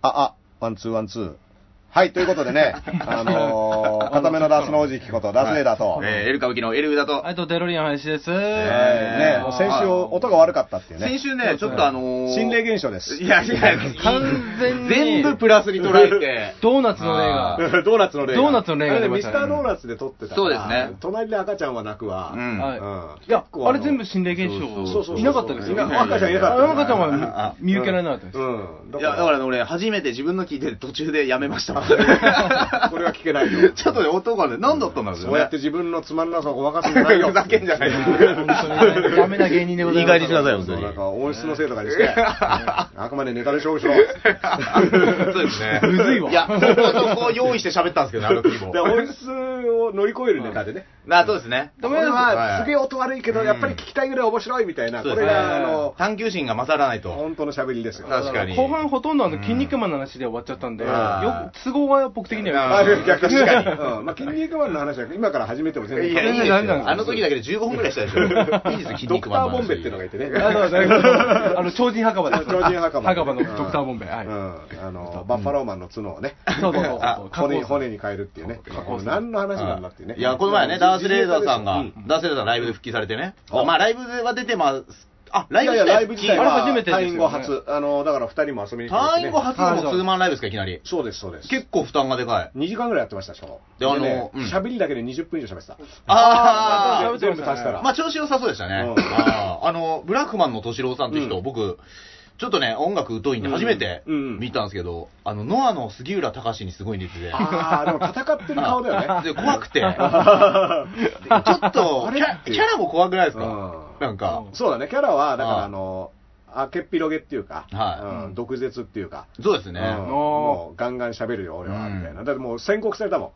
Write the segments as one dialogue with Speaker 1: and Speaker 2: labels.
Speaker 1: あ、あ、ワンツーワンツー。はい、ということで ね、あのー、固めのダースのおじきこと、ダースレーダーと、
Speaker 2: えーエル歌舞伎のエル歌と
Speaker 3: は、い、と、デロリアン林です。
Speaker 1: えーね、もう先週音が悪かったっていうね。
Speaker 2: 先週ね、ちょっとあのー、
Speaker 1: 心霊現象です。
Speaker 2: いやい や、
Speaker 3: 完全に
Speaker 2: 全部プラスに捉え
Speaker 3: ドーナツの例が。
Speaker 4: ドーナツの例
Speaker 3: ドーナツの例が
Speaker 4: あれ
Speaker 3: 出
Speaker 4: ね
Speaker 3: ま
Speaker 4: ミ
Speaker 3: し
Speaker 4: ス
Speaker 3: た
Speaker 4: タ
Speaker 3: ね
Speaker 4: ードーナツで撮ってたから
Speaker 2: そうですね
Speaker 4: 隣で赤ちゃんは泣くわ。
Speaker 2: て。 うん。
Speaker 3: はい
Speaker 4: うん
Speaker 3: いや、
Speaker 4: 結構
Speaker 3: あれ全部心霊現
Speaker 2: そうそうそ
Speaker 3: 象。
Speaker 2: う
Speaker 3: いなかったですよね。
Speaker 4: いな赤ちゃんいなかったよね
Speaker 3: あの方は見見受けられなかったです。
Speaker 4: うん。
Speaker 2: いや、だからね、俺、初めて自分の聞いてて途中でやめま したもん。
Speaker 4: これは聞けない よ。
Speaker 2: ちょっとね、音がね、何だったんだろうね。
Speaker 4: そうやって自分のつまんなさをごまかすんじゃない よ。
Speaker 2: ふざけんじゃないよ
Speaker 3: 本当にねダメな芸人でございます。
Speaker 5: いい加減にしなさい本当に
Speaker 4: そうなんか音質のせいとかに して、あくまでネタで勝負しろ。
Speaker 2: そうですね。
Speaker 3: むずいわ
Speaker 2: いや、本当はこう用意して喋ったんですけどね、あの時 も
Speaker 4: で。音質を乗り越えるネタでね。
Speaker 2: まあ、そうですね。
Speaker 4: こ
Speaker 3: ダ
Speaker 4: れ
Speaker 3: メだ
Speaker 4: は
Speaker 2: はい
Speaker 4: すげえ音悪いけど、やっぱり聞きたいぐらい面白いみたいな、こ
Speaker 2: そう
Speaker 4: れ
Speaker 2: ですね
Speaker 4: があの
Speaker 2: 探求心が勝らないと。
Speaker 4: 本当の喋りですよ。
Speaker 2: 確かに。
Speaker 3: 後半ほとんどあの、筋肉マンの話で終わっちゃったんで、
Speaker 2: う
Speaker 3: よ
Speaker 2: ん
Speaker 3: く都合が僕的に
Speaker 4: あ
Speaker 3: は
Speaker 4: あ
Speaker 3: 良
Speaker 4: 逆
Speaker 3: くて。
Speaker 4: 確かに。うんまあ、筋肉マンの話は今から始めても全然
Speaker 2: いや、いいで
Speaker 3: 全然
Speaker 2: す
Speaker 3: ダメなんで
Speaker 2: よ。
Speaker 3: すよ
Speaker 2: あの時だけで15分くらいしたでし ょ。いいですよ、筋
Speaker 4: ドクタ
Speaker 2: 肉マン
Speaker 4: ーボンベっていうのがいてね。
Speaker 3: あの、なるほどあの超人墓場です。
Speaker 4: 超人墓場
Speaker 3: のドクターボンベ。は
Speaker 4: う
Speaker 3: い。
Speaker 4: ん、あのバッファローマンの角をね、
Speaker 3: そうそうそうそう。
Speaker 4: 骨
Speaker 3: 加工す
Speaker 4: 骨
Speaker 3: る
Speaker 4: に変えるっていうね
Speaker 3: 加工す、る
Speaker 4: 何の話なんだっていうね。
Speaker 2: いや、この前ね、ダースレーダーさん
Speaker 4: う
Speaker 2: が、ダースレーダーさんライブで復帰されてね。まあ、ライブは出てます。あ、ラ
Speaker 4: い
Speaker 2: イ
Speaker 4: やい
Speaker 2: ブ
Speaker 4: や、
Speaker 2: 自
Speaker 4: ラ
Speaker 2: 体
Speaker 4: イブ自体
Speaker 3: あ
Speaker 4: は
Speaker 3: れ初めてですよ
Speaker 4: 退
Speaker 3: ね
Speaker 4: 院後初、あのだから2人も遊びに来て
Speaker 2: 退
Speaker 4: ね
Speaker 2: 院後初のツーマンライブですか、いきなり。
Speaker 4: そうです、そうです。
Speaker 2: 結構負担がでかい。
Speaker 4: 2時間ぐらいやってました、しかも。
Speaker 2: であの
Speaker 4: ね
Speaker 2: うん
Speaker 4: 喋りだけで20分以上喋ってた。
Speaker 2: あ
Speaker 3: ー
Speaker 4: 全部足したら。
Speaker 2: まあ、調子良さそうでしたね。
Speaker 4: うん
Speaker 2: あーあの、ブラックマンの敏郎さんって人、
Speaker 4: うん
Speaker 2: 僕、ちょっとね、音楽疎いんで初めて
Speaker 4: うんうん
Speaker 2: 見たんですけど、あの、ノアの杉浦隆にすごい似てて。
Speaker 4: あーでも戦ってる顔だよね。
Speaker 2: で、怖く て。でちょっと
Speaker 4: あ
Speaker 2: キ
Speaker 4: れ
Speaker 2: ャ、キャラも怖くないですか
Speaker 4: うん
Speaker 2: なんか。
Speaker 4: そうだね、キャラは、だから
Speaker 2: あ
Speaker 4: あの、あけっぴろげっていうか、
Speaker 2: はい
Speaker 4: うん毒舌っていうか、
Speaker 2: そうですね。
Speaker 4: うんもうガンガン喋るよ、俺は、
Speaker 2: うん
Speaker 4: みたいな。だってもう宣告されたもん。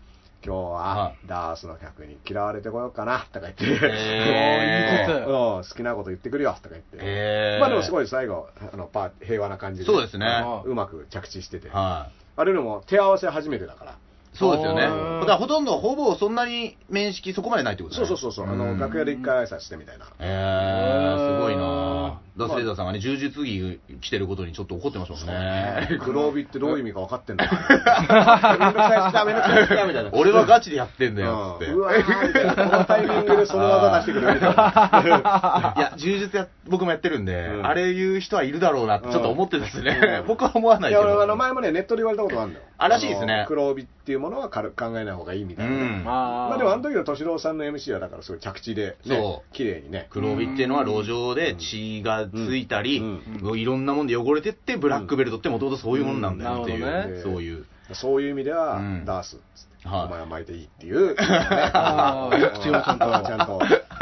Speaker 4: 今日
Speaker 2: は
Speaker 4: は、ダースの客に嫌われてこようかな、とか言って。
Speaker 2: へー
Speaker 3: そう言いつ
Speaker 4: うん
Speaker 3: つ
Speaker 4: 好きなこと言ってくるよ、とか言って。
Speaker 2: へー
Speaker 4: まあでもすごい最後、あのパー平和な感じで。
Speaker 2: そうですね
Speaker 4: あうまく着地してて。
Speaker 2: はい。
Speaker 4: あれでも手合わせ初めてだから。
Speaker 2: そうですよね。
Speaker 3: あ
Speaker 2: だ
Speaker 3: ー
Speaker 2: からほとんど、ほぼそんなに面識そこまでないってこと
Speaker 4: そうそうそうそう、あの楽屋で一。
Speaker 2: ん
Speaker 4: 回挨拶してみたいな。
Speaker 2: えー、すごいなぁダスレーダーさんがね、柔術着着てることにちょっと怒ってまし たもんね。
Speaker 4: 黒帯ってどういう意味か分かってんのかなめんどくさいっす、めんどくさいっすみたいな。
Speaker 2: 俺はガチでやってん
Speaker 4: う
Speaker 2: だよ、つって。
Speaker 4: んうわーみたいなこのタイミングでその技出してくるみた いな。
Speaker 2: いや、柔術や、僕もやってるんで、
Speaker 4: うん
Speaker 2: あれ言う人はいるだろうなってちょっと思ってたんですね。
Speaker 4: うん
Speaker 2: 僕は思わない
Speaker 4: い
Speaker 2: けど。
Speaker 4: や、俺あの前もね、ネットで言われたことがあるんだよ。
Speaker 2: あらしいですね
Speaker 4: あの黒帯っていうものは軽く考えない方がいいみ
Speaker 2: う
Speaker 4: たいなね。
Speaker 2: ん。
Speaker 3: あ
Speaker 4: まあ
Speaker 3: ー
Speaker 4: でもあの時の敏郎さんの MC はだからすごい着地で、ね
Speaker 2: そ、う
Speaker 4: 綺麗にね。
Speaker 2: 黒帯っていうのは路上で血がついたり、
Speaker 4: うん
Speaker 2: いろんなもんで汚れてって、ブラックベルトってもともとそういうもんなんだよっていう、
Speaker 3: うんなるほど
Speaker 4: ね
Speaker 2: そういう。
Speaker 4: そういう意味では、
Speaker 2: うん
Speaker 4: ダースっつって、
Speaker 2: はい
Speaker 4: お前は巻いていいっていう、ね、
Speaker 3: あー
Speaker 4: 口をちゃんと、ちゃんと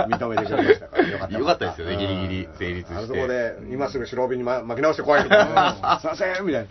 Speaker 4: 認めてくれましたから、よかった。
Speaker 2: よかったですよねギリギリ
Speaker 4: うん
Speaker 2: 成立して
Speaker 4: あそこで、今すぐ白帯にま巻き直してこいみたい な、すいませんみたいな。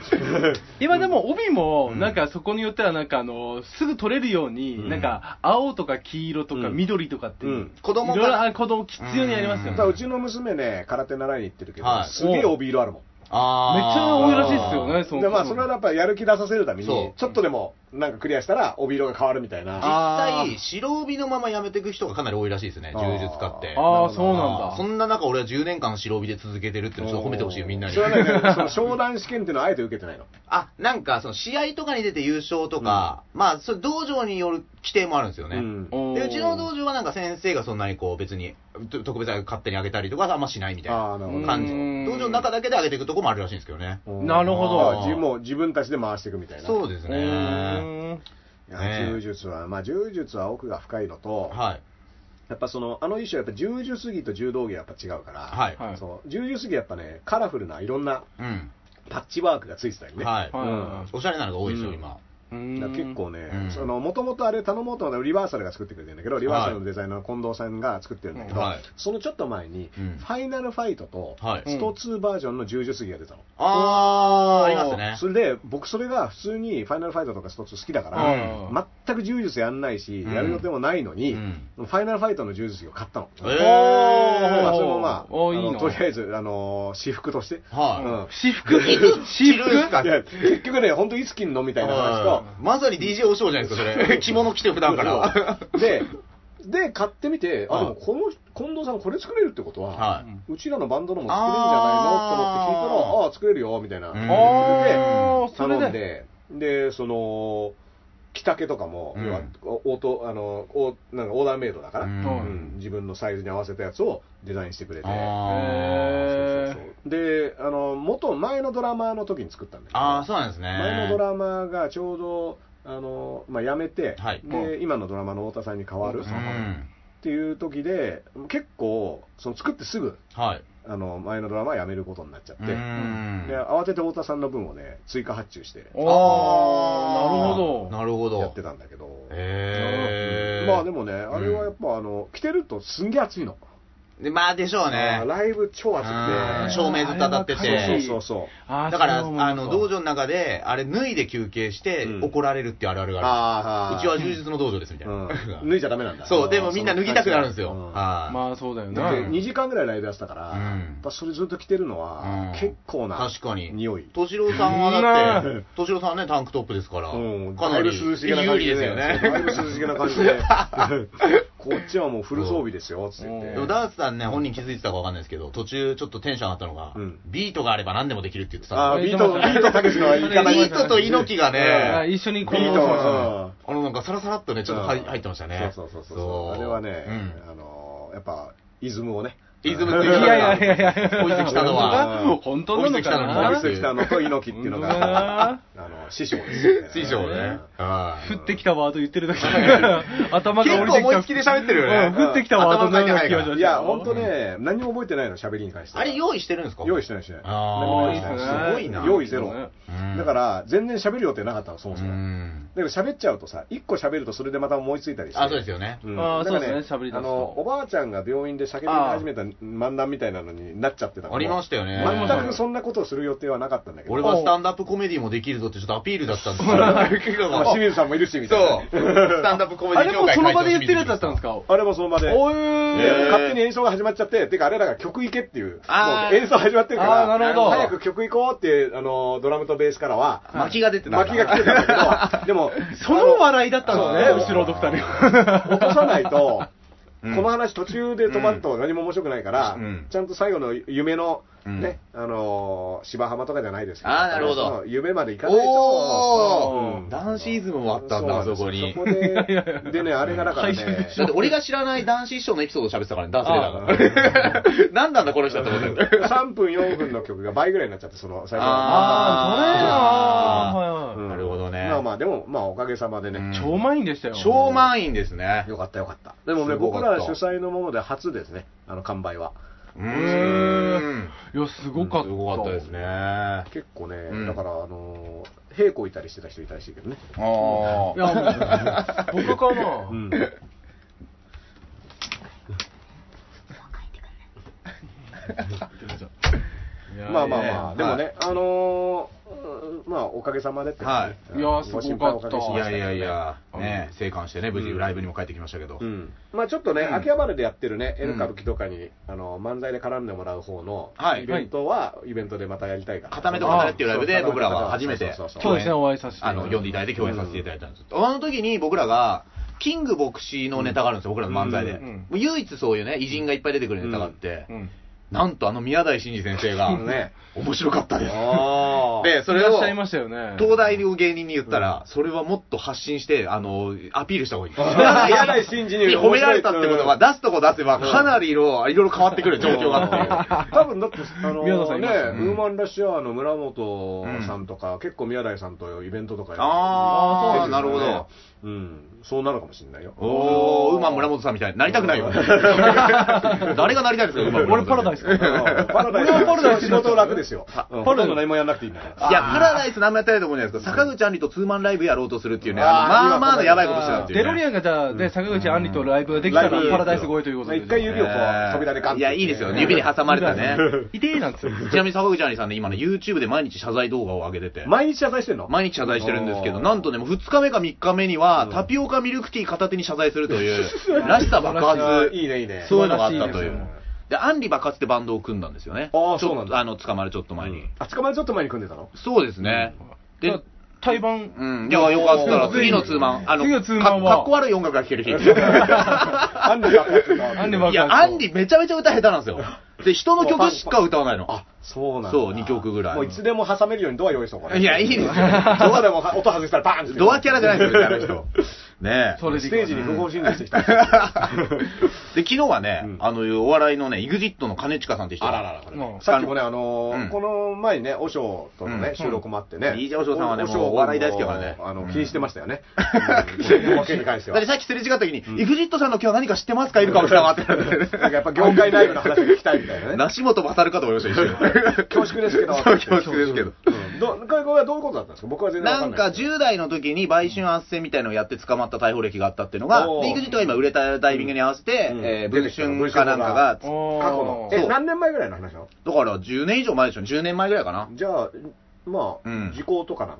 Speaker 3: 今でも帯も、なんかそこによっては、なんかあの、すぐ取れるように、なんか青とか黄色とか
Speaker 4: うん
Speaker 3: 緑とかっていう、
Speaker 4: うん
Speaker 2: 子供
Speaker 3: いろいろ
Speaker 2: が、
Speaker 3: あ子供必要にあります
Speaker 4: た
Speaker 3: よね。
Speaker 4: だうちの娘ね、空手習いに行ってるけど、
Speaker 2: はい
Speaker 4: すげえ帯色あるもん。
Speaker 3: めっちゃ多いらしい
Speaker 2: で
Speaker 3: ですよね、その。
Speaker 4: でまあ、それはやっぱりやる気出させるために、ち
Speaker 2: そう
Speaker 4: ょっとでもなんかクリアしたら、帯色が変わるみたいな。
Speaker 2: 実際、白帯のまま辞めていく人がかなり多いらしいですね、
Speaker 4: あ
Speaker 2: 柔
Speaker 4: ー
Speaker 2: 術家って。
Speaker 3: ああ、そうなん
Speaker 2: あー
Speaker 3: だ。
Speaker 2: そんな中、俺は10年間白帯で続けてるっていうのをちょっと褒めてほしいよ、みんなに
Speaker 4: そ。れはね、その商談試験っていうのはあえて受けてないの。
Speaker 2: あ、なんか、その試合とかに出て優勝とか、まあ、それ道場による規定もあるんですよね。
Speaker 4: うん
Speaker 3: おー
Speaker 2: でうちの道場はなんか先生がそんなにこう別にと特別に勝手にあげたりとかあんましないみたい
Speaker 4: あーな
Speaker 2: な
Speaker 4: るほ
Speaker 3: ど
Speaker 2: 感じ
Speaker 3: うん
Speaker 2: 道場の中だけであげていくとこもあるらしいんですけどね
Speaker 3: なるほど
Speaker 4: あー自もう自分たちで回していくみたいな。
Speaker 2: そう
Speaker 4: す。
Speaker 2: です
Speaker 3: う
Speaker 2: ね
Speaker 3: ーん
Speaker 2: ね
Speaker 4: 柔術は、まあ柔術は奥が深いのと、
Speaker 2: はい
Speaker 4: やっぱその、あの衣装やっぱ柔術着と柔道着はやっぱ違うから、
Speaker 2: はい、
Speaker 3: はい
Speaker 4: そう柔術着やっぱね、カラフルないろんな
Speaker 2: うん
Speaker 4: パッチワークがついてたりね。
Speaker 2: はい、
Speaker 3: は
Speaker 2: おしゃれなのが多いですよ、
Speaker 4: うん
Speaker 2: 今
Speaker 3: い。
Speaker 4: だから結構ね
Speaker 2: うん、
Speaker 4: その、もともとあれ頼もうと思ったらリバーサルが作ってくれてるんだけど、リバーサルのデザイナーの近藤さんが作ってるんだけど、
Speaker 2: はい
Speaker 4: そのちょっと前に、
Speaker 2: うん
Speaker 4: ファイナルファイトと、
Speaker 2: はい、
Speaker 3: うん
Speaker 4: スト2バージョンの柔術着が出たの。
Speaker 2: ああありますね
Speaker 4: それで、僕それが普通にファイナルファイトとかスト2好きだから、
Speaker 3: うん
Speaker 4: 全く柔術やんないし、
Speaker 2: うん
Speaker 4: やる予定もないのに、
Speaker 2: うん
Speaker 4: ファイナルファイトの柔術着を買ったの。
Speaker 2: えー
Speaker 4: まあ、
Speaker 3: おー
Speaker 4: それもまあ、
Speaker 3: おー
Speaker 4: あの
Speaker 3: いいの
Speaker 4: とりあえず、あのー私服として。
Speaker 2: は い、
Speaker 4: うん
Speaker 3: 私服私服
Speaker 4: いや結局ね、本当いつ着んのみたいな話と、
Speaker 2: まさに DJ おしょうじゃないですか、それ。着物着て、普段から。
Speaker 4: で、で、買ってみて、あ、
Speaker 2: は
Speaker 4: で
Speaker 2: い
Speaker 4: もこの近藤さんこれ作れるってことは、
Speaker 2: は
Speaker 3: うん
Speaker 4: うちらのバンドのも作れるんじゃないのと思って聞いたら、ああー、作れるよ、みたいな。
Speaker 2: うん
Speaker 3: あーそれ
Speaker 4: 頼ん
Speaker 3: で。
Speaker 4: で、で、その、着丈とかも、
Speaker 2: うん
Speaker 4: 要はオートあのオーなんかオーダーメイドだから、
Speaker 2: う
Speaker 4: うんん自分のサイズに合わせたやつをデザインしてくれて、
Speaker 2: あー
Speaker 4: そうそうそうであの元、前のドラマーの時に作ったんだけど、
Speaker 2: あー、そうなんですね。
Speaker 4: 前のドラマーがちょうどあの、まあ、辞めて、
Speaker 2: はい
Speaker 4: で今のドラマーの太田さんに変わる、
Speaker 2: う
Speaker 4: っ
Speaker 2: ん。
Speaker 4: ていう時で、結構、その作ってすぐ
Speaker 2: はい。
Speaker 4: あの前のドラマー辞めることになっちゃって。
Speaker 2: うん
Speaker 4: で慌てて太田さんの分をね追加発注して
Speaker 3: ああ、なるほど。
Speaker 2: なるほど。
Speaker 4: やってたんだけど、
Speaker 2: へー
Speaker 4: まあでもね、あれはやっぱあの着てるとすんげえ暑いの、
Speaker 2: でまあでしょうね
Speaker 4: あー。ライブ超暑
Speaker 2: うん
Speaker 4: く
Speaker 2: 照明ずっと当たって
Speaker 3: あれは
Speaker 4: て、
Speaker 3: 悲
Speaker 2: て
Speaker 3: しい。
Speaker 4: そうそうそう、
Speaker 3: あー
Speaker 2: だから、
Speaker 3: そう思います
Speaker 2: あの、道場の中で、あれ脱いで休憩して
Speaker 4: うん
Speaker 2: 怒られるっていうあるあるがある。
Speaker 4: あ
Speaker 2: うちは充実の道場ですみたいな。
Speaker 4: うん、脱いじゃダメなんだ、
Speaker 2: そう、でもみんな脱ぎたくなるんですよ。
Speaker 4: うん
Speaker 2: は
Speaker 3: まあそうだよ
Speaker 4: だって
Speaker 3: ね。
Speaker 4: 2時間ぐらいライブやってたから、
Speaker 2: うん
Speaker 4: やっぱそれずっと着てるの
Speaker 2: うん
Speaker 4: は、結構
Speaker 2: い。
Speaker 4: な
Speaker 2: 確かに。
Speaker 4: 匂い、
Speaker 2: 敏郎さんはだっ
Speaker 3: う
Speaker 2: て、敏郎さんはね、タンクトップですから、
Speaker 4: うん
Speaker 2: かなり
Speaker 4: だいぶ
Speaker 2: 有
Speaker 4: 涼しげな感
Speaker 2: 利
Speaker 4: じ
Speaker 2: で
Speaker 4: です
Speaker 2: よ
Speaker 4: だいぶ
Speaker 2: ね。
Speaker 4: 涼しげな感じ で、こっちはもうフル装備ですよつって言っ
Speaker 2: で
Speaker 4: て
Speaker 3: う
Speaker 2: も
Speaker 3: ん
Speaker 2: ダーツさんね、本人気づいてたかわかんないですけど、途中ちょっとテンション上がったのが、
Speaker 4: うん
Speaker 2: ビートがあれば何でもできるって言って
Speaker 4: あ
Speaker 2: た
Speaker 4: ービート、ビートたけしの言い方
Speaker 3: ー
Speaker 2: ビートと猪木が
Speaker 3: あ
Speaker 2: ね、
Speaker 3: 一緒にこ
Speaker 4: ビート
Speaker 3: の、
Speaker 4: うん
Speaker 2: あのなんかサラサラっとね、ちょっと入
Speaker 4: うん
Speaker 2: 入ってましたね。
Speaker 4: そうそうそうそう。あれはね、
Speaker 2: うん
Speaker 4: あのーやっぱ、イズムをね。
Speaker 2: イズ
Speaker 3: い
Speaker 2: ム
Speaker 3: や
Speaker 2: って
Speaker 3: い
Speaker 2: いうの
Speaker 3: や
Speaker 2: が
Speaker 3: いやいや、
Speaker 2: 置いてきたのは、
Speaker 3: 本当なのか
Speaker 2: あ
Speaker 4: 森
Speaker 3: な
Speaker 2: ー置い
Speaker 4: 崎さんのと猪木っていうのが、あの、師匠ですよね。
Speaker 2: 師匠ね。はい
Speaker 3: 降ってきたワード言ってるだけだから頭
Speaker 2: 結
Speaker 3: が降り
Speaker 2: 構
Speaker 3: てき
Speaker 2: 思い
Speaker 3: た
Speaker 2: つきで喋ってるよ
Speaker 3: うん
Speaker 2: ね。
Speaker 3: 降ってきたワードのような気がしま
Speaker 4: うん。
Speaker 3: し
Speaker 4: い
Speaker 3: た
Speaker 4: や、ほんとね、何も覚えてないの、喋りに関しては。
Speaker 2: あれ用意してるんですか
Speaker 4: 用意してないしね。何も用
Speaker 2: ああ、
Speaker 4: 意してない
Speaker 2: すごいな。
Speaker 4: 用意ゼロ。
Speaker 2: うん
Speaker 4: だから、全然喋る予定なかったの、そも
Speaker 2: う
Speaker 4: そも。
Speaker 2: ん。
Speaker 4: だけど喋っちゃうとさ、一個喋るとそれでまた思いついたりして。
Speaker 2: あ、そうですよね。
Speaker 4: うん
Speaker 3: あー
Speaker 4: だから
Speaker 3: そうですね喋り出すと
Speaker 4: あの、おばあちゃんが病院で叫び始めた漫談みたいなのになっちゃってたから
Speaker 2: ありましたよね
Speaker 4: 全くそんなことをする予定はなかったんだけど。
Speaker 2: 俺はスタンダップコメディもできるぞってちょっとアピールだったんですけど
Speaker 4: ま あ清水さんもいるし、みたい
Speaker 2: そう。
Speaker 4: な。
Speaker 2: スタンダップコメデ
Speaker 3: あ
Speaker 2: ィ
Speaker 3: れ
Speaker 2: 協
Speaker 3: も
Speaker 2: 会
Speaker 3: その場で言ってるや
Speaker 2: 会
Speaker 3: つだ
Speaker 2: 長
Speaker 3: ったんですか
Speaker 4: あれもその場で。
Speaker 3: おえ
Speaker 4: で
Speaker 2: へー
Speaker 4: 勝手に演奏が始まっちゃって、てかあれらが曲行けっていう、
Speaker 2: あ
Speaker 4: も
Speaker 2: ー
Speaker 4: う演奏始まってるか
Speaker 3: あー
Speaker 4: ら、
Speaker 3: なるほど
Speaker 4: 早く曲行こうって、あの、ドラムとベースからは、
Speaker 2: 巻きが出てたんだ。
Speaker 4: 巻きが来てたんだけど、でも、
Speaker 3: その笑いだったのね、
Speaker 4: そう
Speaker 3: 後ろの二人。
Speaker 4: 落とさないと、
Speaker 2: うん
Speaker 4: この話途中で止まると何も面白くないから、
Speaker 2: うん
Speaker 4: ちゃんと最後の夢の、
Speaker 2: うん
Speaker 4: ね、あのー芝浜とかじゃないですけ
Speaker 2: あーなるほど
Speaker 4: そう夢まで行かないと。
Speaker 2: お
Speaker 4: う
Speaker 2: ー
Speaker 4: ん
Speaker 2: 男子イズムもあったん
Speaker 4: う
Speaker 2: だ、
Speaker 4: なんで
Speaker 2: そ
Speaker 4: す
Speaker 2: こに
Speaker 4: そ。こで、でね、あれがだから
Speaker 3: 回収で
Speaker 4: ね
Speaker 3: し、
Speaker 2: だって俺が知らない男子師匠のエピソードを喋ってたからね、ダースレーダーが。何なんだこの人だと思ってる。
Speaker 4: 3分、4分の曲が倍ぐらいになっちゃって、その最初
Speaker 3: あー、それな
Speaker 4: う
Speaker 3: ー
Speaker 4: ん
Speaker 2: なるほどね
Speaker 4: まあまあ、でも、まあ、おかげさまでね。
Speaker 2: うん
Speaker 3: 超満員でしたよ。
Speaker 2: 超満員ですね。
Speaker 4: よかったよかった。でもね、
Speaker 2: すごか
Speaker 4: 僕
Speaker 2: った
Speaker 4: ら主催のもので初ですね、あの、完売は。
Speaker 2: う
Speaker 3: へ
Speaker 2: ー
Speaker 3: ー
Speaker 2: ん。
Speaker 3: いや、すごかった。
Speaker 2: すごかったですね。あ
Speaker 4: 結構ね、
Speaker 2: うん
Speaker 4: だから、あのー、平行いたりしてた人いたらしいけどね。
Speaker 3: い。
Speaker 2: あ
Speaker 3: や、もう、僕かな。
Speaker 4: うん。
Speaker 3: いや
Speaker 4: まあまあま
Speaker 2: い
Speaker 4: あ、
Speaker 2: いね
Speaker 4: でもね、あのー、うんまあ、おかげさまでって感じ。
Speaker 3: はいいやー
Speaker 4: ご心
Speaker 3: すごか
Speaker 4: 配
Speaker 3: った
Speaker 4: おげし
Speaker 2: い
Speaker 4: ました
Speaker 2: や
Speaker 4: けど
Speaker 2: い
Speaker 4: ね
Speaker 2: やいや、ね、生還してね、無事ライブにも帰ってきましたけど
Speaker 4: う。ん、まあちょっとね、秋葉原でやってるね、エル歌舞伎とかに、あの漫才で絡んでもらう方の
Speaker 2: はい
Speaker 4: イベントは、イベントでまたやりたいから、
Speaker 2: 固めと
Speaker 3: 語
Speaker 2: れっていうライブで
Speaker 4: あそう
Speaker 2: 僕らは初めて
Speaker 4: そうそうそう
Speaker 3: そうですね、お会いさせて。
Speaker 2: あの、呼んでいただいて共演させていただいたんです。あの時に僕らが、キング牧師のネタがあるんですよ、僕らの漫才で。
Speaker 4: うん
Speaker 3: うん
Speaker 2: もう唯一そういうね、偉人がいっぱい出てくるネタがあって、
Speaker 3: うん。
Speaker 2: なんとあの宮台真司先生が、
Speaker 4: ね、
Speaker 2: 面白かった です。
Speaker 4: あー
Speaker 2: で、そ
Speaker 3: それ
Speaker 2: れ
Speaker 3: いら
Speaker 2: を
Speaker 3: っしゃい、ましたよね。
Speaker 2: 東大の芸人に言ったら、それはもっと発信して、あの、アピールした方がいい。
Speaker 4: 宮台真司に
Speaker 2: 褒められたってことは、出すとこ出せば、かなり色、いろいろ変わってくる状況があっ て。
Speaker 4: 多分だって、あの
Speaker 3: 宮田さんい
Speaker 4: ね、
Speaker 3: ま
Speaker 4: ウ
Speaker 3: した
Speaker 2: ね
Speaker 4: ーマンラッシュアワーの村本さんとか、結構宮台さんとイベントとかや
Speaker 2: あー
Speaker 4: やってるんで
Speaker 2: なるほ
Speaker 4: うん、そうなるかもしれないよ。
Speaker 2: おー、馬村本さんみたいになりたくないよ。 誰がなりたいですか、馬村
Speaker 3: 俺
Speaker 2: 本
Speaker 3: パラ
Speaker 2: さん
Speaker 3: ダイス。
Speaker 4: うんパラダイス
Speaker 3: 俺はパラダイス
Speaker 4: 仕事楽ですよ。うん
Speaker 3: パ
Speaker 4: ほ
Speaker 3: ラ
Speaker 4: と
Speaker 3: ダイス
Speaker 4: んど何もやんなくていいんだから。
Speaker 2: いや、パラダイス何もやってないと思うんじゃないですか。坂口あんりとツーマンライブやろうとするっていうね、あの
Speaker 4: あー
Speaker 2: まあまあのやばいことしてたっていう、ね。
Speaker 3: デロリアンがじゃあ、ね、坂口あんりとライブができた
Speaker 4: ライ
Speaker 3: ら
Speaker 4: ブ
Speaker 3: パラダイス越えということで。
Speaker 4: 一回指をこ
Speaker 2: え
Speaker 4: う、
Speaker 2: ー
Speaker 4: 扉でガンって
Speaker 2: いや、いいですよ。指に挟まれたね。
Speaker 3: 痛えなんですよ。
Speaker 2: ちなみに坂口あんりさんね、今ね、YouTube で毎日謝罪動画を上げてて。
Speaker 4: 毎日謝罪してんの
Speaker 2: 毎日謝罪してるんですけ
Speaker 4: お
Speaker 2: ど、
Speaker 4: ー
Speaker 2: なんとね、もう2日目か3日目には、タピオカミルクティー片手に謝罪すると いう、らしさ爆
Speaker 4: あ
Speaker 2: 発
Speaker 4: ー。いいね、いいね。
Speaker 2: そういうのがあったとい
Speaker 4: 素晴らしいです
Speaker 2: う
Speaker 4: ね。
Speaker 2: で、アンリ爆発ってバンドを組んだんですよね。
Speaker 4: あー
Speaker 2: ちょっと
Speaker 4: そうなんだ
Speaker 2: あの、捕まるちょっと前に。
Speaker 4: あ、捕まえちょっと前に組んでたの
Speaker 2: そうですね。で
Speaker 3: た、対バン。
Speaker 2: うん。いや、よかったら、次のツーマン。あの、
Speaker 3: 次のツーマンは
Speaker 2: かかっこ悪い音楽が 聴ける日。い
Speaker 4: アンディ爆発が
Speaker 3: アンディ爆
Speaker 2: や、アンディめちゃめちゃ歌下手なんですよ。で、人の曲しか歌わないの。
Speaker 4: あ、そうなんだ。
Speaker 2: そう二曲ぐらい
Speaker 4: もういつでも挟めるようにドア用意しとこうかない
Speaker 2: や、いいですよ。
Speaker 4: ドアでも音外したらバーンって。
Speaker 2: ドアキャラじゃないですよ、あの人。ねえ。
Speaker 3: それで
Speaker 4: ス
Speaker 3: いこう
Speaker 4: テージに不法侵入 してきた。
Speaker 2: で、昨日はね、あの、お笑いのね、EXIT の兼近さんって人が。
Speaker 4: あららら
Speaker 3: うんうん
Speaker 4: さっきもね、あのー
Speaker 2: うん
Speaker 4: この前にね、和尚とのね、
Speaker 2: うん
Speaker 4: 収録もあってね。
Speaker 2: うん DJ 和尚さんはね
Speaker 4: 和尚
Speaker 2: もうお笑い大好きだからね
Speaker 4: あの、
Speaker 2: うん
Speaker 4: 気にしてましたよね。うん、わけに関して
Speaker 2: だっ
Speaker 4: は
Speaker 2: て。さっきすれ違った時に、EXIT さんの今日何か知ってますかいるかもしれなかったんで
Speaker 4: なんかやっぱ業界内部の話が聞きたいみたいなね。
Speaker 2: 梨本渡るかと思いました、一瞬
Speaker 4: 恐縮ですけど。
Speaker 2: そう 恐縮ですけど。
Speaker 4: うんど、これこれはどういうことだったんですか僕は全然わ
Speaker 2: なん
Speaker 4: んな
Speaker 2: か
Speaker 4: いです。
Speaker 2: 10代の時に売春斡旋みたいのをやって捕まった逮捕歴があったっていうのが、
Speaker 4: おー
Speaker 2: で EXIT が今売れたタイミングに合わせて、
Speaker 4: うん
Speaker 2: えー
Speaker 4: 出
Speaker 2: 文
Speaker 4: てきた
Speaker 2: 春かなんかが、
Speaker 3: 過去
Speaker 4: 過去の。
Speaker 2: そう
Speaker 4: え、何年前ぐらいの話なの
Speaker 2: だから10年以上前でしょ、10年前ぐらいかな。
Speaker 4: じゃあ、まあ、
Speaker 2: うん
Speaker 4: 時効とかなの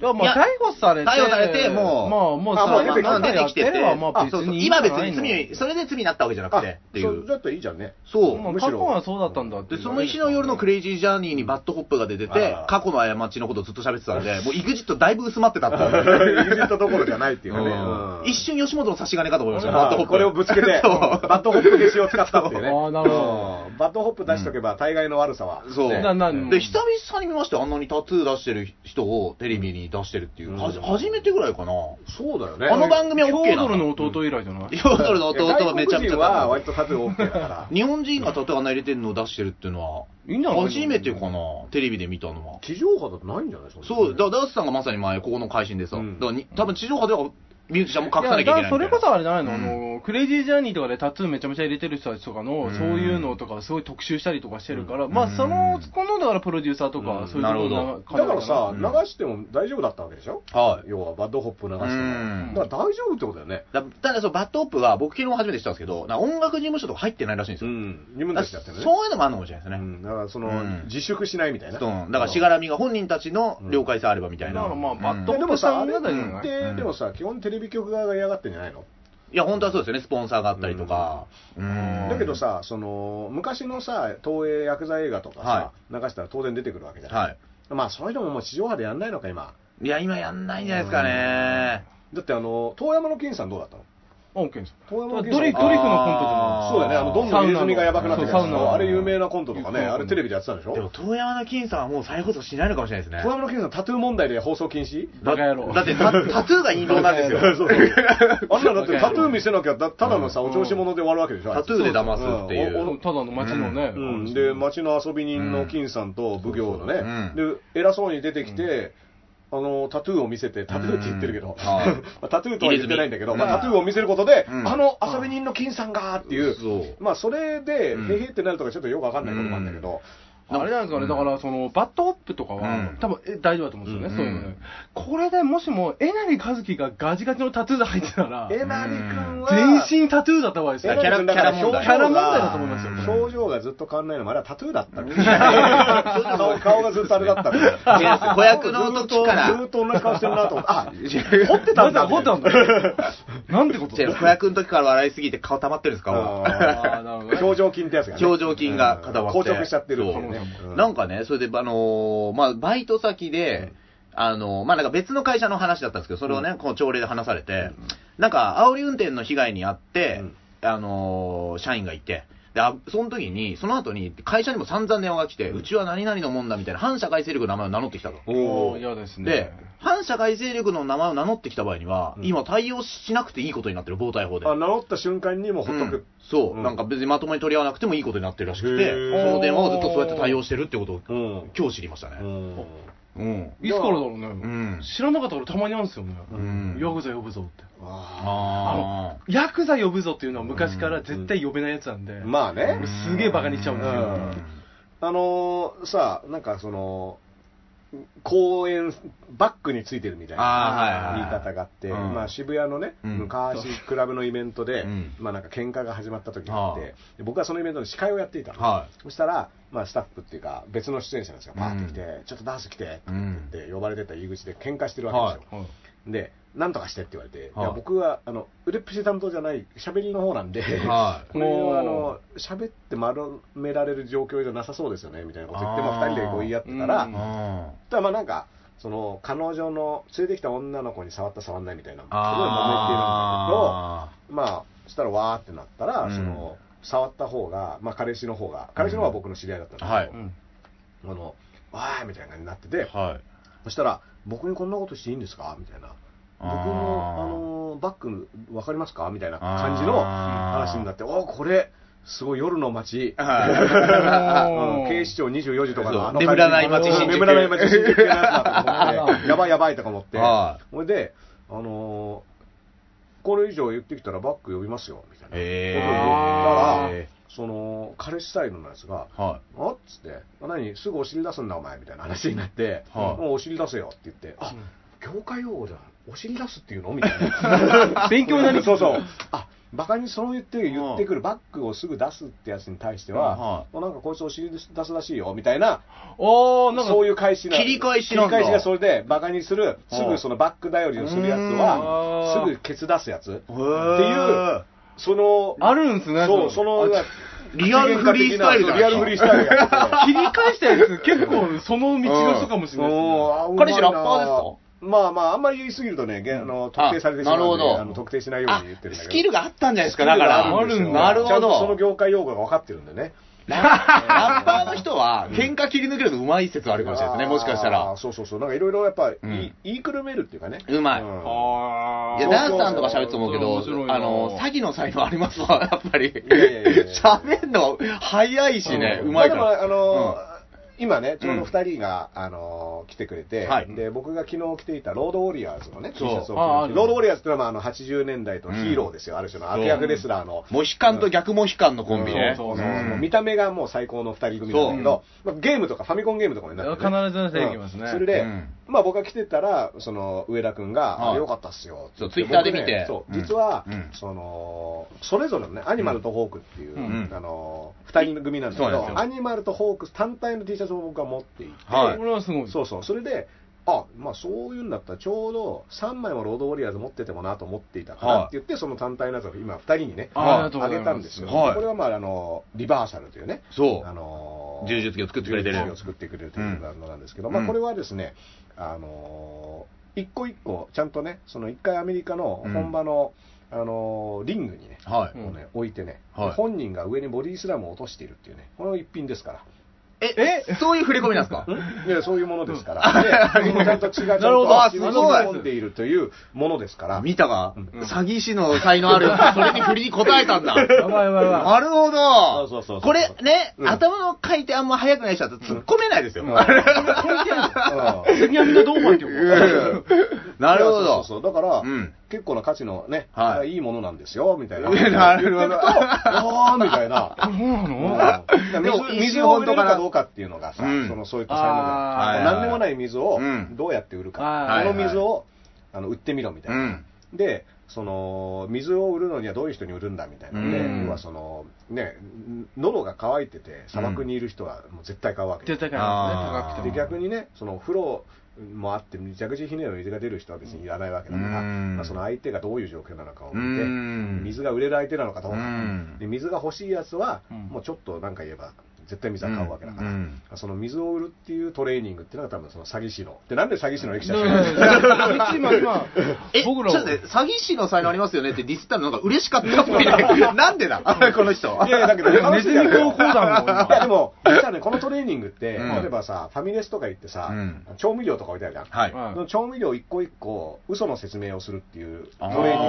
Speaker 3: いや、まあ、
Speaker 2: いや
Speaker 3: 逮捕されて。
Speaker 2: 逮捕されてもう
Speaker 3: まあ、もう
Speaker 4: あ
Speaker 3: さ、
Speaker 4: もう出てきて
Speaker 3: まあ
Speaker 2: 出てきて
Speaker 3: やって
Speaker 2: て、
Speaker 3: ればまあ、別
Speaker 2: そうそう
Speaker 3: にいいんじ
Speaker 2: 今
Speaker 3: ゃない
Speaker 2: 別
Speaker 3: の。
Speaker 2: に罪、それで罪になったわけじゃなくてってい
Speaker 4: そうう。だっていいじゃん ね。
Speaker 2: そう。
Speaker 3: まあ
Speaker 4: むし
Speaker 3: 過
Speaker 4: ろ
Speaker 3: 去はそうだったんだって。
Speaker 2: で、その日の夜のクレイジージャーニーにバッドホップが出てて
Speaker 4: あ、ー
Speaker 2: 過去の過ちのことをずっと喋ってたんで、もう EXIT だいぶ薄まってたってい
Speaker 4: 譲
Speaker 2: う。
Speaker 4: ったところじゃないっていうかね。うん
Speaker 2: 一瞬吉本の差し金かと思いましたよ、バッドホッ
Speaker 4: あ
Speaker 2: プ。
Speaker 4: これをぶつけて、
Speaker 2: そう
Speaker 4: バットホップ消しを使ったっていうね。
Speaker 3: そう あーなるほど
Speaker 4: うんバットホップ出しとけば、大概の悪さは。
Speaker 2: そう。
Speaker 3: ななうん
Speaker 2: で、久々に見ましたよあんなにタトゥー出してる人をテレビに出してるっていう。はじ初めてぐらいかな。
Speaker 4: そうだよ
Speaker 2: あの番組は
Speaker 3: ヒョ
Speaker 2: OK
Speaker 3: ー
Speaker 2: な
Speaker 3: ドルの
Speaker 2: の。
Speaker 3: 弟以来じゃない
Speaker 2: ヒョードルの
Speaker 4: 外
Speaker 2: 弟はめちゃめ
Speaker 4: 国
Speaker 2: ちゃ
Speaker 4: 人は
Speaker 2: 高い
Speaker 4: 割とタトゥー OK だから。
Speaker 2: 日本人がタトゥー穴入れてるのを出してるっていうのは、
Speaker 3: いいんじゃないの
Speaker 2: 初めてかな、テレビで見たのは。
Speaker 4: 地上波だとないんじゃない
Speaker 2: そう、だからダースさんがまさに前、ここの会心でさ、
Speaker 4: うん
Speaker 2: だからに多分地上波ではミュージシャンも隠さなきゃいけ
Speaker 3: や
Speaker 2: な
Speaker 3: だ
Speaker 2: いみたい
Speaker 3: からそれこ
Speaker 2: な。
Speaker 3: そあれじゃないの、
Speaker 2: うん
Speaker 3: あのクレイジージャーニーとかでタトゥーめちゃめちゃ入れてる人たちとかの、
Speaker 2: うん
Speaker 3: そういうのとかすごい特集したりとかしてるから、
Speaker 2: ん
Speaker 3: ま
Speaker 2: うん
Speaker 3: あそのこのだからプロデューサーとか、
Speaker 4: うん
Speaker 3: そういうところ
Speaker 2: なる
Speaker 3: の
Speaker 4: だからさ、
Speaker 2: うん
Speaker 4: 流しても大丈夫だったわけでしょ
Speaker 2: はい。
Speaker 4: 要は、バッドホップ流して
Speaker 2: うん
Speaker 4: も。だから大丈夫ってことだよね。
Speaker 2: だただ、そのバッドオップは僕昨日初めて知ったんですけど、なんか音楽事務所とか入ってないらしいんです
Speaker 4: う
Speaker 2: よ。
Speaker 4: ん。自分
Speaker 2: だ
Speaker 4: た
Speaker 2: か
Speaker 4: ちだって
Speaker 2: ら
Speaker 4: ね。
Speaker 2: そういうのもあるのかもしれないで
Speaker 4: う
Speaker 2: すね。
Speaker 4: ん。だから、その
Speaker 2: うん、
Speaker 4: 自粛しないみたいな。
Speaker 2: うんだから、しがらみが本人たちの了解さえあればみたい
Speaker 3: だ
Speaker 2: な。
Speaker 3: からまあ、
Speaker 2: うん
Speaker 3: バッ
Speaker 4: で
Speaker 3: ド
Speaker 4: で
Speaker 3: ホ
Speaker 4: も
Speaker 3: ップ
Speaker 4: さ、
Speaker 3: さ
Speaker 4: あ
Speaker 3: ん
Speaker 4: れ
Speaker 3: がだよ
Speaker 4: っ
Speaker 3: ね。
Speaker 2: う
Speaker 4: て、
Speaker 2: ん
Speaker 4: でもさ、基本テレビ局側が嫌がってんじゃないの
Speaker 2: いや、本当はそうですよね。スポンサーがあったりとか。うん
Speaker 4: だけど、さ、その、昔のさ、東映薬剤映画とかさ
Speaker 2: は、
Speaker 4: 流したら当然出てくるわけじゃない
Speaker 2: は
Speaker 4: まあ、そういうのももう地上波でやんないのか、今。
Speaker 2: い。いや、今やんないんじゃないですかね。
Speaker 4: だって、あの、遠山の金さんどうだったの
Speaker 3: あ OK です。
Speaker 4: 遠山の金
Speaker 3: ドリ
Speaker 4: さん
Speaker 3: ドリフのコントとか
Speaker 2: あ
Speaker 3: も。
Speaker 2: ー
Speaker 4: そうだよね、あの、どんどん入れ墨がやばくなってくる
Speaker 3: サウナの
Speaker 4: あれ有名なコントとかね、
Speaker 3: そう
Speaker 4: あれテレビでやってたでしょ
Speaker 2: でも、遠山の金さんはもう再放送しないのかもしれないですね
Speaker 4: 遠。山の金さん、タトゥー問題で放送禁 止
Speaker 2: だ
Speaker 3: バカ野郎
Speaker 2: だってタ、タトゥーが陰謀なんですよ。
Speaker 4: そうそ うあんなのだってタトゥー見せなきゃだただのさ、
Speaker 3: うん
Speaker 4: お調子者で終わるわけでしょ
Speaker 2: タトゥーで騙すってい
Speaker 4: うん
Speaker 2: う。
Speaker 3: ただの街のね。
Speaker 4: うん、で町の遊び人の金さんと奉行のね、で偉そうに出てきて、あのタトゥーを見せて、タトゥーって言ってるけど、
Speaker 2: うんはい
Speaker 4: まあタトゥーとは言ってないんだけど、
Speaker 2: 入れ墨
Speaker 4: まあ、タトゥーを見せることで、
Speaker 2: うん
Speaker 4: あの遊び人の金さんがーっていう、
Speaker 2: そう
Speaker 4: まあ、それで、
Speaker 2: うん
Speaker 4: へへってなるとか、ちょっとよくわかんないことなんだけど、
Speaker 3: あれなんですかね、だから、その、バッドホップとかは、
Speaker 2: うん
Speaker 3: 多分、え大丈夫だと思うんですよね、
Speaker 2: うん
Speaker 3: そういうのね。これでもしも、えなりかずきがガチガチのタトゥーで入ってたら、
Speaker 4: えなり君は、
Speaker 3: 全身タトゥーだった場合です
Speaker 4: え
Speaker 3: よ
Speaker 4: な。り君だから
Speaker 2: キ
Speaker 4: 表
Speaker 2: ャ
Speaker 4: 情が
Speaker 2: ラ
Speaker 3: キャラ問題だと思いますよ
Speaker 2: これ
Speaker 4: 表情がずっと変わんないのも、あれはタトゥーだったんだよ顔 顔がずっとあれだったんだよ
Speaker 2: 違うんです よ子役の男から
Speaker 4: ずっと同じ顔してるなと思って、 あ
Speaker 2: 違
Speaker 4: 掘ってたんだ
Speaker 3: 掘ってたんだ。なんてことだ
Speaker 2: う。子役の時から笑いすぎて顔溜まってるんですかもう
Speaker 3: あーなるほどね
Speaker 4: 表情筋ってやつがね。
Speaker 2: 表情筋が固まって
Speaker 4: うん硬直しちゃってるっていうね。
Speaker 3: そう
Speaker 4: う
Speaker 2: なんかね、それで、あのーまあ、バイト先で、あのーまあ、なんか別の会社の話だったんですけど、それをね、この朝礼で話されて、なんか、煽り運転の被害に遭って、あのー社員がいて、で、あその時に、その後に、会社にも散々電話が来て、うちは何々のもんだみたいな、反社会勢力の名前を名乗ってきたと。
Speaker 3: おー嫌です
Speaker 2: で
Speaker 3: ね。、
Speaker 2: 反社会勢力の名前を名乗ってきた場合には、
Speaker 4: うん
Speaker 2: 今対応しなくていいことになってる、防対法で。
Speaker 4: あ、名乗った瞬間にもうほっと
Speaker 2: うん
Speaker 4: く。
Speaker 2: そう、
Speaker 4: うん
Speaker 2: なんか別にまともに取り合わなくてもいいことになってるらしくて、
Speaker 4: へー
Speaker 2: その電話をずっとそうやって対応してるってことを
Speaker 4: うん。
Speaker 2: 今日知りましたね。うん。
Speaker 3: いつからだろうね。
Speaker 2: ん
Speaker 3: 知らなかったからたまにあるんですよね。
Speaker 2: ん
Speaker 3: ヤクザ呼ぶぞって。
Speaker 4: あ
Speaker 2: ああ。
Speaker 3: ヤクザ呼ぶぞっていうのは昔から絶対呼べないやつなんで、
Speaker 4: ーまあね
Speaker 3: 俺。すげえバカにしちゃうんです
Speaker 4: う
Speaker 3: よ。
Speaker 4: んあのー、さ、なんかその、公園、バックについてるみたい
Speaker 2: あ
Speaker 4: な
Speaker 2: ーはい
Speaker 4: 言い
Speaker 2: はい
Speaker 4: 方があって、
Speaker 2: うん
Speaker 4: まあ渋谷のね、
Speaker 2: うん
Speaker 4: 昔クラブのイベントで
Speaker 2: うん、
Speaker 4: まあなんか喧嘩が始まった時があっ
Speaker 2: は
Speaker 4: て、で僕はそのイベントの司会をやっていたの
Speaker 2: は
Speaker 4: そしたら、まあ、スタッフっていうか、別の出演者なんですよ、パーって来て、ちょっとダース来てって
Speaker 2: うん。
Speaker 4: 言って、呼ばれてた入り口で喧嘩してるわけですよ。
Speaker 3: はい
Speaker 4: で、なんとかしてって言われて、
Speaker 2: はい
Speaker 4: い、や僕はあの腕っぷし担当じゃない、喋りの方なんで、
Speaker 2: は
Speaker 4: これはあの喋って丸められる状況じゃなさそうですよねみたいなこと言って、
Speaker 2: あー
Speaker 4: まあ、2人でこう言い合ってた
Speaker 3: う
Speaker 4: ら、
Speaker 3: ん。
Speaker 2: い。
Speaker 4: ただまあなんか、その彼女の連れてきた女の子に触った触んないみたいなすごい揉
Speaker 2: あ
Speaker 4: めてるんだけどまあそしたらわーってなったら、
Speaker 2: うん
Speaker 4: その触った方がまあ彼氏の方が彼氏の方が僕の知り合いだったんだけど、
Speaker 2: はいううん
Speaker 4: あのわーいみたいな感じになってて、
Speaker 2: はい。
Speaker 4: そしたら僕にこんなことしていいんですかみたいな僕のあのバッグ分かりますかみたいな感じの話にな
Speaker 2: っ
Speaker 4: っておーこれすごい夜の街
Speaker 2: て。は
Speaker 4: うん警視庁24時とか
Speaker 2: そう
Speaker 4: のあの
Speaker 2: 眠らない
Speaker 3: 街新宿
Speaker 4: 眠らない街新宿ってやつだと思って、やばいやばいとか思っ
Speaker 2: い。
Speaker 4: て、
Speaker 2: はい。
Speaker 4: それで、あのーこれ以上言ってきたらバック呼びますよ、みたいな。
Speaker 2: え
Speaker 4: だ
Speaker 2: え。
Speaker 4: その、彼氏サイドのやつが、
Speaker 2: は
Speaker 4: あっつって、あ何、すぐお尻出すんだ、お前、みたいな話になって、
Speaker 2: はい
Speaker 4: もうお尻出せよって言って、あ、業界用語じゃん。お尻出すって いうのみたいな。
Speaker 3: 勉強になり
Speaker 4: そうそう。あ、バカにそう言って言ってくる、バックをすぐ出すってやつに対しては、
Speaker 2: はい
Speaker 4: もうなんかこいつお尻出すらしいよ、みたいな
Speaker 3: おー、なんか、
Speaker 4: そういう返しな
Speaker 2: 切り返しなんだ
Speaker 4: 切り返しがそれで、バカにする、すぐそのバック頼りをするやつは
Speaker 3: う、ん
Speaker 4: すぐケツ出すやつ。
Speaker 2: い。
Speaker 4: その、
Speaker 3: あるんすね。
Speaker 4: そう、その、
Speaker 2: リアルフリースタイルじゃない
Speaker 4: リアルフリースタイルやって
Speaker 3: 切り返したやつ、結構その道の人かもしてれないですね。
Speaker 4: うん
Speaker 2: 彼氏ラッパーですか
Speaker 4: まあまあ、あんまり言いすぎるとね、げんあの特定されてしまうんで
Speaker 2: あなるほど
Speaker 4: あの特定しないよう
Speaker 2: あ
Speaker 4: に言ってるんだけ
Speaker 2: ス
Speaker 4: ど。
Speaker 2: キルがあったんじゃないですか、だから。
Speaker 4: スキルがあるんですよち
Speaker 2: なる
Speaker 4: ゃ
Speaker 2: ほ
Speaker 4: んとその
Speaker 2: ど。
Speaker 4: 業界用語が分かってるんでね。
Speaker 2: ラッパーの人は、喧嘩切り抜けるのうまい説あるかもしれないですね、もしかした
Speaker 4: あー
Speaker 2: ら。
Speaker 4: そうそうそう。なんかいろいろやっぱ、い
Speaker 2: うん
Speaker 4: 言いくるめるっていうかね。
Speaker 2: うまい
Speaker 4: ん
Speaker 3: あ
Speaker 2: い
Speaker 3: ー
Speaker 2: や、
Speaker 4: そう
Speaker 2: ダンさんとか喋って思うけど
Speaker 3: 面白い、な
Speaker 2: あの、詐欺の才能ありますわ、やっぱり
Speaker 4: いやいやいやい。や
Speaker 2: 喋んの早いしね、うまいか
Speaker 4: まあ
Speaker 2: ら。
Speaker 4: でも、あの今ね、ちょうど2人が、あの来てくれて、
Speaker 2: はい
Speaker 4: で、僕が昨日着ていたロードウォリアーズのね、T シ
Speaker 2: そう
Speaker 4: ャツを
Speaker 3: ああ
Speaker 4: 着てロードウォリアーズってのは、まあ、あの80年代とヒーローですよ、ある種の悪役レスラーの。
Speaker 2: モヒカンと逆モヒカンのコンビね。
Speaker 3: そうそうそう
Speaker 2: うん
Speaker 4: 見た目がもう最高の2人組なんだけど、まあ、ゲームとかファミコンゲームとかもねなっててね
Speaker 3: 必ず出てきますね
Speaker 4: うんそれで、
Speaker 2: うん
Speaker 4: まあ僕が来てたら、その上田君が、
Speaker 2: はい
Speaker 4: あよかったっすよって
Speaker 2: そうツイッターで見て
Speaker 4: 僕ねそう、
Speaker 2: うん
Speaker 4: 実は、
Speaker 2: うん
Speaker 4: その、それぞれのね、アニマルとホークっていう、
Speaker 2: うん
Speaker 4: あの、二人組なんだけ
Speaker 2: そうなんです
Speaker 4: ど、
Speaker 2: よ
Speaker 4: アニマルとホークス単体の T シャツを僕は持っていて、
Speaker 2: はい
Speaker 3: これはすごい。
Speaker 4: そうそう、それで、あまあそういうんだったら、ちょうど3枚もロードウォリアーズ持っててもなと思っていたから
Speaker 2: はい
Speaker 4: って言って、その単体のやつを今、2人にね、
Speaker 3: あ
Speaker 4: あ
Speaker 3: りがとうござ
Speaker 4: げ
Speaker 3: います
Speaker 4: たんですよ。
Speaker 2: はい
Speaker 4: これはまあ、あの、リバーサルというね、
Speaker 2: そ
Speaker 4: あの
Speaker 2: う。柔術技を作ってくれて
Speaker 4: 充実
Speaker 2: る
Speaker 4: を。作ってくれてるのなんですけど、
Speaker 2: うん
Speaker 4: ま
Speaker 2: う
Speaker 4: あ、
Speaker 2: ん
Speaker 4: これはですね、あのー一個一個、ちゃんとね、その一回アメリカの本場の、あのーリングにね、
Speaker 2: は
Speaker 3: う
Speaker 2: い
Speaker 3: ん。
Speaker 4: こうね置いてね、
Speaker 2: はい
Speaker 4: 本人が上にボディスラムを落としているっていうね、この一品ですから。
Speaker 2: え、え、そういう触れ込みなんですか
Speaker 4: いやそういうものですから。で、ちゃんと血がち
Speaker 3: なるほど
Speaker 4: ゃ
Speaker 3: あ
Speaker 4: んと血
Speaker 3: す
Speaker 4: が
Speaker 3: ごい
Speaker 4: 込んでいるというものですから。
Speaker 2: 見たが
Speaker 4: うん、
Speaker 2: 詐欺師の才能あるやつがそれに振りに答えたんだ。
Speaker 3: やばいやばいやば
Speaker 2: なる
Speaker 4: そう
Speaker 2: ほど。
Speaker 4: そうそうそう
Speaker 2: これね、
Speaker 4: うん
Speaker 2: 頭の回転あんま速くない人だと突っ込めないですよ。
Speaker 4: うんうん
Speaker 3: い。次はみんなどう思うけど。
Speaker 2: なるほ
Speaker 4: そ
Speaker 2: ど
Speaker 4: う。そうそう。だから、
Speaker 2: うん
Speaker 4: 結構な価値のね、、
Speaker 2: はい
Speaker 4: いものなんですよ、みたいな。
Speaker 2: なるほど
Speaker 4: 言ってくと、 おーみたいな。
Speaker 3: そうなの
Speaker 4: うん
Speaker 2: でも
Speaker 4: 水
Speaker 2: 水
Speaker 4: 水
Speaker 2: を
Speaker 4: を
Speaker 2: 売
Speaker 4: 売れ
Speaker 2: れる
Speaker 4: る
Speaker 2: か
Speaker 4: か
Speaker 2: ど
Speaker 4: ど
Speaker 2: う
Speaker 4: うかっていうのがさ、
Speaker 2: うん
Speaker 4: そのそういった才能
Speaker 3: あ
Speaker 2: ー
Speaker 4: だ何でもない水を
Speaker 2: うん
Speaker 4: どうやって売るか、
Speaker 3: はい
Speaker 4: この水をあの売ってみろみた
Speaker 2: う
Speaker 4: いな、
Speaker 2: ん。
Speaker 4: でその水を売るのにはどういう人に売るんだみたいなね、
Speaker 2: うん
Speaker 4: 要はそのね喉が渇いてて砂漠にいる人はもう絶対買うわけ
Speaker 3: 出
Speaker 4: で,、
Speaker 3: たからですね、高くて
Speaker 4: で
Speaker 3: も。
Speaker 4: 逆にねそのお風呂もあって弱時ひねりの水が出る人は別にいらないわけだから、
Speaker 2: うん
Speaker 4: まあ、その相手がどういう状況なのかを
Speaker 2: う
Speaker 4: 見て、
Speaker 2: ん。
Speaker 4: 水が売れる相手なのかどうか、
Speaker 2: うん
Speaker 4: で水が欲しいやつは、
Speaker 3: うん
Speaker 4: もうちょっとなんか言えば絶対水は買うわけだから、
Speaker 2: うん
Speaker 4: その水を売るっていうトレーニングっていうのが多分その詐欺師のでなんで詐欺師の歴史
Speaker 3: だ
Speaker 4: だ
Speaker 3: か
Speaker 4: っ
Speaker 3: ら今、今、
Speaker 2: え、
Speaker 3: 僕ら
Speaker 2: ちょっとね、詐欺師の才能ありますよねってディスったのなんか嬉しかったっぽい ね。なんでだこの人。
Speaker 4: いやいやだけ ど
Speaker 3: ネズミ講講談も
Speaker 4: いやで
Speaker 3: 今。
Speaker 4: も、実はね、このトレーニングって、
Speaker 2: うん
Speaker 4: 例えばさ、ファミレスとか行ってさ、
Speaker 2: うん
Speaker 4: 調味料とか置いてあるじゃん。
Speaker 2: はい。
Speaker 3: はい
Speaker 4: その調味料一個一個、嘘の説明をするっていうトレーニング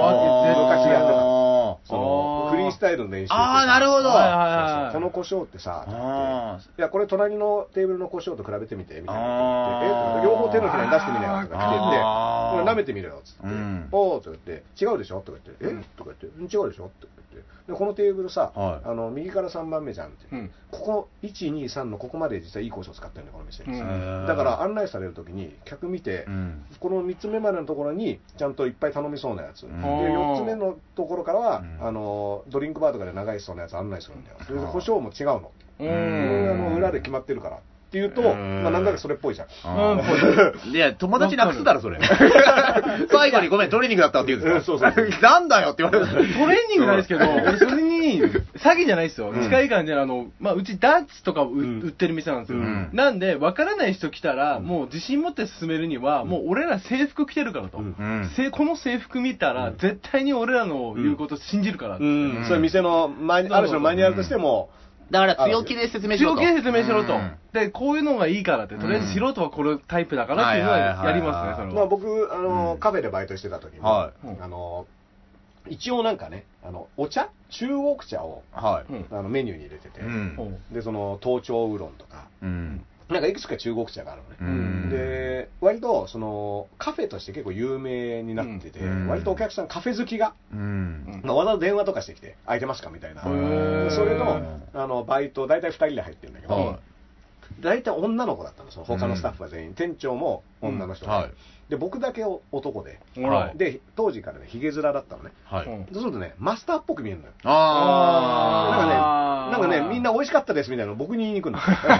Speaker 4: を
Speaker 3: あー
Speaker 4: 昔やってた。
Speaker 2: あ
Speaker 4: その
Speaker 3: あ
Speaker 4: フ
Speaker 3: ー
Speaker 4: リースタイルの練習ってさ
Speaker 2: あー、なるほど。
Speaker 3: はいはい
Speaker 4: そうそうこの胡椒ってさ、だっていや、これ隣のテーブルの胡椒と比べてみて、みたいなこと言っ
Speaker 2: あー
Speaker 4: て、え両方手のひらに出してみなよとか来てて、
Speaker 2: あー
Speaker 4: これ舐めてみろよ、つって
Speaker 2: うん、
Speaker 4: おーとか言って、違うでしょとか言って、えとか言って、うん違うでしょとか言って、でこのテーブルさ、
Speaker 2: はい
Speaker 4: あの右から3番目じゃんって、
Speaker 3: うん
Speaker 4: ここ、1、2、3のここまで実はいい胡椒使ってるんだよ、この店。
Speaker 3: うん
Speaker 4: だから、案内されるときに、客見て、
Speaker 2: うん。
Speaker 4: この3つ目までのところに、ちゃんといっぱい頼みそうなやつ、
Speaker 2: ん
Speaker 4: で4つ目のところからは、
Speaker 2: うん
Speaker 4: あのドリンクバーとかで長いそうなやつ案内するんだよ、それで
Speaker 2: あー
Speaker 4: 胡椒も違うの、
Speaker 3: う
Speaker 4: い
Speaker 2: ん
Speaker 4: ろいろあの裏で決まってるからっていうと、
Speaker 2: うん
Speaker 4: まあ、なんだかそれっぽいじゃん。
Speaker 2: あー
Speaker 3: うん
Speaker 2: いや、友達なくすだろ、それ。 最後にごめん、トレーニングだったって言うんですか
Speaker 4: うんそうそうそう
Speaker 2: なんだよって言われる。
Speaker 3: トレーニングなんですけど、俺それにに、詐欺じゃないですよ。
Speaker 2: うん
Speaker 3: 近い感じの、あの、まあ、うちダーツとかを売
Speaker 4: うん
Speaker 3: 売ってる店なんですよ。
Speaker 2: うん
Speaker 3: なんで、わからない人来たら、もう自信持って進めるには、もう俺ら制服着てるからと。
Speaker 4: うん
Speaker 2: うん
Speaker 3: せこの制服見たら、絶対に俺らの言うこと信じるからっつっ
Speaker 4: う
Speaker 3: て。
Speaker 4: ん、それ店のマニある種のマニュアルとしても、
Speaker 2: だから強気で説明し
Speaker 3: 強
Speaker 2: ろと。
Speaker 3: 気で説明しろと、
Speaker 2: うん
Speaker 3: で、こういうのがいいからって、とりあえず素人はこれタイプだからっていうのはやりますね、そ
Speaker 2: うん
Speaker 3: れ
Speaker 4: まあ
Speaker 3: は。
Speaker 4: 僕あの、
Speaker 2: うん
Speaker 4: カフェでバイトしてた時に、
Speaker 2: は
Speaker 4: あの一応なんかねあのお茶中国茶を
Speaker 2: は
Speaker 3: うん
Speaker 4: あのメニューに入れてて、
Speaker 2: い。うん
Speaker 3: ほう
Speaker 4: でその頭頂ウーロンとか
Speaker 2: うん。
Speaker 4: なんかいくつか中国茶があるのね、
Speaker 2: うん
Speaker 4: で割とそのカフェとして結構有名になってて、
Speaker 2: うん
Speaker 4: 割とお客さんカフェ好きが、
Speaker 2: うん。
Speaker 4: まあ、わざわざ電話とかしてきて空いてますかみたいな、
Speaker 3: へー
Speaker 4: それのあのバイト大体2人で入ってるんだけど、
Speaker 2: は
Speaker 4: 大体女の子だったのその他のスタッフは全員、店長も女の人
Speaker 2: い。
Speaker 4: で,、
Speaker 2: はい。
Speaker 4: で僕だけ男で
Speaker 3: ほら。
Speaker 4: で当時からねヒゲ面だったのね
Speaker 2: は
Speaker 3: う
Speaker 2: い。
Speaker 3: ん
Speaker 4: そうするとねマスターっぽく見えるのよ
Speaker 2: あ
Speaker 3: あー
Speaker 4: なんかねなんかねみんな美味しかったですみたいなの僕に言いに 行くのそれが下っ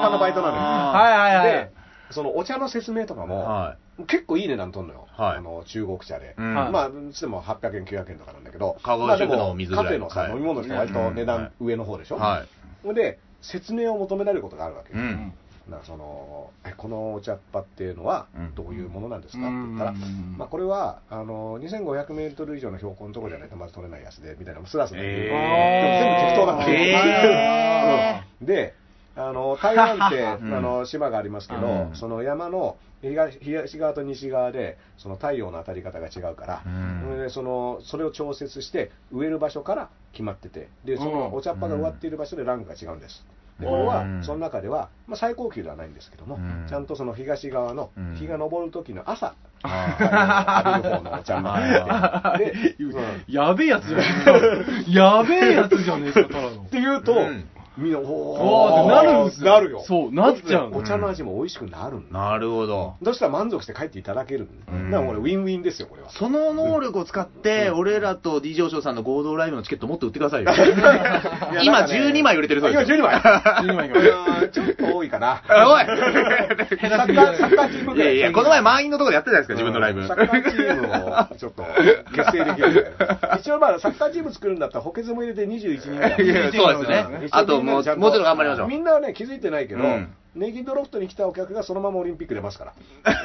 Speaker 4: 端のバイトな
Speaker 3: はいはい
Speaker 4: の
Speaker 3: は
Speaker 4: よ
Speaker 3: い
Speaker 4: で。そのお茶の説明とか
Speaker 2: ー。
Speaker 4: も、
Speaker 2: は
Speaker 4: 結構いい値段とんのよ、
Speaker 2: はい
Speaker 4: あの中国茶で、
Speaker 2: うん
Speaker 4: まあつっても800円900円とかなんだけど
Speaker 2: カゴ
Speaker 4: まあで
Speaker 2: シェフ
Speaker 4: も
Speaker 2: の水ぐら
Speaker 4: カ
Speaker 2: い
Speaker 4: フェのさ、
Speaker 2: はい
Speaker 4: 飲み物って割と値段上の方でし
Speaker 2: い。
Speaker 4: ょ、
Speaker 2: はい。
Speaker 4: で説明を求められることがあるわけよ、
Speaker 2: う
Speaker 4: だか
Speaker 2: ん。
Speaker 4: らそのえこのお茶っ葉っていうのは
Speaker 2: うん
Speaker 4: どういうものなんです
Speaker 3: う
Speaker 4: かって言
Speaker 3: ん
Speaker 4: ったら、まあ、これはあの2500メートル以上の標高のところじゃないとまず取れないやつでみたいなのスラスラ言う、
Speaker 2: え
Speaker 4: でも全部適当なんだよ、
Speaker 2: え
Speaker 4: うんであの台湾って
Speaker 2: うん
Speaker 4: あの島がありますけど、
Speaker 2: うん
Speaker 4: その山の東東側と西側でその太陽の当たり方が違うから、
Speaker 2: うん
Speaker 4: それでそのそれを調節して植える場所から決まっててでそ
Speaker 3: うん
Speaker 4: のお茶っ葉が植わっている場所でランクが違うんです。で
Speaker 2: うん
Speaker 4: これはその中では、まあ、最高級ではないんですけども、
Speaker 2: うん
Speaker 4: ちゃんとその東側の
Speaker 2: うん
Speaker 4: 日が昇る時の朝、
Speaker 2: あ
Speaker 4: 浴びる方のお茶が入っててで、うん
Speaker 3: やべえやつじゃねえか。やべえやつじゃねえか、ただの
Speaker 4: っ。て言うと、
Speaker 2: うん
Speaker 4: みんな、 お
Speaker 3: おーってなるんですよ
Speaker 4: なるよ。
Speaker 3: そうなっちゃう
Speaker 4: お茶の味も美味しくなるんだ。
Speaker 2: なるほど。
Speaker 4: そしたら満足して帰っていただけるんだ。
Speaker 2: うん
Speaker 4: だからこれ、ウィンウィンですよ、これは。
Speaker 2: その能力を使って、俺らと D ・ジョーショーさんの合同ライブのチケット持って売ってくださ いよ。今12枚売れてるそう
Speaker 4: 今
Speaker 2: ですよ。
Speaker 4: 12枚。
Speaker 3: 今今
Speaker 4: うんちょっと多いかな。
Speaker 2: おい
Speaker 4: サッカー、サッカーチーム
Speaker 2: い
Speaker 4: ぐら
Speaker 2: や
Speaker 4: い。
Speaker 2: いや、この前満員のとこでやってたじゃないですか、自分のライ
Speaker 4: う
Speaker 2: ブ。
Speaker 4: んサッカーチームをちょっと結成できるみたいな。一応まあサッカーチーム作るんだったら補欠も入れて21人ぐらい。
Speaker 2: いやそうです
Speaker 3: ね
Speaker 2: ね。あともう、もうちょっと頑張りましょう。
Speaker 4: みんなはね、気づいてないけど、
Speaker 2: うん
Speaker 4: ネギドロフトに来たお客がそのままオリンピック出ますから。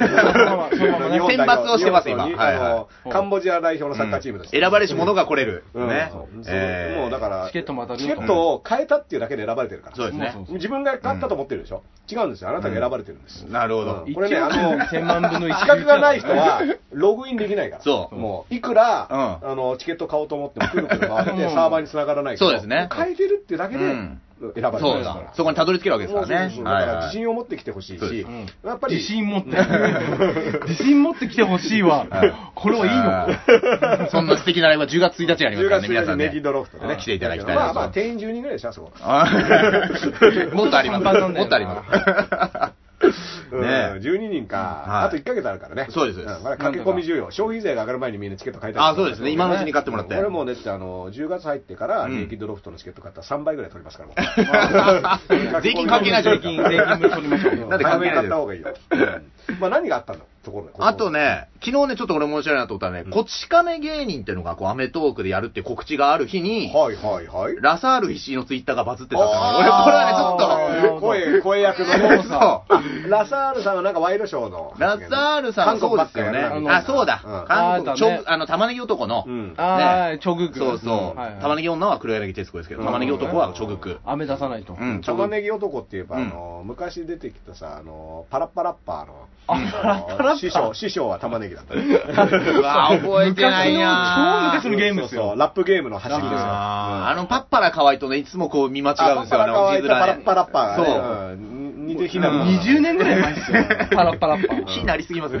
Speaker 3: そのままね
Speaker 4: 日本代表
Speaker 2: 選抜をしてます
Speaker 4: 日本
Speaker 2: 今はいはい
Speaker 4: あのカンボジア代表のサッカーチームとして。
Speaker 2: 選ばれし者が来れる。
Speaker 4: うん
Speaker 2: ね
Speaker 4: そう。
Speaker 2: えー
Speaker 4: もうだから、
Speaker 3: チケットも当たる
Speaker 4: チ
Speaker 3: よ
Speaker 4: ケットを変えたっていうだけで選ばれてるから。
Speaker 2: そうですね。
Speaker 4: 自分が勝ったと思ってるでしょ、違うんですよ。あなたが選ばれてるんです。
Speaker 2: なるほど。
Speaker 4: これね、あの、
Speaker 3: 1000万分の1。
Speaker 4: 資格がない人は、ログインできないから。
Speaker 2: そう
Speaker 4: もう、いくら、
Speaker 2: うん
Speaker 4: あの、チケット買おうと思っても、くるくる回って、
Speaker 3: うん
Speaker 4: サーバーに繋がらないけど
Speaker 2: そうですね
Speaker 4: 変えてるってだけで、
Speaker 2: うん
Speaker 4: 選ばれて
Speaker 2: そ
Speaker 4: る
Speaker 2: うん
Speaker 4: です
Speaker 2: だ
Speaker 4: から。
Speaker 2: そこにたどり着けるわけです
Speaker 4: そう
Speaker 2: か
Speaker 4: そうそうだ
Speaker 2: らね。は
Speaker 4: か
Speaker 2: い
Speaker 4: ら
Speaker 2: は
Speaker 4: 自
Speaker 2: い
Speaker 4: 信を持ってきてほしい
Speaker 2: そうで
Speaker 4: し
Speaker 2: す、
Speaker 3: う
Speaker 4: やっぱり、
Speaker 3: 自 信持って。自信持ってきてほしいわ
Speaker 2: は。
Speaker 3: こ れはいいのか。
Speaker 2: はいそんな素敵なライブは10月1日にあります
Speaker 4: 10
Speaker 2: から
Speaker 4: 月
Speaker 2: ね、皆さ
Speaker 4: 1日
Speaker 2: ん
Speaker 4: ネ
Speaker 2: ね。
Speaker 4: ギドロフトでね。
Speaker 2: 来ていただきたいなと
Speaker 4: まあまあ、定員10人ぐらいでしょ、あそこ。
Speaker 2: あー もっとあります。
Speaker 3: ちょっと散々だよな
Speaker 2: もっとあります。
Speaker 4: うん
Speaker 2: ねえ
Speaker 4: 12人
Speaker 2: はい
Speaker 4: か、あと1ヶ月あるからね。
Speaker 2: そうですそうです
Speaker 4: んまだ駆け込み需要。消費税が上がる前にみんなチケット買いたい。
Speaker 2: あ、そうですね。今のうちに買ってもらって。
Speaker 4: 俺もうね、だってあの、10月入ってから、
Speaker 2: うん
Speaker 4: ネイキッドロフトのチケット買ったら3倍ぐらい取りますから、もう
Speaker 2: 税金関係ないじゃん
Speaker 3: 税 金、税金分取りましょう。
Speaker 2: だって
Speaker 4: 早
Speaker 2: 関
Speaker 4: め
Speaker 2: 係
Speaker 4: に買っ
Speaker 2: ないです
Speaker 4: た方がいいよ。うんまあ何があったんだところで。
Speaker 2: あと、ね、昨日ね、ちょっと俺面白いなと思ったのはね、こち亀芸人っていうのが、こう、アメトークでやるって告知がある日に、
Speaker 4: はいはいはい。
Speaker 2: ラサール石井のツイッターがバズってたから、
Speaker 4: あー
Speaker 2: 俺、これはね、ちょっと、
Speaker 4: 声、声役の
Speaker 3: そうそう
Speaker 4: あラサールさんはなんかワイドショーの。
Speaker 2: ラサールさん、
Speaker 4: 韓
Speaker 2: そう
Speaker 4: 国ば
Speaker 2: で
Speaker 4: っ
Speaker 2: す
Speaker 4: か
Speaker 2: よ
Speaker 4: や
Speaker 2: ね。
Speaker 4: るなみたいな
Speaker 2: あ、そうだ。
Speaker 4: うん
Speaker 2: 韓
Speaker 3: あー
Speaker 2: 国、
Speaker 3: だ
Speaker 2: ちょ
Speaker 3: ね
Speaker 2: ぶあの、玉ねぎ男の、
Speaker 4: うん
Speaker 3: あー、チョグク。
Speaker 2: そうそう、
Speaker 3: はいはい
Speaker 2: 玉ねぎ女は黒柳徹子ですけど、
Speaker 4: うん
Speaker 2: 玉ねぎ男はチョグク。
Speaker 3: 雨出さないと。
Speaker 2: うん、チョ
Speaker 4: 玉
Speaker 2: グ
Speaker 4: ねぎ男って言えば、
Speaker 2: うん
Speaker 4: あの昔出てきたさあのパラッパラッパーの
Speaker 3: あ
Speaker 4: あ
Speaker 3: パラッパラッパー
Speaker 4: の師匠師匠は玉ねぎだったね
Speaker 2: うわぁ、覚えてないな
Speaker 3: 昔の超昔のゲームですよ
Speaker 4: そうそうラップゲームの走りですよ
Speaker 2: あーあの、パッパラ可愛いとね、いつもこう見間違うんですよ、あ
Speaker 4: あ
Speaker 2: の、字面
Speaker 4: パラッパラッパー
Speaker 2: そう。
Speaker 4: がねうん似て非難
Speaker 3: 20年ぐらい前ですよ。パラッパラッパ。
Speaker 2: 気になりすぎますよ。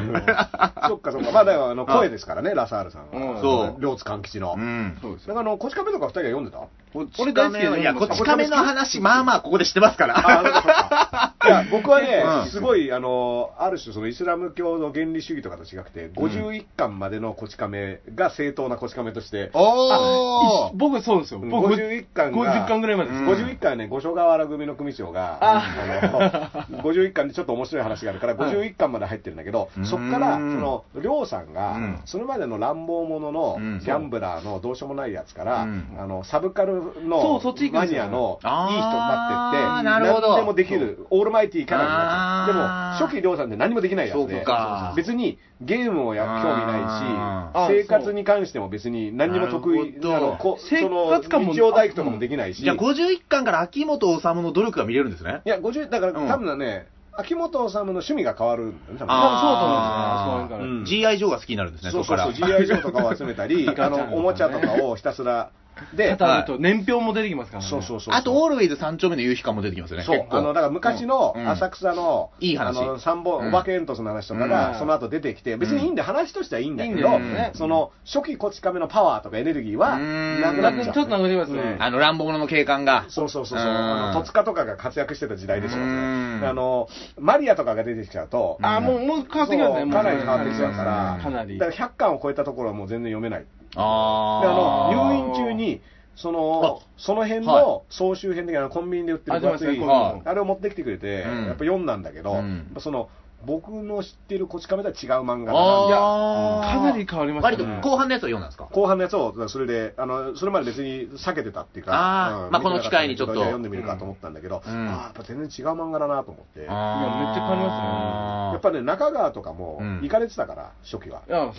Speaker 4: そっかそっかまあだからあの声ですからねラサールさん
Speaker 3: うん
Speaker 4: は
Speaker 2: そう
Speaker 4: 両津勘吉の
Speaker 2: うん。
Speaker 3: そうです
Speaker 4: なんかあのこち亀とか二人が読んでた
Speaker 2: こっ
Speaker 3: 俺大好きだよ
Speaker 2: いや、こっち
Speaker 4: こっち亀
Speaker 2: 亀の話、まあまあ、ここで知ってますから。
Speaker 4: あいや、僕はね、
Speaker 2: うん
Speaker 4: すごい、あの、ある種、そのイスラム教の原理主義とかと違くて、51巻までのこち亀が正当なこち亀として、
Speaker 2: おー
Speaker 3: 僕そうですよ。僕
Speaker 4: 51巻が、
Speaker 3: 50巻ぐらいまでです。
Speaker 2: うん
Speaker 4: 51巻はね、五所川原組の組長が、
Speaker 3: あ
Speaker 4: あの51巻でちょっと面白い話があるから、
Speaker 3: はい
Speaker 4: 51巻まで入ってるんだけど、
Speaker 2: うん
Speaker 4: そこから、その、りょうさんが、
Speaker 2: うん
Speaker 4: それまでの乱暴者
Speaker 2: う
Speaker 4: の
Speaker 2: ん
Speaker 4: ギャンブラーのどうしようもないやつから、
Speaker 2: うん
Speaker 4: あの、サブカル
Speaker 3: そ
Speaker 4: の
Speaker 3: うそっち行く
Speaker 4: マ
Speaker 3: んです
Speaker 4: ニ
Speaker 3: よ
Speaker 4: アのいい人に
Speaker 2: あ
Speaker 4: な
Speaker 2: ー
Speaker 4: ってって、
Speaker 2: なるほど
Speaker 4: 何でもできる、オールマイティーキャラになっちゃ
Speaker 2: あー
Speaker 4: う。でも、初期りょうさんって何もできないやつ
Speaker 2: そう
Speaker 4: で
Speaker 2: か、
Speaker 4: 別にゲームをや興味
Speaker 2: あ
Speaker 4: な
Speaker 3: ー
Speaker 4: いし、生活に関しても別に何にも得意
Speaker 2: な
Speaker 4: な
Speaker 2: るほど
Speaker 4: の、こそ
Speaker 3: 生
Speaker 4: の
Speaker 3: 活感も
Speaker 4: 日曜大工とかもできないし、
Speaker 2: じゃあ51巻から秋元治の努力が見れるんですね
Speaker 4: い。や、50、だから、
Speaker 2: うん
Speaker 4: 多分ね、秋元治の趣味が変わるんだよね、多分ね
Speaker 3: 多分
Speaker 2: あ
Speaker 3: そうだと思うんですよねあそこなんか
Speaker 4: う
Speaker 3: ね。
Speaker 4: ん
Speaker 2: GI 上が好きになるんですね、
Speaker 4: そうそ
Speaker 2: そこ
Speaker 4: う
Speaker 2: か
Speaker 4: そ
Speaker 2: ら
Speaker 4: う、。GI 上とかを集めた り、
Speaker 3: ガチャ
Speaker 4: あ
Speaker 3: とかね
Speaker 4: の、おもちゃとかをひたすら、で、
Speaker 3: 語ると、年表も出てきますからね。
Speaker 4: そうそうそうそう。
Speaker 2: あと、オールウェイズ3丁目の夕日館も出てきますよね。
Speaker 4: そう
Speaker 2: 結、構
Speaker 4: あの、だから昔の
Speaker 2: うん
Speaker 4: 浅草の、
Speaker 2: うんいい話
Speaker 4: あの、三本、
Speaker 2: うん
Speaker 4: お化け煙突の話とか
Speaker 3: うん
Speaker 4: が、その後出てきて、別にいいんで、話としてはいいんだけど
Speaker 3: いいん
Speaker 2: だよね、
Speaker 4: その、初期こち亀のパワーとかエネルギーは、
Speaker 2: うん
Speaker 4: なくなっち
Speaker 3: ちょ
Speaker 4: ゃ
Speaker 3: っとなく
Speaker 4: う。
Speaker 3: なりますね。
Speaker 2: あの乱暴者の警官が。
Speaker 4: そうそうそうそう、
Speaker 2: うん
Speaker 4: あの戸塚とかが活躍してた時代でしょ、
Speaker 2: うん
Speaker 4: あの、マリアとかが出てきちゃうと、
Speaker 3: あ、もう、もう変わってきますね。
Speaker 4: そう
Speaker 3: もう
Speaker 4: かなり変わってきちゃうから、
Speaker 3: かなり。
Speaker 4: だから100巻を超えたところはもう全然読めない。であ
Speaker 2: あー。
Speaker 4: の入院中にそのその辺
Speaker 2: は
Speaker 4: の総集編的なコンビニで売ってる分厚
Speaker 3: あ
Speaker 4: い
Speaker 3: りますね
Speaker 2: コンビニ
Speaker 4: あれを持ってきてくれて、
Speaker 2: うん
Speaker 4: やっぱ読んだんだけど、
Speaker 2: うん
Speaker 4: やっぱその僕の知ってるこち亀とは違う漫画だな
Speaker 2: あー
Speaker 3: かなり変わりましたね
Speaker 2: 割と後半のやつは読んだんですか
Speaker 4: 後半のやつをだからそれであのそれまで別に避けてたっていうか
Speaker 2: あーまあこの機会にちょっと
Speaker 4: いや読んでみるかと思ったんだけど、
Speaker 2: うん
Speaker 4: あーやっぱ全然違う漫画だなと思って、や
Speaker 3: いやめっちゃ変わりま
Speaker 4: っぱね中川とかも
Speaker 2: うん
Speaker 4: 行かれてたから初期は、
Speaker 3: あ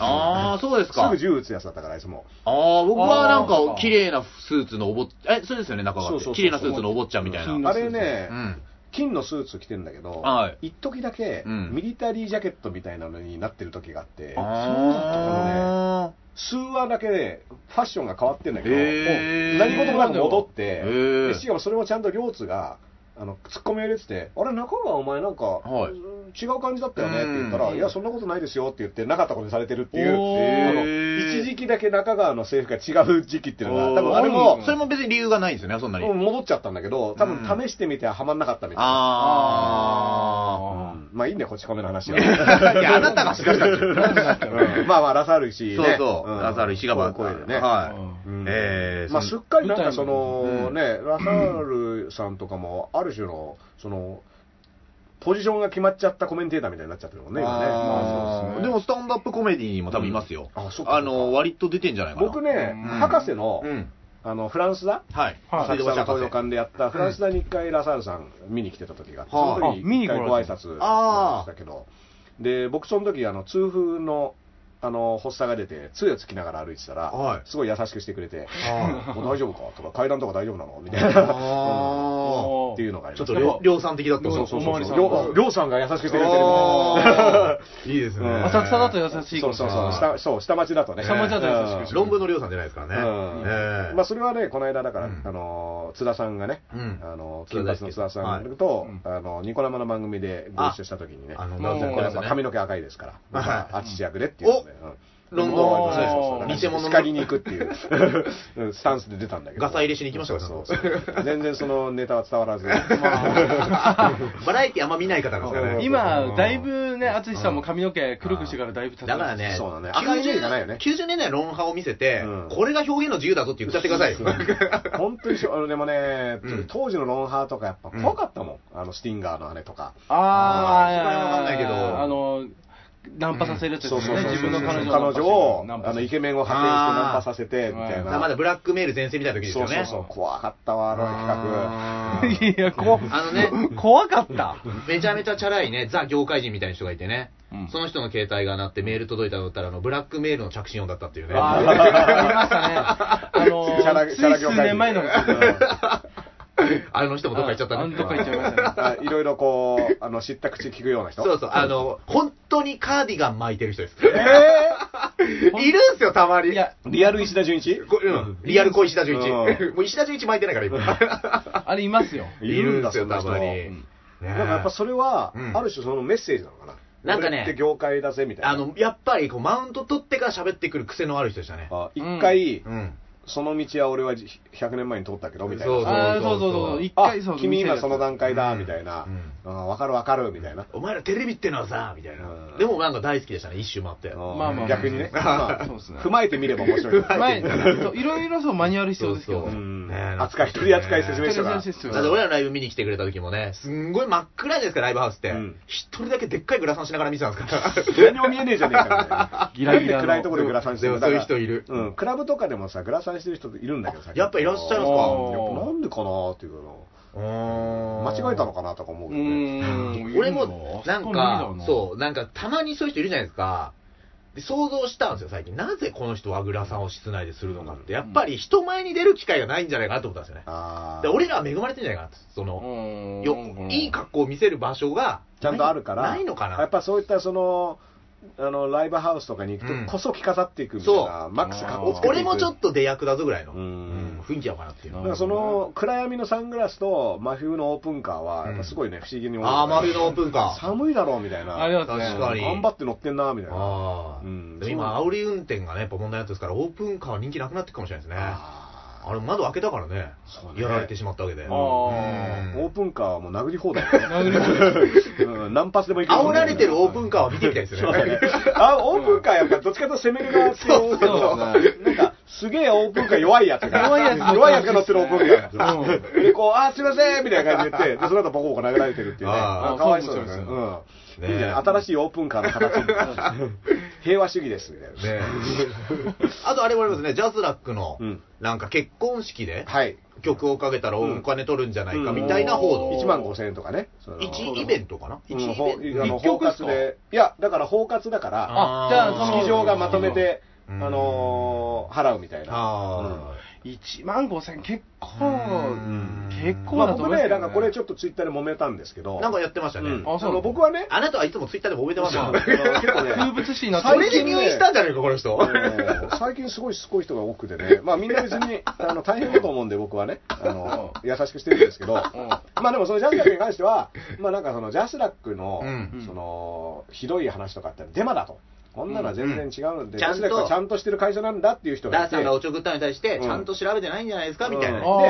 Speaker 2: あー、そうですか。
Speaker 4: すぐ銃撃つやつだったからいつも
Speaker 2: ああ、僕はなん
Speaker 3: あー
Speaker 2: か、綺麗なスーツのお坊え、そうですよね、中川
Speaker 4: そう
Speaker 2: っ
Speaker 4: そうそ
Speaker 2: て。
Speaker 4: う
Speaker 2: 綺麗なスーツのお坊ちゃんみたいな。う
Speaker 3: 金
Speaker 2: ん。
Speaker 3: の
Speaker 4: あれね、
Speaker 2: うん
Speaker 4: 金のスーツ着てんだけど、
Speaker 2: はい
Speaker 4: 一時だけ
Speaker 2: うん
Speaker 4: ミリタリージャケットみたいなのになってる時があって、
Speaker 2: ああ、
Speaker 4: 数話だけでファッションが変わってんだけど、
Speaker 2: へー
Speaker 4: 何事もなく戻って、
Speaker 2: へー
Speaker 4: でしかもそれもちゃんと両津が、あのツッコミを入れてて、あれ、中川、お前なんか、
Speaker 2: はい
Speaker 4: 違う感じだったよねって言ったら、
Speaker 2: うん
Speaker 4: いや、そんなことないですよって言って、なかったことにされてるっていう、
Speaker 3: お
Speaker 2: ー
Speaker 4: あ
Speaker 2: へー
Speaker 4: の一時期だけ中川の制服が違う時期っていうの
Speaker 2: おー
Speaker 4: が、多分あれ
Speaker 3: う
Speaker 4: も
Speaker 3: ん
Speaker 2: それも別に理由がないんですよね、そんなに。
Speaker 4: うん戻っちゃったんだけど、多分試してみてははまんなかったみたいな。
Speaker 2: あ
Speaker 4: うんまあいいんだよ、こち亀の話は。
Speaker 2: あ。 いや、あなたがしかしたんですよ。
Speaker 4: うんまあまあ、ラサール石ね。
Speaker 2: そうそう、
Speaker 4: ん
Speaker 2: ラサール石川
Speaker 4: こういう声でね。
Speaker 2: は
Speaker 4: う
Speaker 2: い。
Speaker 4: ん
Speaker 2: えー
Speaker 4: まあ、すっかりなんか
Speaker 3: 舞台
Speaker 4: そ
Speaker 3: も
Speaker 4: のね、ラサールさんとかも、ある種の、その、ポジションが決まっちゃったコメンテーターみたいになっちゃってるもんね、今ね。
Speaker 3: あー
Speaker 2: あーでも、スタンダップコメディも多分いますよ。
Speaker 4: あ、そっか。
Speaker 2: あの、割と出てんじゃないかな。
Speaker 4: 僕ね
Speaker 2: うん、
Speaker 4: 博士の
Speaker 2: う、ん。
Speaker 4: あの、フランスだ
Speaker 2: はい。
Speaker 3: はい
Speaker 4: 作者の東洋
Speaker 2: 博士
Speaker 4: 館でやった、フランスだに一回ラサールさん見に来てた時があって、そ
Speaker 2: はい
Speaker 4: の時
Speaker 3: あ見に
Speaker 4: 一
Speaker 3: 来ら
Speaker 4: 回
Speaker 3: れた
Speaker 4: ご挨拶
Speaker 2: あー
Speaker 4: したけど、で、僕その時、あの、痛風の、あの、発作が出て、杖をつきながら歩いてたら、
Speaker 2: はい
Speaker 4: すごい優しくしてくれ て、
Speaker 2: はい
Speaker 4: もう大丈夫かとか、階段とか大丈夫なのみたい
Speaker 2: あ
Speaker 4: な。
Speaker 2: ー
Speaker 4: っていうのがあり
Speaker 2: ちょ
Speaker 4: ます
Speaker 2: っと量量産的だった
Speaker 4: そうそう
Speaker 3: おまわり
Speaker 4: そ
Speaker 3: さ
Speaker 4: う。
Speaker 3: ん
Speaker 4: りょうりょうさんが優しくしてくれてるみたい
Speaker 2: あーいいですね。
Speaker 4: うん
Speaker 3: 浅草だと優しい
Speaker 4: そうそうそう。下、そう、下町だとね。
Speaker 3: 下町だと優しく
Speaker 4: うん
Speaker 3: し
Speaker 2: 論文の量産じゃないですからね。
Speaker 4: うん
Speaker 2: ええ
Speaker 4: まあ、それはね、この間だから、
Speaker 2: うん
Speaker 4: あのー、津田さんがね、
Speaker 2: うん
Speaker 4: あのー、
Speaker 2: 津
Speaker 4: 金
Speaker 2: 田大
Speaker 4: 髪
Speaker 2: 介
Speaker 4: の津田さんと、あのー、ニコ生の番組でご一緒した時にね、
Speaker 2: あの、
Speaker 3: もう
Speaker 2: なんせ
Speaker 4: これや
Speaker 2: これ
Speaker 4: っ
Speaker 2: で
Speaker 4: ぱ
Speaker 2: す
Speaker 4: 髪
Speaker 2: ね。
Speaker 4: の毛赤いですから、僕はあっち役でってい
Speaker 2: お
Speaker 4: うので、うん
Speaker 2: ロンドン
Speaker 4: もう
Speaker 3: あ
Speaker 4: そうそ
Speaker 3: ー
Speaker 4: う
Speaker 2: 偽物の
Speaker 4: 叱りに行くっていう うんスタンスで出たんだけど。
Speaker 2: ガサ入れしに行きましたから
Speaker 4: そうそうそう全然そのネタは伝わ らず。
Speaker 2: バラエティあんま見ない方なんですからね。
Speaker 3: 今、だいぶね、淳さんも髪の毛黒くしてからだいぶ経
Speaker 2: だからね、
Speaker 4: そうだね赤いイメージがないよね
Speaker 2: 90年代の論破を見せて
Speaker 4: うん、
Speaker 2: これが表現の自由だぞって言ってやってくださいよ。
Speaker 4: 本当にしょあのでもね、
Speaker 2: うん
Speaker 4: 当時のロンハーとかやっぱ怖かったもん、あのスティンガーの姉とか、
Speaker 3: ああ、
Speaker 2: あーそれは分かんないけど
Speaker 3: あの、ナンパさせるやつです
Speaker 4: そう
Speaker 3: よ
Speaker 4: そうそう
Speaker 3: ね、自分の彼女
Speaker 4: 彼女を
Speaker 3: ナンパ
Speaker 4: あ
Speaker 3: す
Speaker 4: の
Speaker 3: る
Speaker 4: イケメンを派遣してナンパさせてみたい
Speaker 3: あ
Speaker 4: な、
Speaker 2: まだブラックメール全盛みたいな時です
Speaker 4: そ
Speaker 2: よ
Speaker 4: うそう
Speaker 2: ね。
Speaker 4: そう、怖かったわ、あの企
Speaker 2: あー
Speaker 3: いや、こ
Speaker 2: あのね、
Speaker 3: 怖かった。
Speaker 2: めちゃめちゃチャラいね、ザ業界人みたいな人がいてね、
Speaker 3: うん
Speaker 2: その人の携帯が鳴ってメール届いたのだったら、あの、ブラックメールの着信音だったっていうね。
Speaker 3: ああ、あ
Speaker 4: シ
Speaker 3: りま
Speaker 4: ャ
Speaker 3: したね。あ
Speaker 4: ラ
Speaker 3: の、つい
Speaker 4: シャラ業
Speaker 3: 数
Speaker 4: 界
Speaker 3: 年前の
Speaker 4: 画。 うん
Speaker 2: あの人もどっか行っちゃった
Speaker 3: あ
Speaker 2: ね
Speaker 3: どっか行っちゃいましたね。
Speaker 4: あいろいろこう、あの知った口聞くような人。
Speaker 2: そうそう、あの、本当にカーディガン巻いてる人です。
Speaker 4: え
Speaker 2: いるんすよ、たまに。
Speaker 3: いや、
Speaker 4: ーリアル石田純一
Speaker 2: こうんリアル小石田純一。
Speaker 4: う
Speaker 2: もう石田純一巻いてないから、 今。
Speaker 3: あれいますよ。
Speaker 2: いるんですよ、たまに。
Speaker 4: う
Speaker 2: ね
Speaker 4: ん
Speaker 2: え
Speaker 4: なんかやっぱそれは、
Speaker 2: うん
Speaker 4: ある種そのメッセージなのかな。
Speaker 2: なんかね
Speaker 4: 俺って業界だぜみたいな。
Speaker 2: あの、やっぱりこう、マウント取ってから喋ってくる癖のある人でしたね。
Speaker 4: あ一回、
Speaker 2: うん。
Speaker 4: その道は俺は100年前に通ったけど、みたいな。
Speaker 2: そう
Speaker 3: ああ、そうそうそう。一
Speaker 4: あ
Speaker 3: 回そう。、
Speaker 4: 君今その
Speaker 3: だ。
Speaker 4: 段階だ、
Speaker 2: うん
Speaker 4: みたいな
Speaker 2: うん。
Speaker 4: うんわかるわかる、みたいな。
Speaker 2: お前らテレビってのはさ、みた
Speaker 4: う
Speaker 2: い
Speaker 4: ん
Speaker 2: な。でもなんか大好きでしたね、一周回って。
Speaker 3: まあまあ
Speaker 4: 逆にね。
Speaker 3: そうですね
Speaker 4: 踏まえてみれば面白い けど。
Speaker 3: 前、そういろいろそうマニュアル必要ですけど
Speaker 2: そう
Speaker 4: う
Speaker 2: そ
Speaker 3: ね。
Speaker 4: ん
Speaker 2: ねえ
Speaker 4: 扱い、取り扱い説明書が。
Speaker 3: 取り扱い説明
Speaker 2: だって俺らのライブ見に来てくれた時もね、すんごい真っ暗ですから、ライブハウスって
Speaker 4: うん。
Speaker 2: 一人だけでっかいグラサンしながら見てたんですから。
Speaker 4: 何も見えねえじゃねえかみたいな。
Speaker 3: ギラギラの
Speaker 4: 暗いところでグラサンしてる
Speaker 2: でもそういう人いる
Speaker 4: うん。クラブとかでもさ、グラサンしてる人いるんだけどさ。
Speaker 2: やっぱいらっしゃるんすか
Speaker 4: あーやっぱなんでかなっていうの。間
Speaker 2: 間
Speaker 4: 違えたのかなとか思う
Speaker 3: う
Speaker 4: けどね。
Speaker 3: ん。
Speaker 2: 俺も、なんか、
Speaker 3: う。
Speaker 2: そう、なんか、たまにそういう人いるじゃないですか。で想像したんですよ、最近。なぜこの人はあぐらさんを室内でするのかって。やっぱり人前に出る機会がないんじゃないかなと思ったんですよね。
Speaker 4: あ
Speaker 2: で
Speaker 4: ー
Speaker 2: 俺らは恵まれてんじゃないかなと。その、
Speaker 3: うん
Speaker 2: よ、いい格好を見せる場所が、
Speaker 4: ちゃんとあるから、
Speaker 2: ないのかな。
Speaker 4: やっぱそういったその、あの、ライブハウスとかに行
Speaker 2: うん
Speaker 4: くとこそ着飾っていくみたいな、マックス格好つけていく。
Speaker 2: 俺もちょっと出役だぞぐらいの、
Speaker 4: うん
Speaker 2: うん雰囲気やかなっていう
Speaker 4: だ
Speaker 2: の
Speaker 4: からその暗闇のサングラスと真冬のオープンカーは、やっぱすごいね、不思議に思う。
Speaker 2: ああ、真冬のオープンか。
Speaker 4: 寒いだろうみたいな。
Speaker 3: ありますね。
Speaker 2: 確かに
Speaker 4: 頑張って乗ってんな、みたいな。
Speaker 2: ああ、
Speaker 4: うん
Speaker 2: でも今、煽り運転がね、やっぱ問題になってるんですから、オープンカーは人気なくなっていくかもしれないですね。あ
Speaker 4: あ
Speaker 2: れ、窓開けたからね
Speaker 4: そうね
Speaker 2: やられてしまったわけで。
Speaker 3: あ
Speaker 2: う
Speaker 3: ー
Speaker 2: ん
Speaker 4: ーオープンカーはもう殴り放題。
Speaker 3: 殴り込み
Speaker 4: うん何発でもいけ
Speaker 2: 煽られてるオープン
Speaker 4: ン
Speaker 2: カーは見てみたいですよね。
Speaker 4: あ、オープンカーやっぱどっちかというと攻める側っていうけど、なんか、すげえオープンカー弱いやつが。
Speaker 3: 弱いやつ
Speaker 4: 弱いやつが乗ってるオープンカーなんですよ
Speaker 3: う
Speaker 4: で、こう、あー、すいませんみたいな感じで言って、で、その後ボコボコ殴られてるっていうね。
Speaker 2: あ
Speaker 3: ー
Speaker 4: あかわいそうですね。
Speaker 3: そう
Speaker 4: うん。
Speaker 2: ね
Speaker 4: いいじゃない新しいオープンカーの形。平和主義です、みたいな。
Speaker 2: ねあとあれもありますね、ジャズラックの
Speaker 4: うん、
Speaker 2: なんか結婚式で
Speaker 4: はい。
Speaker 2: 曲をかけたらお金取るんじゃないかみたいな報道。
Speaker 4: 1万5千円とかね。その
Speaker 2: 一イベントかな一
Speaker 4: うん
Speaker 2: イ
Speaker 4: ほ
Speaker 2: ベン
Speaker 4: あ
Speaker 2: ト
Speaker 4: の
Speaker 2: 一曲
Speaker 4: 包
Speaker 2: です
Speaker 4: 括
Speaker 2: か
Speaker 4: で。いや、だから包括だから、
Speaker 3: あ、じゃあ、その。
Speaker 4: 式場がまとめて、あ
Speaker 2: うん
Speaker 4: のー、払うみたいな。
Speaker 2: ああ。
Speaker 3: 1万5千結
Speaker 2: う
Speaker 3: 構
Speaker 2: ん、
Speaker 3: 結
Speaker 4: ま
Speaker 3: 構
Speaker 4: あ
Speaker 3: だと思
Speaker 4: 僕
Speaker 3: います
Speaker 4: ね、
Speaker 3: け
Speaker 4: な
Speaker 3: ど
Speaker 4: んかこれちょっとツイッターで揉めたんですけど、
Speaker 2: なんかやってましたね。
Speaker 4: うん
Speaker 3: あそう
Speaker 4: あの僕はね、
Speaker 2: あなたはいつもツイッターでもめてました
Speaker 4: そう
Speaker 2: ね。
Speaker 4: あの結構ね
Speaker 3: 風物詩になって
Speaker 2: そ
Speaker 3: る
Speaker 2: れで入院したんじゃないか、この人。
Speaker 4: うん最近すごいすごい人が多くてね、まあみんな別にあの大変だと思うんで、僕はね、あの優しくしてるんですけど、まあでもそのジャスラックに関しては、まあなんかそのジャスラックの
Speaker 2: うん
Speaker 4: そのひどい話とかってデマだと。こんなのは全然違うの
Speaker 2: うん
Speaker 4: で、ジャスラックはちゃんとしてる会社なんだっていう人が
Speaker 2: ダ
Speaker 4: い
Speaker 2: ー
Speaker 4: て。
Speaker 2: さんがおちょくったのに対して、
Speaker 4: うん
Speaker 2: ちゃんと調べてないんじゃないですか、みたいな
Speaker 4: で、
Speaker 2: ね。
Speaker 4: ま
Speaker 3: あ
Speaker 4: あ、
Speaker 3: ー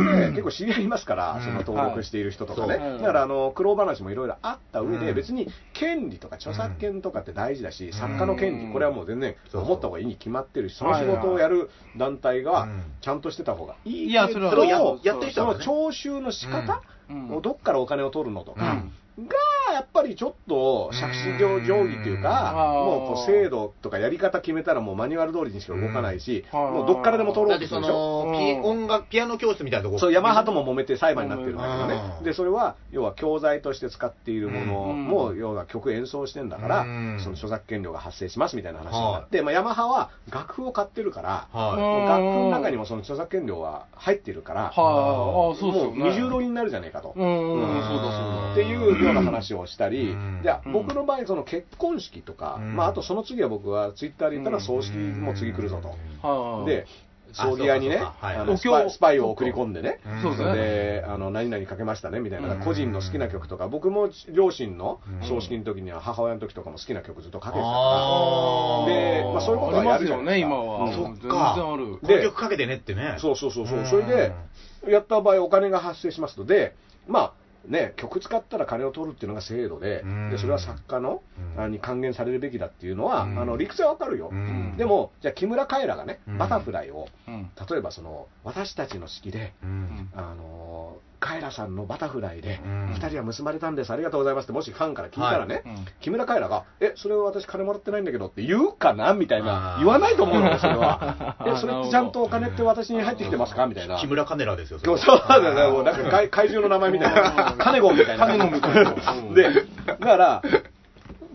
Speaker 4: 僕は、ね、結構知り合いますから、
Speaker 2: うん
Speaker 4: その登録している人とかね、
Speaker 2: はい
Speaker 3: そう
Speaker 4: だからあの苦労話もいろいろあった上で、
Speaker 2: うん
Speaker 4: 別に権利とか著作権とかって大事だし、
Speaker 2: ん
Speaker 4: 作家の権
Speaker 3: うん
Speaker 4: 利、これはもう全然
Speaker 2: そうそう
Speaker 4: 思った方がいいに決まってるし、その仕事をやる団体
Speaker 2: う
Speaker 4: が
Speaker 2: ん
Speaker 4: ちゃんとしてた方がいい。
Speaker 3: いや、それは
Speaker 2: それをや
Speaker 4: そう
Speaker 2: やってる人
Speaker 4: そ
Speaker 2: は
Speaker 4: の
Speaker 2: ね
Speaker 4: 徴収の仕方、
Speaker 3: うん
Speaker 4: をどっからお金を取るのと
Speaker 2: う
Speaker 4: か
Speaker 2: ん、
Speaker 4: がやっぱりちょっと借子業定規というか、
Speaker 3: うん
Speaker 4: もうこう制度とかやり方決めたらもうマニュアル通りにしか動かないし、
Speaker 3: うん
Speaker 4: もうどっからでも取ろ
Speaker 2: だ
Speaker 4: う
Speaker 2: っ
Speaker 4: と
Speaker 2: て
Speaker 4: す
Speaker 2: そ
Speaker 4: るでしょ。
Speaker 2: の、
Speaker 3: うん
Speaker 2: ピ音楽、ピアノ教室みたいなとこ
Speaker 4: そう、ヤマハとも揉めて裁判になってるんだけど
Speaker 2: う
Speaker 4: ね。
Speaker 2: ん
Speaker 4: で、それは、要は教材として使っているもの
Speaker 3: う
Speaker 4: も、
Speaker 3: ん
Speaker 4: 要は曲演奏してんだから
Speaker 2: うん、
Speaker 4: その著作権料が発生しますみたいな話になって、まあ、ヤマハは楽譜を買ってるから、
Speaker 2: は
Speaker 3: うん
Speaker 4: 楽譜の中にもその著作権料は入ってるから、
Speaker 3: はあ、あそうで
Speaker 4: も
Speaker 3: すよ
Speaker 4: う
Speaker 3: ね。
Speaker 4: 二重取りになるじゃねえかと。
Speaker 3: うんうんうん、
Speaker 4: うん
Speaker 3: そうだそうだ。
Speaker 4: っていうような話をしたり
Speaker 2: うん、
Speaker 4: じゃ
Speaker 3: うん
Speaker 4: 僕の場合、その結婚式とか、
Speaker 2: うん
Speaker 4: まあ、あとその次は僕はツイッターで言ったら葬式も次来るぞ
Speaker 3: は
Speaker 4: と。
Speaker 3: あ、
Speaker 4: で、
Speaker 2: あ
Speaker 4: 葬儀屋にね、
Speaker 2: そうかそうかはい
Speaker 4: あの
Speaker 3: お
Speaker 4: ス
Speaker 3: 経
Speaker 4: パイスパイを送り込んでね、
Speaker 2: い。
Speaker 3: そうで
Speaker 2: で
Speaker 3: すす
Speaker 2: ね
Speaker 3: ね。
Speaker 4: で、あの、何々かけましたねみたいな、
Speaker 2: うん
Speaker 4: 個人の好きな曲とか、僕も両親の
Speaker 2: うん
Speaker 4: 葬式の時には母親の時とかも好きな曲ずっとかけてた
Speaker 2: あ
Speaker 4: か
Speaker 2: ー
Speaker 4: ら、で、まあそういうことはやるじゃ
Speaker 3: あ
Speaker 4: ない
Speaker 3: り
Speaker 4: ですか。
Speaker 3: ますよね、今は。
Speaker 2: うんそっ
Speaker 3: 全
Speaker 2: か
Speaker 3: 然ある。
Speaker 2: この曲かけてねってね。。
Speaker 4: そううそうそうそうう。
Speaker 2: ん
Speaker 4: それで、やった場合お金が発生しますので、まあね、曲使ったら金を取るっていうのが制度で
Speaker 2: うん、
Speaker 4: でそれは作家の
Speaker 2: うん
Speaker 4: あに還元されるべきだっていうのは、あ
Speaker 2: うん
Speaker 4: の理屈はわかるよ。
Speaker 2: ん
Speaker 4: で、も、じゃあ木村カエラがね
Speaker 2: うん、
Speaker 4: バタフライを、
Speaker 3: うん。
Speaker 4: 例えばその、私たちの式で、
Speaker 2: うん。
Speaker 4: あのーカエラさんのバタフライで、
Speaker 2: うん
Speaker 4: 2人は結ばれたんです、ありがとうございますって、もしファンから聞いたらね、
Speaker 2: はい
Speaker 3: うん。
Speaker 4: 木村カエラが、え、それは私、金もらってないんだけどって言うかなみたい
Speaker 2: あ
Speaker 4: な
Speaker 2: ー、
Speaker 4: 言わないと思うんだよ、それは え、それってちゃんとお金って私に入ってきてますかみたいな。
Speaker 2: 木村カネラですよ、そ
Speaker 4: そ
Speaker 2: れ
Speaker 4: うそうだね、もうなんか怪怪獣の名前みたい な、カネゴンみたいな。
Speaker 3: カネゴンみたいなうん
Speaker 4: で、だから、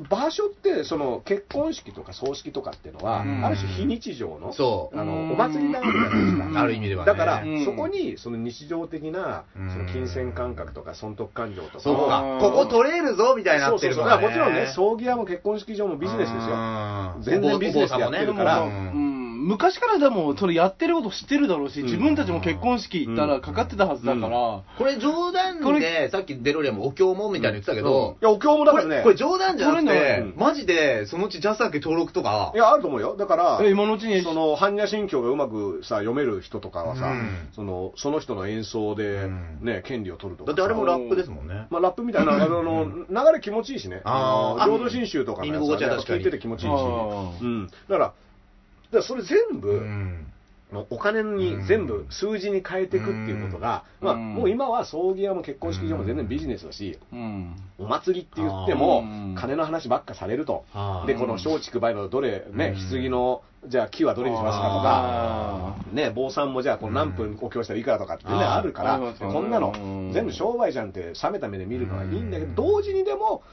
Speaker 4: 場所って、その結婚式とか葬式とかっていうのは、
Speaker 2: うん
Speaker 4: ある種非日常の、
Speaker 2: そう
Speaker 4: あのお祭りなわけじゃないですか。
Speaker 2: ある意味ではね。
Speaker 4: だから、
Speaker 3: うん
Speaker 4: そこにその日常的な
Speaker 2: うん
Speaker 4: その金銭感覚とか損得感情とかを
Speaker 2: そうか。ここ取れるぞ、みたいにな
Speaker 4: そ
Speaker 2: っ
Speaker 4: う
Speaker 2: て
Speaker 4: そうそ
Speaker 2: るか
Speaker 4: う
Speaker 2: ら、ね。
Speaker 4: もちろんね、葬儀屋も結婚式場もビジネスですよ。
Speaker 2: よ
Speaker 4: 全然ビジネスやってるから
Speaker 3: うん。ん、昔からでも、それやってること知ってるだろうし、自分たちも結婚式行ったらかかってたはずだから、
Speaker 2: これ冗談
Speaker 3: こ
Speaker 2: で、さっきデロリアンもお経もみたいに言ってたけど、
Speaker 4: いや、お経もだ
Speaker 2: こ
Speaker 4: からね
Speaker 2: れ、これ冗談じゃなく
Speaker 3: これ
Speaker 2: て
Speaker 3: ね、
Speaker 4: うん
Speaker 2: マジで、そのうちジャスラックに登録とか
Speaker 4: い、や、あると思うよ。だから、
Speaker 3: え今のうちに、
Speaker 4: その般若心経がうまくさ読める人とかはさ、
Speaker 2: うん
Speaker 4: そのその人の演奏で、
Speaker 2: うん
Speaker 4: ね権利を取るとか
Speaker 2: だ
Speaker 4: さ
Speaker 2: ってあれもラップですもんね。
Speaker 4: まあ、ラップみたいなあの、流れ気持ちいいしね、
Speaker 2: あー
Speaker 4: の浄土真宗とかのやつ
Speaker 2: 耳心地は
Speaker 4: やっぱ
Speaker 2: 確かに
Speaker 4: 聞いてて気持ちいいし、
Speaker 3: あー
Speaker 4: うん、だから、だからそれ全部、
Speaker 2: うん
Speaker 4: お金に全部数字に変えていくっていうことが、
Speaker 3: うん
Speaker 4: まあ、
Speaker 3: うん
Speaker 4: もう今は葬儀屋も結婚式場も全然ビジネスだし、
Speaker 3: うん。
Speaker 4: お祭りって言っても
Speaker 3: うん、
Speaker 4: 金の話ばっかされると、
Speaker 2: あー
Speaker 4: でこの松竹梅のどれ、ね
Speaker 2: うん、
Speaker 4: 棺のじゃあ木はどれにしますかとか。
Speaker 3: あ
Speaker 4: ね、坊さんもじゃあこう何分お経したらいくらとかってね、
Speaker 2: うん
Speaker 4: あるから、
Speaker 3: ありますよね
Speaker 4: こんなの
Speaker 3: うん
Speaker 4: 全部商売じゃんって冷めた目で見るのはいいんだけど、
Speaker 2: うん
Speaker 4: 同時にでも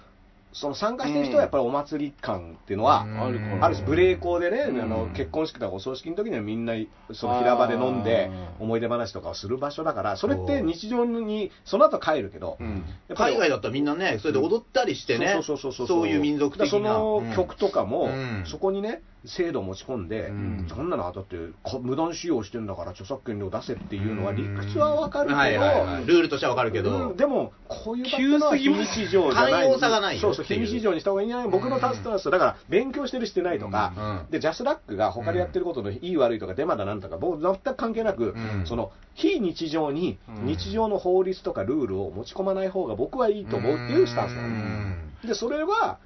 Speaker 4: その参加してる人はやっぱりお祭り感っていうのは、
Speaker 3: あるか
Speaker 4: あるし、無礼講でね、
Speaker 3: うん
Speaker 4: あの結婚式とかお葬式の時にはみんなその平場で飲んで
Speaker 3: あー
Speaker 4: 思い出話とかをする場所だから、それって日常にその後帰るけど、
Speaker 3: うん
Speaker 4: やっぱり
Speaker 2: 海外だったらみんなね、それで踊ったりしてね、
Speaker 4: そうそうそうそう
Speaker 2: そういう民族的な。
Speaker 4: だからその曲とかも、
Speaker 2: うん
Speaker 4: そこにね制度を持ち込んで、
Speaker 2: うん
Speaker 4: そんなのだってこ無断使用してんだから著作権料出せっていうのは理屈はわかるけど、
Speaker 2: はいはいはい、ルールとしてはわかるけ
Speaker 4: う
Speaker 2: ど
Speaker 4: ん、でもこういう場っていうのは非日常じゃない
Speaker 2: 急すぎも寛容さがないよ
Speaker 4: そうそう
Speaker 2: ってい
Speaker 4: 非日
Speaker 2: う
Speaker 4: 常にした方がいいんじゃない僕の立つとだから勉強してるしてないとか、
Speaker 2: うん
Speaker 4: でジャスラックが他でやってることのいい悪いとかデマだなんとか僕全く関係なく、
Speaker 2: うん
Speaker 4: その非日常に
Speaker 3: うん
Speaker 4: 日常の法律とかルールを持ち込まない方が僕はいいと思うっていうスタンスなの、
Speaker 2: うん
Speaker 4: でそれは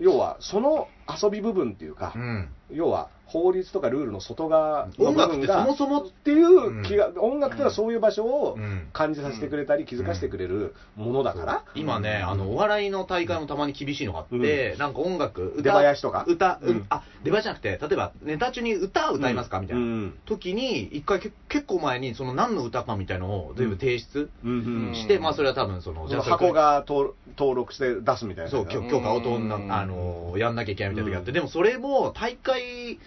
Speaker 4: 要はその遊び部分っていうか、
Speaker 2: うん
Speaker 4: 要は法律とかルールの外側の部
Speaker 2: 音楽っ
Speaker 4: 分
Speaker 2: て
Speaker 4: が
Speaker 2: そもそも
Speaker 4: っていう気が、音楽ってのはそういう場所を
Speaker 2: うん
Speaker 4: 感じさせてくれたり、気づかせてくれるものだから、
Speaker 2: 今ね、あの、お笑いの大会もたまに厳しいのがあって、なんか音楽、歌、
Speaker 4: 出囃子とか
Speaker 2: 歌、うん
Speaker 4: うん
Speaker 2: あ、出囃子じゃなくて、例えばネタ中に歌歌いますかみたいな。
Speaker 4: うん
Speaker 2: 時に、一回け結構前に、その何の歌かみたいのを全部提出
Speaker 4: うん
Speaker 2: して、
Speaker 3: うん
Speaker 2: まあそれは多分そ
Speaker 4: その
Speaker 2: の、ジャスラック
Speaker 4: 箱が登登録して出すみたいな。
Speaker 2: そう、許許可を取んな、
Speaker 3: うん
Speaker 2: あのーやんなきゃいけないみたいな時があっ
Speaker 4: う
Speaker 2: て、
Speaker 4: ん
Speaker 2: でもそれも大会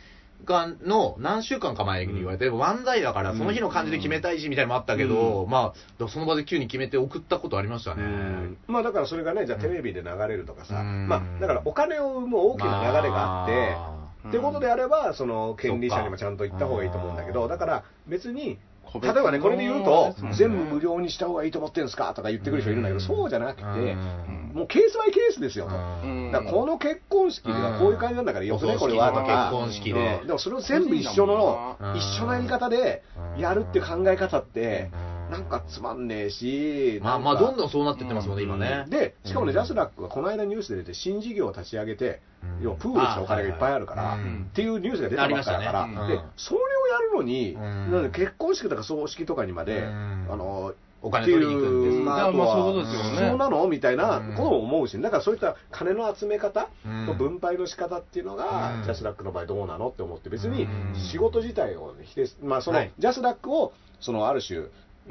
Speaker 2: がの何週間か前に言われて、でも漫才だからその日の感じで決めたいしみたいなのもあったけど、まあ、その場で急に決めて送ったことありました
Speaker 4: う
Speaker 2: ね。
Speaker 4: んまあだからそれがね、じゃあテレビで流れるとかさ、
Speaker 2: うん
Speaker 4: まあだからお金を生む大きな流れがあって、
Speaker 2: ま
Speaker 3: う
Speaker 4: っ
Speaker 3: ん
Speaker 4: てことであれば、その権利者にもちゃんと言った方がいいと思うんだけ
Speaker 2: そ
Speaker 4: ど、
Speaker 2: っか
Speaker 4: だから別に、
Speaker 3: 個
Speaker 4: 例え
Speaker 3: 別の
Speaker 4: ばね、これで言うと
Speaker 3: ですもん、ね
Speaker 4: 全部無料にした方がいいと思ってるんですかとか言ってくる人いるんだけど、
Speaker 2: うん
Speaker 4: そうじゃなくて、
Speaker 2: うん
Speaker 4: もうケースバイケースですよと。
Speaker 2: あ
Speaker 3: う
Speaker 2: ー
Speaker 3: ん
Speaker 4: だからこの結婚式ではこういう感じなんだからよくね、これはとか。
Speaker 2: お葬式の結婚
Speaker 4: ね
Speaker 2: 式で。
Speaker 4: でもそれを全部一緒の
Speaker 2: うん、
Speaker 4: 一緒のやり方でやるって考え方って、なんかつまんねえし、
Speaker 2: まあまあ、どん
Speaker 4: ん
Speaker 2: どんそうなってってますもんね、今ね。
Speaker 4: で、しかもね、ジャスラッ
Speaker 2: ク、
Speaker 4: クがこの間ニュースで出て、新事業を立ち上げて、
Speaker 2: うん
Speaker 4: 要はプールしたお金がいっぱいあるから、
Speaker 2: あはいはいうん
Speaker 4: っていうニュースが出たばっかだか
Speaker 2: あ
Speaker 4: ら、
Speaker 2: りましたね
Speaker 4: で
Speaker 2: うん
Speaker 4: それをやるのに、
Speaker 2: うん
Speaker 4: なんで結婚式とか葬式とかにまで、
Speaker 2: うん
Speaker 4: あの
Speaker 2: お金取りに行くんで
Speaker 4: っ
Speaker 2: す
Speaker 4: ていうまあ
Speaker 3: だからまあ
Speaker 4: あとは
Speaker 3: そういうことですよね
Speaker 4: そうなのみたいな
Speaker 2: うん
Speaker 4: ことを思うし、だからそういった金の集め方
Speaker 2: うん
Speaker 4: と分配の仕方っていうのが、
Speaker 2: うん
Speaker 4: ジャスラックの場合どうなのって思って、別に
Speaker 2: うん
Speaker 4: 仕事自体を否定す、まあ、その、
Speaker 2: はい
Speaker 4: ジャスラックをそのある種、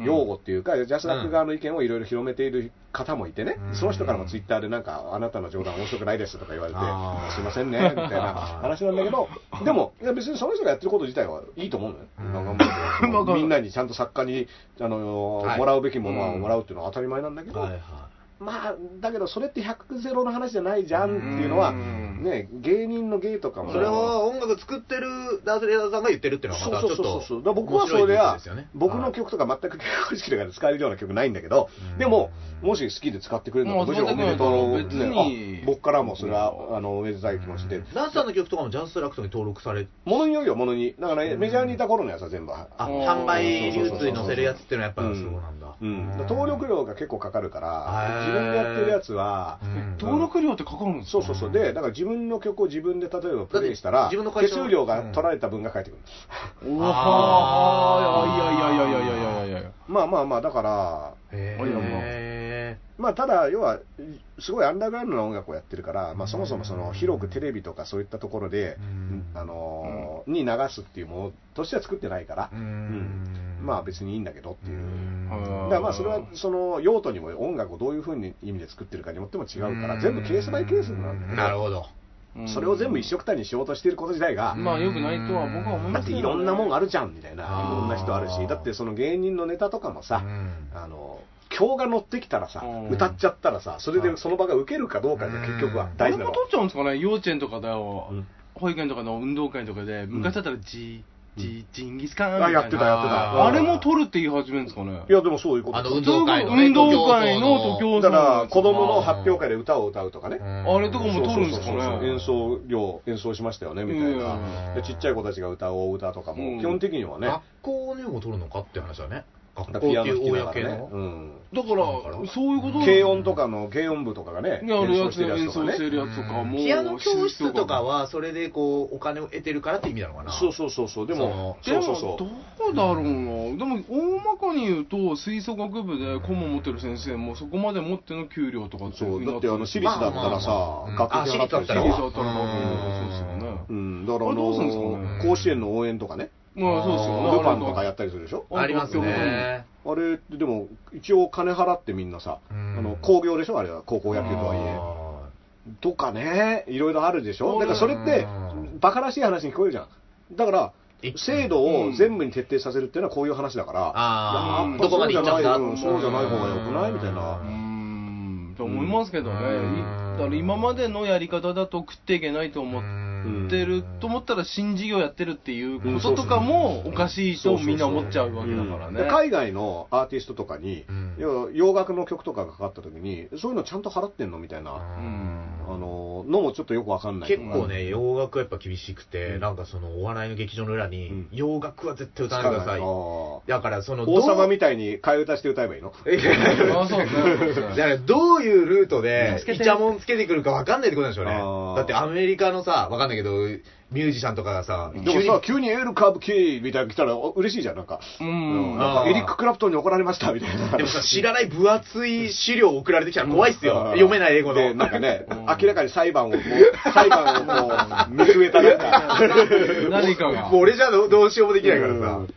Speaker 4: 擁護っていうか、ジャスラック側の意見をいろいろ広めている方もいてね、
Speaker 2: うん
Speaker 4: その人からもツイッターでなんか、あなたの冗談面白くないですとか言われて
Speaker 2: あー、
Speaker 4: すいません ね、みたいな話なんだけど、でも、いや別にその人がやってること自体はいいと思うのよ。
Speaker 2: うん
Speaker 4: なんか もう
Speaker 3: まあ
Speaker 4: みんなにちゃんと作家に、あのー
Speaker 2: はい
Speaker 4: もらうべきものは
Speaker 2: うん
Speaker 4: もらうっていうのは当たり前なんだけど、
Speaker 2: はいは
Speaker 4: まあ、だけどそれって100ゼロの話じゃないじゃんっていうのは、
Speaker 3: うん
Speaker 4: ね、芸人の芸とか
Speaker 2: い。
Speaker 4: も。
Speaker 2: それは音楽作ってるダースレーダーさんが言ってるっていうのはまたちょっと
Speaker 4: そうそうそうそうだから僕はそれ
Speaker 2: 面白いニュース
Speaker 4: は
Speaker 2: ですよね
Speaker 4: 僕の
Speaker 2: はい
Speaker 4: 曲とか全く結婚式とかで使えるような曲ないんだけど
Speaker 2: うん、
Speaker 4: でも、もし好きで使ってくれるの
Speaker 3: も
Speaker 4: も
Speaker 3: う
Speaker 4: むしろおめで
Speaker 3: 全
Speaker 4: とう
Speaker 3: 然別に
Speaker 4: ねあ僕からもそれはあのおめでたい気持ちで、
Speaker 2: ダンスさんの曲とかもジャスラックトに登録され
Speaker 4: ものによるよ、ものに、だからね、メジャーにいた頃のやつは全部、
Speaker 2: あ
Speaker 3: うん
Speaker 2: 販売流通に載せるやつっていうのはやっぱそうなんだ、
Speaker 4: うん、登録料が結構かかるから、
Speaker 2: へー
Speaker 4: 自分でやってるやつは、
Speaker 3: 登録料ってかかるんです
Speaker 4: そ
Speaker 3: か
Speaker 4: うそうそう、で、だから自分の曲を自分で例えばプレイした
Speaker 2: だっ
Speaker 4: ら、
Speaker 2: て自分の
Speaker 4: 手
Speaker 2: 会社
Speaker 4: 数料が取られた分が返ってくる。
Speaker 3: おお
Speaker 2: あー
Speaker 3: いやいやいやいやいやいやいや
Speaker 4: まあまあまあ、だから、
Speaker 2: へ
Speaker 4: まあ、ただ、要は、すごいアンダーグラウンドな音楽をやってるから、まあ、そもそもその広くテレビとかそういったところで、
Speaker 2: うん
Speaker 4: あのーに流すっていうものとしては作ってないから、うんまあ別にいいんだけどっていう。
Speaker 3: うん
Speaker 4: だからまあそれはその用途にも音楽をどういうふうに意味で作ってるかによっても違うから全部ケースバイケースなんだけど
Speaker 2: なるほど
Speaker 3: うん
Speaker 4: それを全部一緒くたにしようとしてること自体が、
Speaker 3: まあよくないとは僕は思い
Speaker 4: だ
Speaker 3: ま
Speaker 4: っ
Speaker 3: す
Speaker 4: て
Speaker 3: けど
Speaker 4: いろんなもん
Speaker 3: あ
Speaker 4: あるじゃんみたいな
Speaker 2: あー
Speaker 4: いろんな人あるしだってその芸人のネタとかもさ、
Speaker 2: うん
Speaker 4: あの今日が乗ってきたらさ
Speaker 3: うん
Speaker 4: 歌っちゃったらさそれでその場が受けるかどうかで結局は大事
Speaker 3: れ
Speaker 4: な
Speaker 3: も
Speaker 4: の
Speaker 3: 取っちゃうんですかね幼稚園とかだよ
Speaker 4: うん
Speaker 3: 保育園とかの運動会とかで、昔だったらジ、ジ、ジンギスカンみた
Speaker 4: あ
Speaker 3: いな。
Speaker 4: やってた、やって
Speaker 6: あー
Speaker 4: た。
Speaker 3: あれも取るって言い始めるんですかね。
Speaker 4: いや、でもそういうこと
Speaker 2: あの
Speaker 4: です
Speaker 2: 運動会のね
Speaker 3: 運動会の徒競走
Speaker 4: だから、子
Speaker 3: の
Speaker 4: 供の発表会で歌を歌うとかね。
Speaker 3: あれとかも撮るんですか
Speaker 4: そうそうそうそう
Speaker 3: ね
Speaker 4: 演奏量、演奏しましたよね、みたいな。
Speaker 2: うん
Speaker 4: でちっちゃい子たちが歌うお歌とか
Speaker 3: う
Speaker 4: も、
Speaker 3: ん
Speaker 4: 基本的にはね、
Speaker 2: 学校でも取るのかって話だね。学校
Speaker 4: だ
Speaker 2: っ
Speaker 4: か
Speaker 2: て
Speaker 4: ら
Speaker 2: い
Speaker 4: ピアノ弾き
Speaker 2: う
Speaker 4: ながらね
Speaker 2: 公の。。
Speaker 4: うん
Speaker 3: だから、そういうこと
Speaker 4: 軽音とかの軽音部とかがね、
Speaker 3: ね、ある
Speaker 4: 演
Speaker 3: や
Speaker 4: 奏
Speaker 3: つ
Speaker 4: してるや
Speaker 3: 演
Speaker 4: つと
Speaker 3: 奏
Speaker 4: か
Speaker 3: して
Speaker 4: ね。
Speaker 3: るやつとかも。
Speaker 2: ピアノ教室とかは、それでこう、お金を得てるからって意味なのかな。
Speaker 4: そうそうそうそう、でも、
Speaker 3: で
Speaker 4: そう
Speaker 3: も
Speaker 4: そうそ
Speaker 3: ど
Speaker 4: う。
Speaker 3: うだろうな、でも大まかに言うと、吹奏楽部で顧問持ってる先生も、そこまで持っての給料とかってい
Speaker 4: そう
Speaker 3: ふ
Speaker 4: う
Speaker 3: に
Speaker 4: だ
Speaker 3: な
Speaker 4: っ
Speaker 3: って
Speaker 4: て
Speaker 3: る
Speaker 4: あの私立だったらさ
Speaker 2: まあまあまあ、
Speaker 4: 学費払ってる
Speaker 2: あ私立だっ
Speaker 3: 私
Speaker 2: たら
Speaker 3: 立だったら
Speaker 2: うん
Speaker 3: そうですよね。
Speaker 4: うん、だからあ
Speaker 3: あれどうするんですか
Speaker 4: の
Speaker 3: ね
Speaker 4: 甲子園の応援とかね、
Speaker 3: まあそうですよね。
Speaker 4: ルパンとかやったりするでしょ。
Speaker 2: ありますね。
Speaker 4: あれってでも、一応金払ってみんなさ、
Speaker 2: うん
Speaker 4: あの工業でしょ、あれは高校野球とはいえ。
Speaker 2: あ
Speaker 4: とかね、いろいろあるでしょ。だからそれって
Speaker 2: うん、
Speaker 4: バカらしい話に聞こえるじゃん。だから
Speaker 2: い、
Speaker 4: 制度を全部に徹底させるっていうのはこういう話だから、
Speaker 2: あー
Speaker 4: やっぱ
Speaker 2: どこまで行っちゃうんだ
Speaker 4: そうじゃないうんそうじゃない方がよくないみたいな
Speaker 3: う
Speaker 2: う。
Speaker 3: ん、と思いますけどね。
Speaker 2: うん
Speaker 3: いだから今までのやり方だと食っていけないと
Speaker 2: ー
Speaker 3: 思っ
Speaker 2: うん
Speaker 3: てると思ったら、新事業やってるっていうこととかもおかしいとみんな思っちゃうわけだからね。
Speaker 4: で海外のアーティストとかに、
Speaker 2: うん
Speaker 4: 要は洋楽の曲とかがかかった時に、そういうのちゃんと払ってんのみたいな、
Speaker 3: うん
Speaker 4: あののもちょっとよくわかんない
Speaker 2: 結構ね、洋楽はやっぱ厳しくて、なんかそのお笑いの劇場の裏に、
Speaker 4: うん
Speaker 2: 洋楽は絶対歌
Speaker 4: 使
Speaker 2: わ
Speaker 4: わ
Speaker 2: な
Speaker 4: ないい
Speaker 2: でください。
Speaker 4: あー
Speaker 2: だからその、
Speaker 4: 王様み
Speaker 2: た
Speaker 4: たいに替え歌して歌えばいいの
Speaker 2: いな。
Speaker 3: あそうです
Speaker 2: だ
Speaker 3: ね。
Speaker 2: からどういうルートで
Speaker 3: つけ、て
Speaker 2: イチャモンつけてくるかわかんないってことなんでしょうね
Speaker 4: あー。
Speaker 2: だってアメリカのさ、わかんないけど、ミュージシャンとかがさ、
Speaker 4: でもさ、急にエル・カブキーみたいなの来たらお嬉しいじゃん、なんか。
Speaker 3: う
Speaker 4: な
Speaker 3: ん。
Speaker 4: んか
Speaker 2: あー
Speaker 4: エリック・クラプトンに怒られましたみたいな。
Speaker 2: でもさ、知らない分厚い資料送られてきたら怖いっすよ。
Speaker 4: うん
Speaker 2: 読めない英語
Speaker 4: で、
Speaker 2: の。
Speaker 4: なんかね、
Speaker 3: うん
Speaker 4: 明らかに裁判をこう、裁判をこう、見据えたなんか、
Speaker 3: 何かが。
Speaker 2: もう俺じゃどうどうしようもできないからさ。
Speaker 4: うん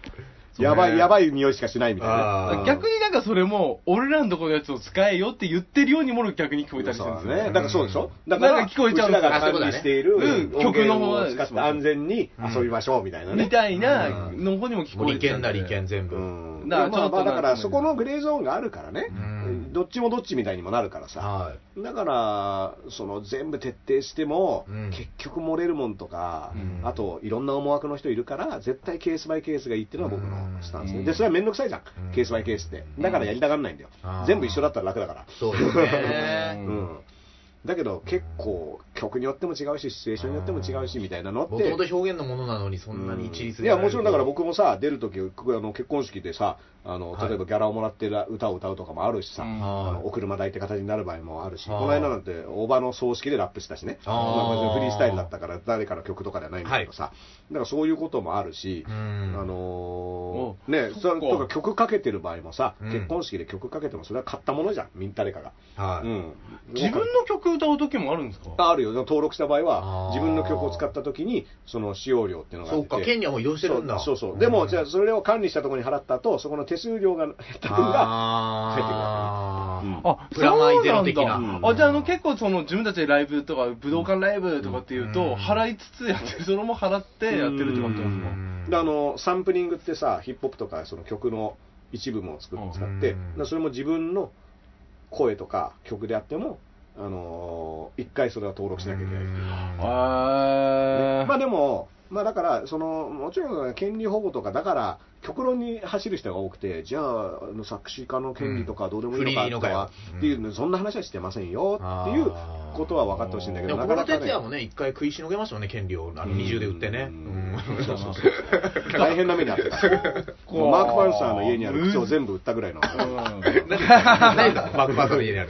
Speaker 4: やばい、やばい匂いしかしないみたいなね。
Speaker 2: あー
Speaker 3: 逆になんかそれも、俺らのとこのやつを使えよって言ってるようにも逆に聞こえたりす
Speaker 4: そう
Speaker 3: る
Speaker 4: だ
Speaker 3: んですよね。
Speaker 4: ね。だからそうでしょだ
Speaker 3: なん
Speaker 4: か、
Speaker 3: から聞こえちゃう
Speaker 4: うちらが管理している
Speaker 3: うん
Speaker 4: 音
Speaker 3: 曲の
Speaker 4: 源
Speaker 3: 方は
Speaker 4: を使って安全に遊びましょうみたいなね。
Speaker 3: みたいなの方にも聞
Speaker 2: もう
Speaker 3: こえ
Speaker 2: 利
Speaker 3: ちゃう
Speaker 2: 権
Speaker 3: ん
Speaker 2: な
Speaker 3: で
Speaker 2: 利権全部。
Speaker 4: うん。
Speaker 3: だか
Speaker 4: まあ
Speaker 3: ら
Speaker 4: まあ、
Speaker 3: ちょっと
Speaker 4: だからそこのグレーゾーンがあるからね
Speaker 2: うん、
Speaker 4: どっちもどっちみたいにもなるからさ。
Speaker 2: はい。
Speaker 4: だから、その全部徹底しても、
Speaker 2: うん
Speaker 4: 結局漏れるもんとか、
Speaker 2: うん
Speaker 4: あといろんな思惑の人いるから、絶対ケースバイケースがいいっていうのは僕のスタンスね、
Speaker 3: うん
Speaker 4: で、それは面倒くさいじゃん、
Speaker 2: うん
Speaker 4: ケースバイケースって。だからやりたがんないんだよ
Speaker 2: あー。
Speaker 4: 全部一緒だったら楽だから。
Speaker 2: そうですね。
Speaker 4: うん。だけど結構曲によっても違うし、シチュエーションによっても違うしみたいなのって。
Speaker 2: もともと表現のものなのに、そんなに一
Speaker 4: う
Speaker 2: 律
Speaker 4: ん
Speaker 2: で
Speaker 4: い
Speaker 2: や
Speaker 4: や
Speaker 2: られ
Speaker 4: もち
Speaker 2: ると
Speaker 4: ろんだから僕もさ出るときあの結婚式でさあの例えばギャラをもらってる歌を歌うとかもあるしさ、
Speaker 3: うん
Speaker 4: あのお車代って形になる場合もあるし、
Speaker 2: はい
Speaker 4: この間なんておばの葬式でラップしたしね、
Speaker 2: あー
Speaker 4: まあ別にフリースタイルだったから誰かの曲とかではないんだけどさ、だからそういうこともあるし、
Speaker 2: うん
Speaker 4: あのーね
Speaker 3: そ
Speaker 4: そ
Speaker 3: っか
Speaker 4: れとか曲かけてる場合もさ、
Speaker 2: うん
Speaker 4: 結婚式で曲かけてもそれは買ったものじゃんみん誰かが、
Speaker 2: はい。
Speaker 4: うん
Speaker 3: 自分の曲歌う時もあるんですか
Speaker 4: あるよ、登録した場合は
Speaker 2: あ、ー
Speaker 4: 自分の曲を使ったときに、その使用料っていうのがあ
Speaker 2: そ
Speaker 4: っ
Speaker 2: う
Speaker 4: て
Speaker 2: か、県にはもう移動してるんだ。
Speaker 4: そうそうそうでも、じゃあ
Speaker 2: そ
Speaker 4: それを管理したところに払った後そこの手数料が減った分が入ってくるわ
Speaker 2: あ
Speaker 4: けね
Speaker 2: ー
Speaker 3: あ、
Speaker 2: プラマイゼロ的
Speaker 3: そうな
Speaker 2: な。
Speaker 3: ん
Speaker 4: うん
Speaker 3: だあ、じゃあ、あの、結構、その、自分たちでライブとか、武道館ライブとかっていう
Speaker 2: うん
Speaker 3: と、払いつつやってる、それも払ってやってるってことなんですか
Speaker 2: うん
Speaker 4: であのサンプリングってさヒップホップとかその曲の一部も作っ
Speaker 3: うん
Speaker 4: 使って、
Speaker 2: うん
Speaker 4: でそれも自分の声とか曲であってもあのー一回それは登録しなきゃいけないっていう
Speaker 3: あ
Speaker 4: まあでも、まあだから、その、もちろん権利保護とか、だから、極論に走る人が多くて、じゃあ、あの作詞家の権利とかどうでもいいの
Speaker 2: うんフ
Speaker 4: か
Speaker 2: リーの
Speaker 4: と
Speaker 2: かよ
Speaker 4: か、っていうの、そんな話はしてませんよっていうことは分かってほしいんだけ
Speaker 2: で
Speaker 4: ど、
Speaker 2: も、
Speaker 4: な
Speaker 2: 小
Speaker 4: か
Speaker 2: 室
Speaker 4: なか
Speaker 2: 哲
Speaker 4: ね
Speaker 2: 也、もね、一回食いしのげましたもんね、権利を、あの二重で売ってね。
Speaker 4: うん
Speaker 2: うん
Speaker 4: そうそう そう 大変な目にあってた。もうマーク・パンサーの家にある靴を全部売ったぐらいの、
Speaker 3: うん
Speaker 2: ないだ、バックパートの家にある。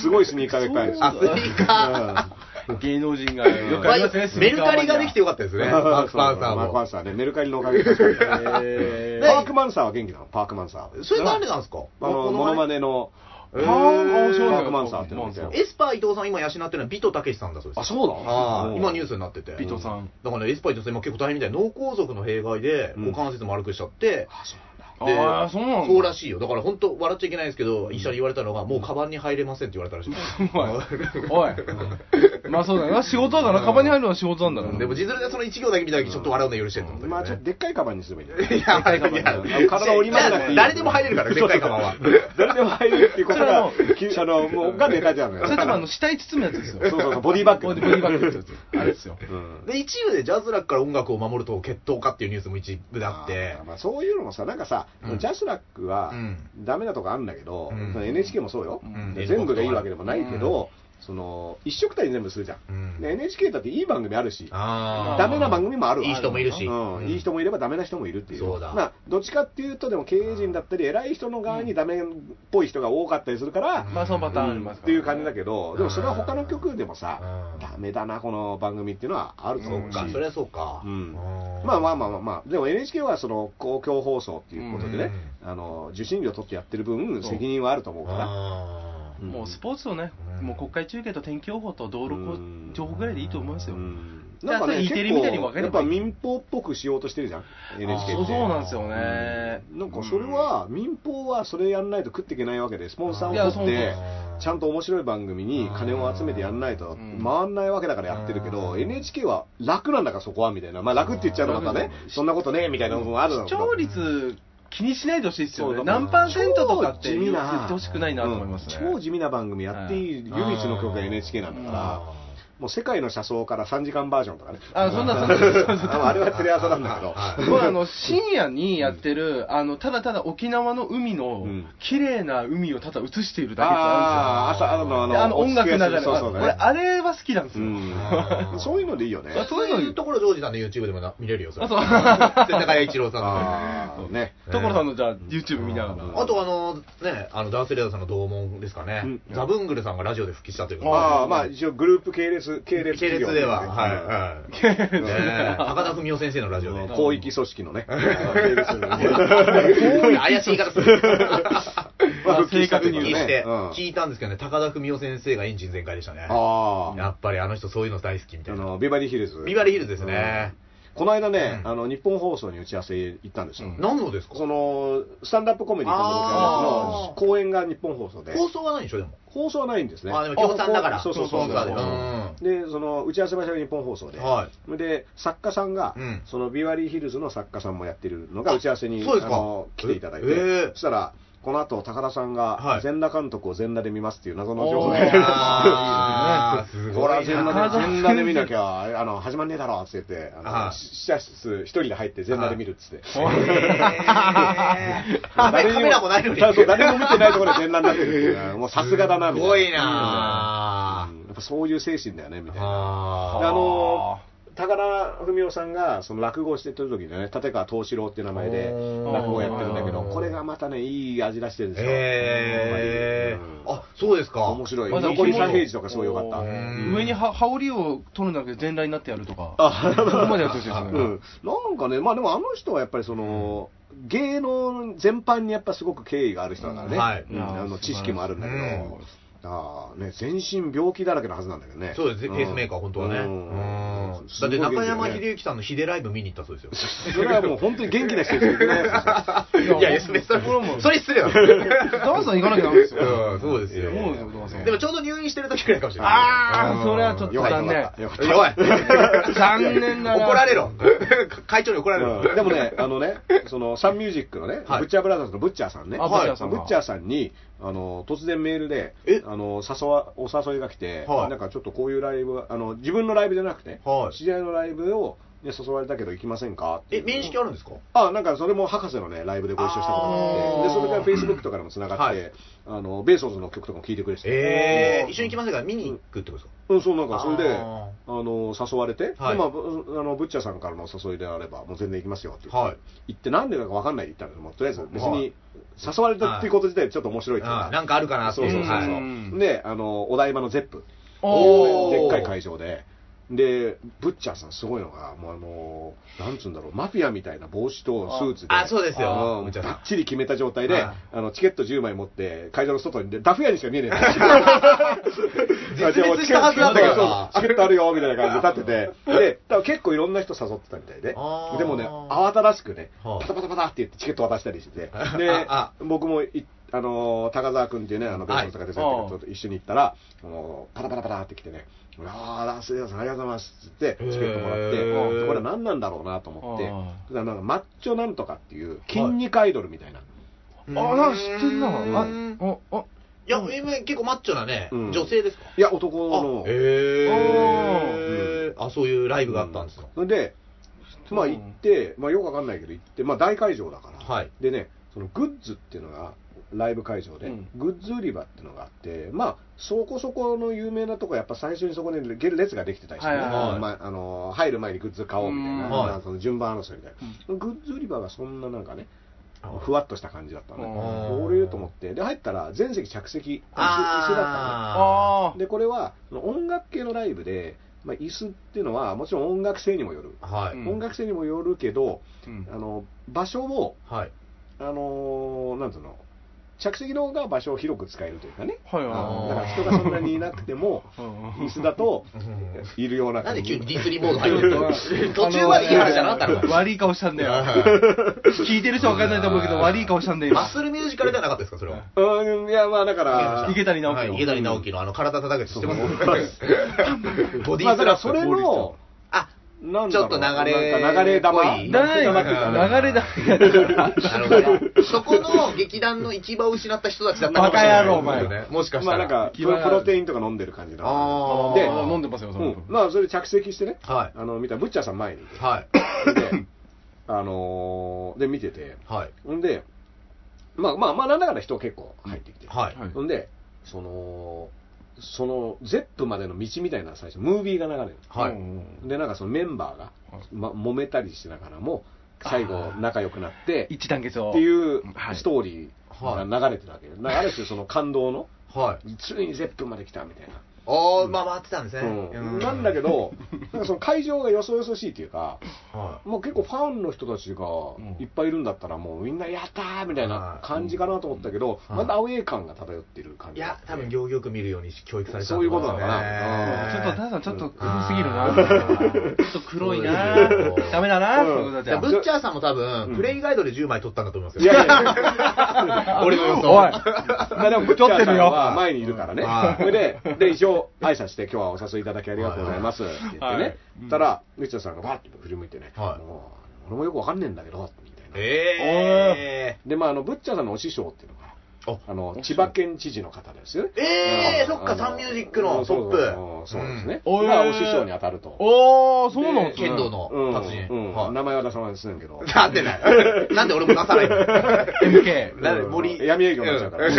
Speaker 4: すごいスニーカーがいっぱいあるんですよ
Speaker 2: アスリーカ
Speaker 3: 芸能人がよくありますね
Speaker 2: ー。、メルカリができてよかったです
Speaker 4: う
Speaker 2: ね、
Speaker 4: ん
Speaker 2: バックパンサ
Speaker 4: マー
Speaker 2: ー
Speaker 4: ク・パン
Speaker 2: も。
Speaker 4: サーね、メルカリのおかげで助かった。
Speaker 3: え
Speaker 4: パーク・マンサーは元気なの、パーク・マンサー。
Speaker 2: それ誰なんですか
Speaker 4: あの、モノマネの、
Speaker 2: えー
Speaker 3: あそう
Speaker 4: パ
Speaker 3: な
Speaker 4: ー
Speaker 3: ん
Speaker 4: ク・
Speaker 3: だ
Speaker 4: マンサーってのがいて
Speaker 2: エスパー伊藤さん、今養ってるのはビトたけしさんだそうです。
Speaker 4: あ、そうな
Speaker 2: あ
Speaker 4: の
Speaker 2: あ今ニュースになってて。
Speaker 3: ー、ビトさん。
Speaker 2: だからね、エスパイ女性も結構大変みたいな、脳梗塞の弊害で、
Speaker 4: うん
Speaker 2: 股関節も悪くしちゃって、
Speaker 4: あ、そうなんだ。
Speaker 3: あーそうなんだ
Speaker 2: そうらしいよ。だから本当、笑っちゃいけないんですけど、医者に言われたのが、もうカバンに入れませんって言われたらしい。
Speaker 3: おい。まあそうだよな。仕事だから、カバンに入るのは仕事なんだから。
Speaker 2: でも、字面でその一行だけ見たとき、ちょっと笑うの許してると思ったけどね
Speaker 4: まあちょっとでっかいカバンにすればいいんだよ
Speaker 2: いや、いや、
Speaker 4: 体折り曲げなくていい
Speaker 2: 誰でも入れるから、でっかいカバンは。
Speaker 4: 誰でも入るっていうこと
Speaker 3: それは
Speaker 4: が
Speaker 3: も、
Speaker 4: きあの、もう、がネタじゃんのよ。
Speaker 3: それともあの、死体包むやつですよ。
Speaker 4: そうそうそうボディバッグ
Speaker 3: ボディバッグってやつ。あれですよ。
Speaker 4: うん
Speaker 2: で、一部でジャズラックから音楽を守ると決闘かっていうニュースも一部であって
Speaker 4: ー、まあ、そういうのもさ、なんかさ、
Speaker 2: うん
Speaker 4: ジャスラックは
Speaker 2: うん
Speaker 4: ダメなとこあるんだけど、
Speaker 2: うん
Speaker 4: その NHK もそうよ、
Speaker 3: うん
Speaker 4: で全部がいいわけでもないけど、その一色たりに全部するじゃん、
Speaker 2: うん
Speaker 4: で NHK だっていい番組あるし、
Speaker 2: あー
Speaker 4: ダメな番組もあるわ
Speaker 2: いい人もいるし。
Speaker 4: うんいい人もいればダメな人もいるっていう、
Speaker 2: そうだ
Speaker 4: まあ、どっちかっていうと、でも経営陣だったり、偉い人の側にダメっぽい人が多かったりするから、
Speaker 3: まあそのパターンあります
Speaker 4: っ
Speaker 3: か
Speaker 4: て
Speaker 3: ら
Speaker 4: い
Speaker 3: ね
Speaker 4: う感じだけど、でもそれは他の曲でもさ
Speaker 2: う、ん
Speaker 4: ダメだな、この番組っていうのはあると
Speaker 2: そ
Speaker 4: 思
Speaker 2: う
Speaker 4: うし、
Speaker 2: か、それはそうか。
Speaker 4: うん
Speaker 2: あー
Speaker 4: まあまあまあまあまあ、でも NHK はその公共放送っていうことでね、あの受信料取ってやってる分、
Speaker 3: そう
Speaker 4: 責任はあると思うから、
Speaker 2: あー
Speaker 4: ん
Speaker 3: もうスポーツをね、もう国会中継と天気予報と道路
Speaker 4: うん
Speaker 3: 交情報ぐらいでいいと思いますよ。
Speaker 4: うん
Speaker 3: じゃ
Speaker 4: な
Speaker 3: あ
Speaker 4: んかね、
Speaker 3: それ E テレ
Speaker 4: 結
Speaker 3: みたいに分
Speaker 4: 構
Speaker 3: け
Speaker 4: や
Speaker 3: れ
Speaker 4: っ
Speaker 3: ば
Speaker 4: ぱ
Speaker 3: いい
Speaker 4: 民放っぽくしようとしてるじゃん、NHK
Speaker 3: そう
Speaker 4: っ
Speaker 3: そ
Speaker 4: て。
Speaker 3: うなんですよね。
Speaker 4: なんかそれは、民放はそれやんないと食っていけないわけで、スポンサ
Speaker 3: い
Speaker 4: ー
Speaker 3: や
Speaker 4: を取って
Speaker 3: そう、
Speaker 4: ちゃんと面白い番組に金を集めてやんないと
Speaker 3: うん
Speaker 4: 回んないわけだからやってるけど、
Speaker 2: うん
Speaker 4: NHK は楽なんだからそこはみたいな、まあ楽って言っちゃうのまたね、そんなことねえみたいなのもあるだろう
Speaker 3: 視
Speaker 4: けど
Speaker 3: 聴率気にしないでほしいですよ
Speaker 4: そ
Speaker 3: ね。
Speaker 4: うだから
Speaker 3: 何パーセントとかっ
Speaker 4: 超
Speaker 3: て
Speaker 4: 地
Speaker 3: 言
Speaker 4: 味
Speaker 3: っ
Speaker 4: な
Speaker 3: てほしくないなと思いますね。
Speaker 4: うん超地味な番組やっていい唯一の曲が NHK なんだから、もう世界の車窓から3時間バージョンとかね、
Speaker 3: あ、そんな、そんな。
Speaker 4: ああれはテレ朝なんだけど。
Speaker 3: これあの深夜にやってる、あのただただ沖縄の海の
Speaker 4: うん
Speaker 3: 綺麗な海をただ映しているだけなん
Speaker 4: ああ、朝のあ
Speaker 3: ですよ、であの
Speaker 4: の、
Speaker 3: 音楽流れ、
Speaker 4: 落ち着くやつそうそう
Speaker 3: 俺、
Speaker 4: ね。
Speaker 3: あれは好きなんですよ、
Speaker 4: うんそういうのでいいよね。
Speaker 3: あ
Speaker 2: そういうところ、ジョージさんの YouTube でもな見れるよ、それ。
Speaker 3: あそう
Speaker 2: 千中谷一郎さん
Speaker 4: あ
Speaker 2: の
Speaker 4: ーね。
Speaker 3: 所さんのじゃあ、YouTube 見ながら、
Speaker 2: あとあのね、あのダンスレーダーさんの同門ですかね、
Speaker 4: うん
Speaker 2: ザブングルさんがラジオで復帰したというか、
Speaker 4: ああ、まあ一応グループ系列、系列
Speaker 2: 系
Speaker 4: 企
Speaker 2: 列
Speaker 4: 業
Speaker 2: では、はい、
Speaker 4: い。
Speaker 2: はい。ね高田文夫先生のラジオで。
Speaker 4: 広域組織のね。
Speaker 2: 怪しい言い方する。
Speaker 3: まあ
Speaker 4: 復帰
Speaker 3: 正確
Speaker 2: 確
Speaker 3: に
Speaker 2: 認
Speaker 3: 言うね、
Speaker 2: して、
Speaker 4: うん
Speaker 2: 聞いたんですけどね、高田文夫先生がエンジン全開でしたね。
Speaker 4: ああ。
Speaker 2: やっぱりあの人そういうの大好きみた
Speaker 4: あ
Speaker 2: いな。
Speaker 4: の、ビバリーヒルズ。
Speaker 2: ビバリーヒルズですね。
Speaker 4: この間ね、
Speaker 2: うん
Speaker 4: あの、日本放送に打ち合わせ行ったんですよ。
Speaker 3: うん
Speaker 2: 何のですか
Speaker 4: その、スタンダップコメディとの
Speaker 2: あー
Speaker 4: 公演が日本放送で、
Speaker 2: 放送はないでしょ、でも。
Speaker 4: 放送はないんですね。
Speaker 2: あ、でも共産だから。
Speaker 4: そうそうそう
Speaker 2: 共
Speaker 4: そう。
Speaker 2: 産だから
Speaker 4: で、その、打ち合わせ場所が日本放送
Speaker 2: う
Speaker 4: で
Speaker 2: ん。、はい。
Speaker 4: で、作家さんが、
Speaker 2: うん
Speaker 4: そのビバリーヒルズの作家さんもやってるのが打ち合わせに
Speaker 2: あそうです
Speaker 4: あ
Speaker 2: か
Speaker 4: の来ていただいて、
Speaker 2: ええ
Speaker 4: そしたら、この後、高田さん
Speaker 2: は
Speaker 4: が
Speaker 2: い
Speaker 4: 全裸監督を全裸で見ますっていう謎の情報が
Speaker 3: おー
Speaker 2: あーすごいな
Speaker 4: ほら、全裸
Speaker 3: 高田
Speaker 4: で、全裸で見なきゃ、あの、始まんねえだろって言って、あ
Speaker 2: は
Speaker 4: の、
Speaker 2: い
Speaker 4: 試写室一人で入って全裸で見るっつって。
Speaker 2: えーカメカメラもないのに。
Speaker 4: そうそう誰も見てないところで全裸になってるっていうのはもうさすがだな、み
Speaker 2: す
Speaker 4: たいな。
Speaker 2: ごいな
Speaker 4: うんやっぱそういう精神だよね、み
Speaker 2: ぁ
Speaker 4: たいな。
Speaker 2: あ
Speaker 4: であの高田文夫さんがその落語をしてる時にね立川藤四郎っていう名前で
Speaker 2: おー
Speaker 4: 落語をやってるんだけど
Speaker 3: うん
Speaker 4: これがまたねいい味出してるんですよ、
Speaker 2: えー、
Speaker 4: やっぱ
Speaker 2: あそうですか
Speaker 4: りうん面白い
Speaker 3: まだ
Speaker 4: 残り三平次とかすごいよかった
Speaker 2: お
Speaker 4: う
Speaker 2: ー
Speaker 4: ん
Speaker 3: 上には羽織を取るんだけど、全裸になってやるとか、
Speaker 4: あ
Speaker 3: そこまでやってほしいですね、
Speaker 4: うん、なんかねまあでもあの人はやっぱりその芸能全般にやっぱすごく敬意がある人だからね、
Speaker 2: うんはい
Speaker 4: うんあの知識もあるんだけど、
Speaker 2: うん
Speaker 4: あーね、全身病気だらけのはずなんだけどね
Speaker 2: そうですね、ペースメーカー、本当はね。
Speaker 4: うん
Speaker 2: うん
Speaker 4: す
Speaker 2: だ
Speaker 4: ご
Speaker 2: っ
Speaker 4: い
Speaker 2: て
Speaker 4: 元気よね
Speaker 2: 中山秀幸さんのヒデライブ見に行ったそうですよ。
Speaker 4: それはもう本当に元気な人しか行け ないやつですよ
Speaker 2: いや、いやそれ、それそれ失礼だろ。
Speaker 3: ダンさん行かなきゃダメですよ、
Speaker 2: うんそうです
Speaker 3: そ
Speaker 2: よ。
Speaker 3: うですよダンさん
Speaker 2: でもちょうど入院してる時くらいかもしれない。
Speaker 3: あ
Speaker 2: う
Speaker 3: あ、
Speaker 2: ん
Speaker 3: それはちょっと
Speaker 4: よかった
Speaker 3: 残念、
Speaker 4: よかった
Speaker 2: 弱い。
Speaker 3: 残念だな、
Speaker 2: 怒られろ。 会長に怒られ
Speaker 4: うん
Speaker 2: ろ。
Speaker 4: でもね、あのね、そのサンミュージックのね、
Speaker 2: はい
Speaker 4: ブッチャーブラザーズのブッチャーさんね、
Speaker 3: あ
Speaker 4: はい
Speaker 3: ブッチャーさん
Speaker 4: ブ
Speaker 3: が
Speaker 4: ッチャーさんにあの突然メールで
Speaker 2: え、
Speaker 4: あの誘わお誘いが来て、
Speaker 2: はい
Speaker 4: なんかちょっとこういうライブ、あの自分のライブじゃなくて、
Speaker 2: はい
Speaker 4: 知り合いのライブを、ね、誘われたけど行きませんかってい
Speaker 2: え、
Speaker 4: う
Speaker 2: 面識あるんですか
Speaker 4: あなんかそれも博士のね、ライブでご一緒したことがあって、で
Speaker 2: あー
Speaker 4: それからフェイスブックとかでもつながって、
Speaker 2: はい
Speaker 4: あのベーソーズの曲とかも聴いてくれてて、
Speaker 2: ええ、一緒に行きませんか見に行くってことですか
Speaker 4: うん、そうなんか、それで、あ
Speaker 2: あ
Speaker 4: の、誘われて、
Speaker 2: はい
Speaker 4: でまあ、ぶあの、ブッチャーさんからのお誘いであれば、もう全然行きますよって言って、
Speaker 2: はい
Speaker 4: 行って、なんでだかわかんないで行ったんですもうとりあえず、別
Speaker 2: は
Speaker 4: に
Speaker 2: い、
Speaker 4: 誘われたっていうこと自体ちょっと面白いっていう
Speaker 2: あーなんかあるかなって
Speaker 4: そう
Speaker 2: い
Speaker 4: そう
Speaker 2: う
Speaker 4: そうそう
Speaker 2: はい
Speaker 4: で、あの、お台場のゼップ、
Speaker 3: おー
Speaker 4: でっかい会場で、で、ブッチャーさんすごいのが、もうあの、なんつうんだろう、マフィアみたいな帽子とスーツで。
Speaker 2: あそうですよ
Speaker 4: あの
Speaker 2: ブッチャーさん
Speaker 4: ばっちり決めた状態で、
Speaker 2: はい
Speaker 4: あの、チケット10枚持って、会場の外に出て、ダフ屋にしか 見えねえんだよ
Speaker 2: 実滅したはずなんだけどな
Speaker 4: チケットあるよ、みたいな感じで立ってて、で、多分結構いろんな人誘ってたみたいで、で
Speaker 2: あー
Speaker 4: もね、慌ただしくね、
Speaker 2: はあ
Speaker 4: パタパタパタって言ってチケット渡したりしてて、
Speaker 2: あ
Speaker 4: で、僕もい、あのー高澤君っていうね、あの、
Speaker 2: はい
Speaker 4: 弁護士の方と一緒に行ったら、あのーパタパタパタって来てね、ああ、ラスベガスありがとうございますって言って、チケットもらっ
Speaker 2: へ
Speaker 4: て、
Speaker 2: ー
Speaker 4: これ何なんだろうなと思って
Speaker 3: あ、
Speaker 4: だからなんかマッチョなんとかっていう、筋肉アイドルみたいな。
Speaker 2: あ
Speaker 3: あ、なんか知ってんな。
Speaker 2: あ
Speaker 3: あ、あ、あ、
Speaker 2: いや、今結構マッチョなね、
Speaker 4: うん
Speaker 2: 女性ですか
Speaker 4: いや、男の。
Speaker 2: へえ。あ、そういうライブがあったんですか。
Speaker 4: それで、まあ行って、まあよくわかんないけど行って、まあ大会場だから、
Speaker 2: はい
Speaker 4: でね、そのグッズっていうのが、ライブ会場で、
Speaker 3: うん
Speaker 4: グッズ売り場っていうのがあって、まあ、そこそこの有名なとこやっぱ最初にそこにゲル列ができてたりしてね、
Speaker 3: はいはいはい
Speaker 4: まああの入る前にグッズ買おうみたいな、
Speaker 3: うん
Speaker 4: まあ
Speaker 2: はい
Speaker 4: その順番争いみたいな、グッズ売り場がそんななんかね、ふわっとした感じだったの
Speaker 2: う
Speaker 4: ね、
Speaker 2: ん
Speaker 4: これと思って、で入ったら全席着席、椅子椅子だったのね。
Speaker 2: あ
Speaker 3: あー
Speaker 4: でこれはその音楽系のライブで、まあ、椅子っていうのはもちろん音楽性にもよる、
Speaker 2: あ。は
Speaker 3: う
Speaker 2: い。
Speaker 3: ん
Speaker 4: 音楽性にもよるけど
Speaker 3: うん
Speaker 4: あの場所を
Speaker 2: はい。
Speaker 4: あのーなんつうの着席の方が場所を広く使えるというかね
Speaker 3: はい
Speaker 4: あ
Speaker 3: は
Speaker 4: の
Speaker 3: い
Speaker 4: だから人がそんなにいなくても
Speaker 3: うん
Speaker 4: 椅子だといるような
Speaker 2: なん
Speaker 4: 感
Speaker 2: で急
Speaker 4: じ
Speaker 2: にディスリーモード入るの途中まで言うじゃなか ったの
Speaker 3: 悪い顔したんだよ。聞いてる人わかんないと思うけど、悪い顔したんだよ、
Speaker 2: マッ
Speaker 3: 今。
Speaker 2: スルミュージカルじゃなかったですか、それは。
Speaker 4: うんいやまあだから
Speaker 3: 池谷直
Speaker 2: は
Speaker 3: 樹
Speaker 2: い
Speaker 3: の。
Speaker 2: 池谷直樹のあの体叩くやつ知ってますボディ
Speaker 4: まあだ
Speaker 2: ース
Speaker 4: か
Speaker 2: ラ
Speaker 4: ら
Speaker 2: ッ
Speaker 4: そ
Speaker 2: プ。
Speaker 4: れの
Speaker 2: あ、
Speaker 4: なん
Speaker 2: ち
Speaker 4: だ
Speaker 2: ょ
Speaker 4: ろ
Speaker 2: っ
Speaker 4: う
Speaker 2: と流れ。
Speaker 4: なんか流れ玉
Speaker 2: っぽい
Speaker 3: だ
Speaker 4: 流れ玉っていうか
Speaker 3: 流れ玉やった
Speaker 2: なるほど。そこの劇団の行き場を失った人たちだったかもしれない。
Speaker 3: バカ野郎お前
Speaker 2: もしかした
Speaker 4: まあな
Speaker 2: ら。
Speaker 4: んかプ
Speaker 3: 気は
Speaker 4: ロプロテインとか飲んでる感じな
Speaker 2: あ
Speaker 4: の
Speaker 2: ー
Speaker 4: で
Speaker 3: あー飲んでますよ、その
Speaker 4: うん、まあそれで着席してね、
Speaker 2: はい
Speaker 4: あの見たらブッチャーさん前にいて
Speaker 2: はい。
Speaker 4: で、あのーで、見てて、
Speaker 2: はい。
Speaker 4: ほんで、まあまあ、まあ、なんだから人結構入ってきて、
Speaker 2: はい。
Speaker 3: はい
Speaker 4: ほんで、その、その、ゼップまでの道みたいな最初、ムービーが流れる。
Speaker 2: はい。
Speaker 4: で、なんかそのメンバーが、ま、揉めたりしながらも、最後、仲良くなって、
Speaker 3: 一団結を。
Speaker 4: っていう
Speaker 3: はい
Speaker 4: ストーリーが流れてるわけよ。だからある種、その感動の、
Speaker 2: はい。
Speaker 4: ついにゼップまで来たみたいな。
Speaker 2: おー、まあ回ってたんですね。
Speaker 4: うん、なんだけど、なんかその会場がよそよそしいっていうか、
Speaker 2: は
Speaker 4: もう結構ファンの人たち
Speaker 3: ん
Speaker 4: がいっぱいいるんだったら、もうみんなやったーみたいな感じかなと思ったけど、
Speaker 2: うん
Speaker 4: またアウェー感が漂ってる感
Speaker 2: い。い
Speaker 4: じがあ
Speaker 2: や
Speaker 4: って。、
Speaker 2: 多分、行儀よく見るように教育された
Speaker 4: そういうことなのか
Speaker 3: うん
Speaker 4: な
Speaker 3: ちょっと、たださん、ちょっと黒すぎる
Speaker 2: あ
Speaker 3: な。
Speaker 2: ー
Speaker 3: ちょっと黒いな
Speaker 2: 黒いよ。
Speaker 3: ダメだな、
Speaker 4: うん
Speaker 3: そういうこと
Speaker 2: じ
Speaker 3: じゃ
Speaker 2: ゃ。ブッチャーさんも多分、プレイガイドで10枚取ったんだと思いますよ。
Speaker 4: いやいやいや、
Speaker 2: 俺の予想。
Speaker 3: おい
Speaker 4: まあでも、ブッチャーさんは前にいるからね
Speaker 2: はい。
Speaker 4: それで、で、一応、挨拶して、今日はお誘いいただきありがとうございますって言って
Speaker 3: は
Speaker 4: ね
Speaker 3: い。
Speaker 4: たら、ブッチャーさんがバッて振り向いてね、
Speaker 2: はい
Speaker 4: もう俺もよくわかんねえんだけど、みたいな。
Speaker 2: え
Speaker 4: で、まあ、あの、ブッチャーさんのお師匠っていうのが、
Speaker 2: ー。あ
Speaker 4: あの、千葉県知事の方ですよね。
Speaker 2: ええ
Speaker 4: うん
Speaker 2: そっか
Speaker 4: あの
Speaker 2: サンミュージックのトップ
Speaker 4: うんそうそうそうそうですね。
Speaker 3: うん
Speaker 4: がお師匠に当たると。
Speaker 3: おー、そうなんですね
Speaker 2: 剣道の
Speaker 4: うん
Speaker 2: 達人
Speaker 4: うん
Speaker 2: はい
Speaker 4: 名前は出さないですねんけど。
Speaker 2: なんで ない。なんで俺も出さないの
Speaker 3: MK。
Speaker 2: なんで森。
Speaker 4: 闇営業になっちゃうから
Speaker 2: うん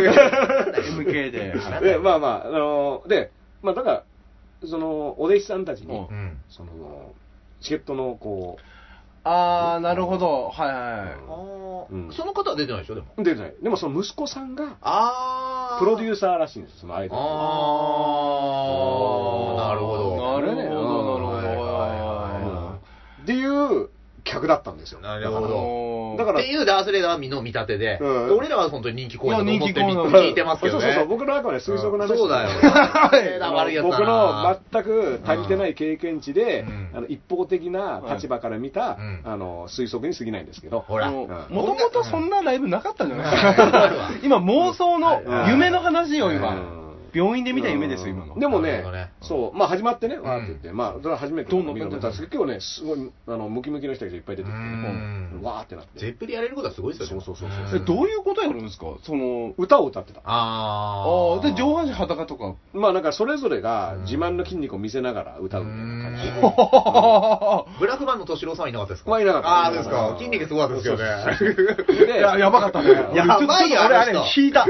Speaker 3: MK で。
Speaker 4: で、まあまあ、あのーで、まあだから、その、お弟子さんたちに
Speaker 3: う
Speaker 2: う、ん
Speaker 4: その、チケットの、こ
Speaker 3: あー、なるほど。はいは
Speaker 2: あー
Speaker 4: うん
Speaker 2: その方は出てないでしょ、でも。
Speaker 4: う、出てない。でもその息子さんが、
Speaker 2: あー。
Speaker 4: プロデュ
Speaker 2: ー
Speaker 4: ーサーらしいんです、そのアイドルの。
Speaker 2: あー。なるほ
Speaker 3: い。な
Speaker 2: ど。
Speaker 3: るほど、なる
Speaker 2: はいはいはい
Speaker 3: ほ
Speaker 2: は
Speaker 4: うんっていう客だったんですよ。
Speaker 2: なるほ
Speaker 3: ど。
Speaker 2: ど
Speaker 3: おー
Speaker 4: だか
Speaker 2: っ
Speaker 4: ら
Speaker 2: ていうダースレーダーはみんな見立てで、
Speaker 4: うん
Speaker 2: で俺らは本当に人気公演だと思って
Speaker 3: いや人気公演だ
Speaker 2: 聞いてます
Speaker 4: そ
Speaker 2: け
Speaker 4: うそ
Speaker 2: ど
Speaker 4: う
Speaker 2: ね。
Speaker 4: そう、僕の中で推測なんですよ
Speaker 2: そうだ よ。ダースレーダー悪いやつだ
Speaker 4: 僕
Speaker 2: な
Speaker 4: の全く足りてない経験値で、
Speaker 2: うん
Speaker 4: あの一方的な立場から見た、
Speaker 2: うん
Speaker 4: あの推測に過ぎないんですけど、
Speaker 2: ほら。
Speaker 3: も
Speaker 4: うん
Speaker 3: ともとそんなライブなかったんじゃない 今妄想の夢の話よ今
Speaker 4: うん
Speaker 3: 病院で見た夢ですよ今の
Speaker 4: でもね
Speaker 2: なるほどね
Speaker 4: そうまあ始まってね
Speaker 2: ん
Speaker 4: わーって言って、まあそれは初めて
Speaker 3: どんな
Speaker 4: 見ようと思ったんですけど今日ねすごいあのムキムキの人たちがいっぱい出てきて、
Speaker 2: うん
Speaker 4: わーってなって
Speaker 2: ゼップでやれることはすごいですよね。
Speaker 4: そうそうそうそ
Speaker 3: えどういうことやるんですかその
Speaker 4: 歌を歌ってた
Speaker 2: あ
Speaker 3: ああ
Speaker 2: ー。
Speaker 3: で上半身裸とか
Speaker 4: まあなんかそれぞれが自慢の筋肉を見せながら歌うみたいな感じで、
Speaker 2: ブラフマンの敏郎さんはいなかったですか
Speaker 4: まあいなかった
Speaker 2: ああー、ですか。筋肉すごかったですよね。
Speaker 4: で
Speaker 3: いややばかった ね
Speaker 2: やばい
Speaker 3: ちょっと俺
Speaker 2: よ
Speaker 3: あれ
Speaker 2: あの人
Speaker 3: 引いた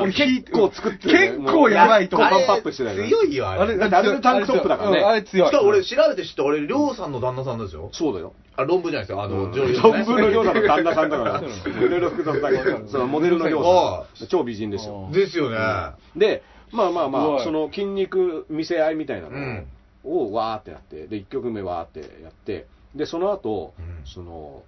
Speaker 3: 俺引い
Speaker 4: 結構作ってるね
Speaker 3: 結構やばいと思
Speaker 4: あ
Speaker 3: う
Speaker 4: れ
Speaker 2: あ
Speaker 4: パン
Speaker 2: れ
Speaker 4: プしてたよね
Speaker 2: 強いよ、あれ。
Speaker 4: ダブルタンクトップだからね
Speaker 3: うんあれ強い
Speaker 2: しかも俺調べて知った俺、りょうさんの旦那さんですよ。
Speaker 4: そうだよ
Speaker 2: あ、論文じゃないですよ。あの、女優
Speaker 4: 論文の量だと旦那さんだから、いろいろ複雑だけど、そのモデルの量
Speaker 2: あ
Speaker 4: さん、超美人ですよ。
Speaker 2: ですよね。
Speaker 4: で、まあまあ
Speaker 3: すご
Speaker 4: ま
Speaker 3: い
Speaker 4: あ、その筋肉見せ合いみたいな
Speaker 2: う
Speaker 4: のをを
Speaker 2: ん
Speaker 4: わーってやって、で、1曲目わーってやって、で、その後、
Speaker 2: うん
Speaker 4: その、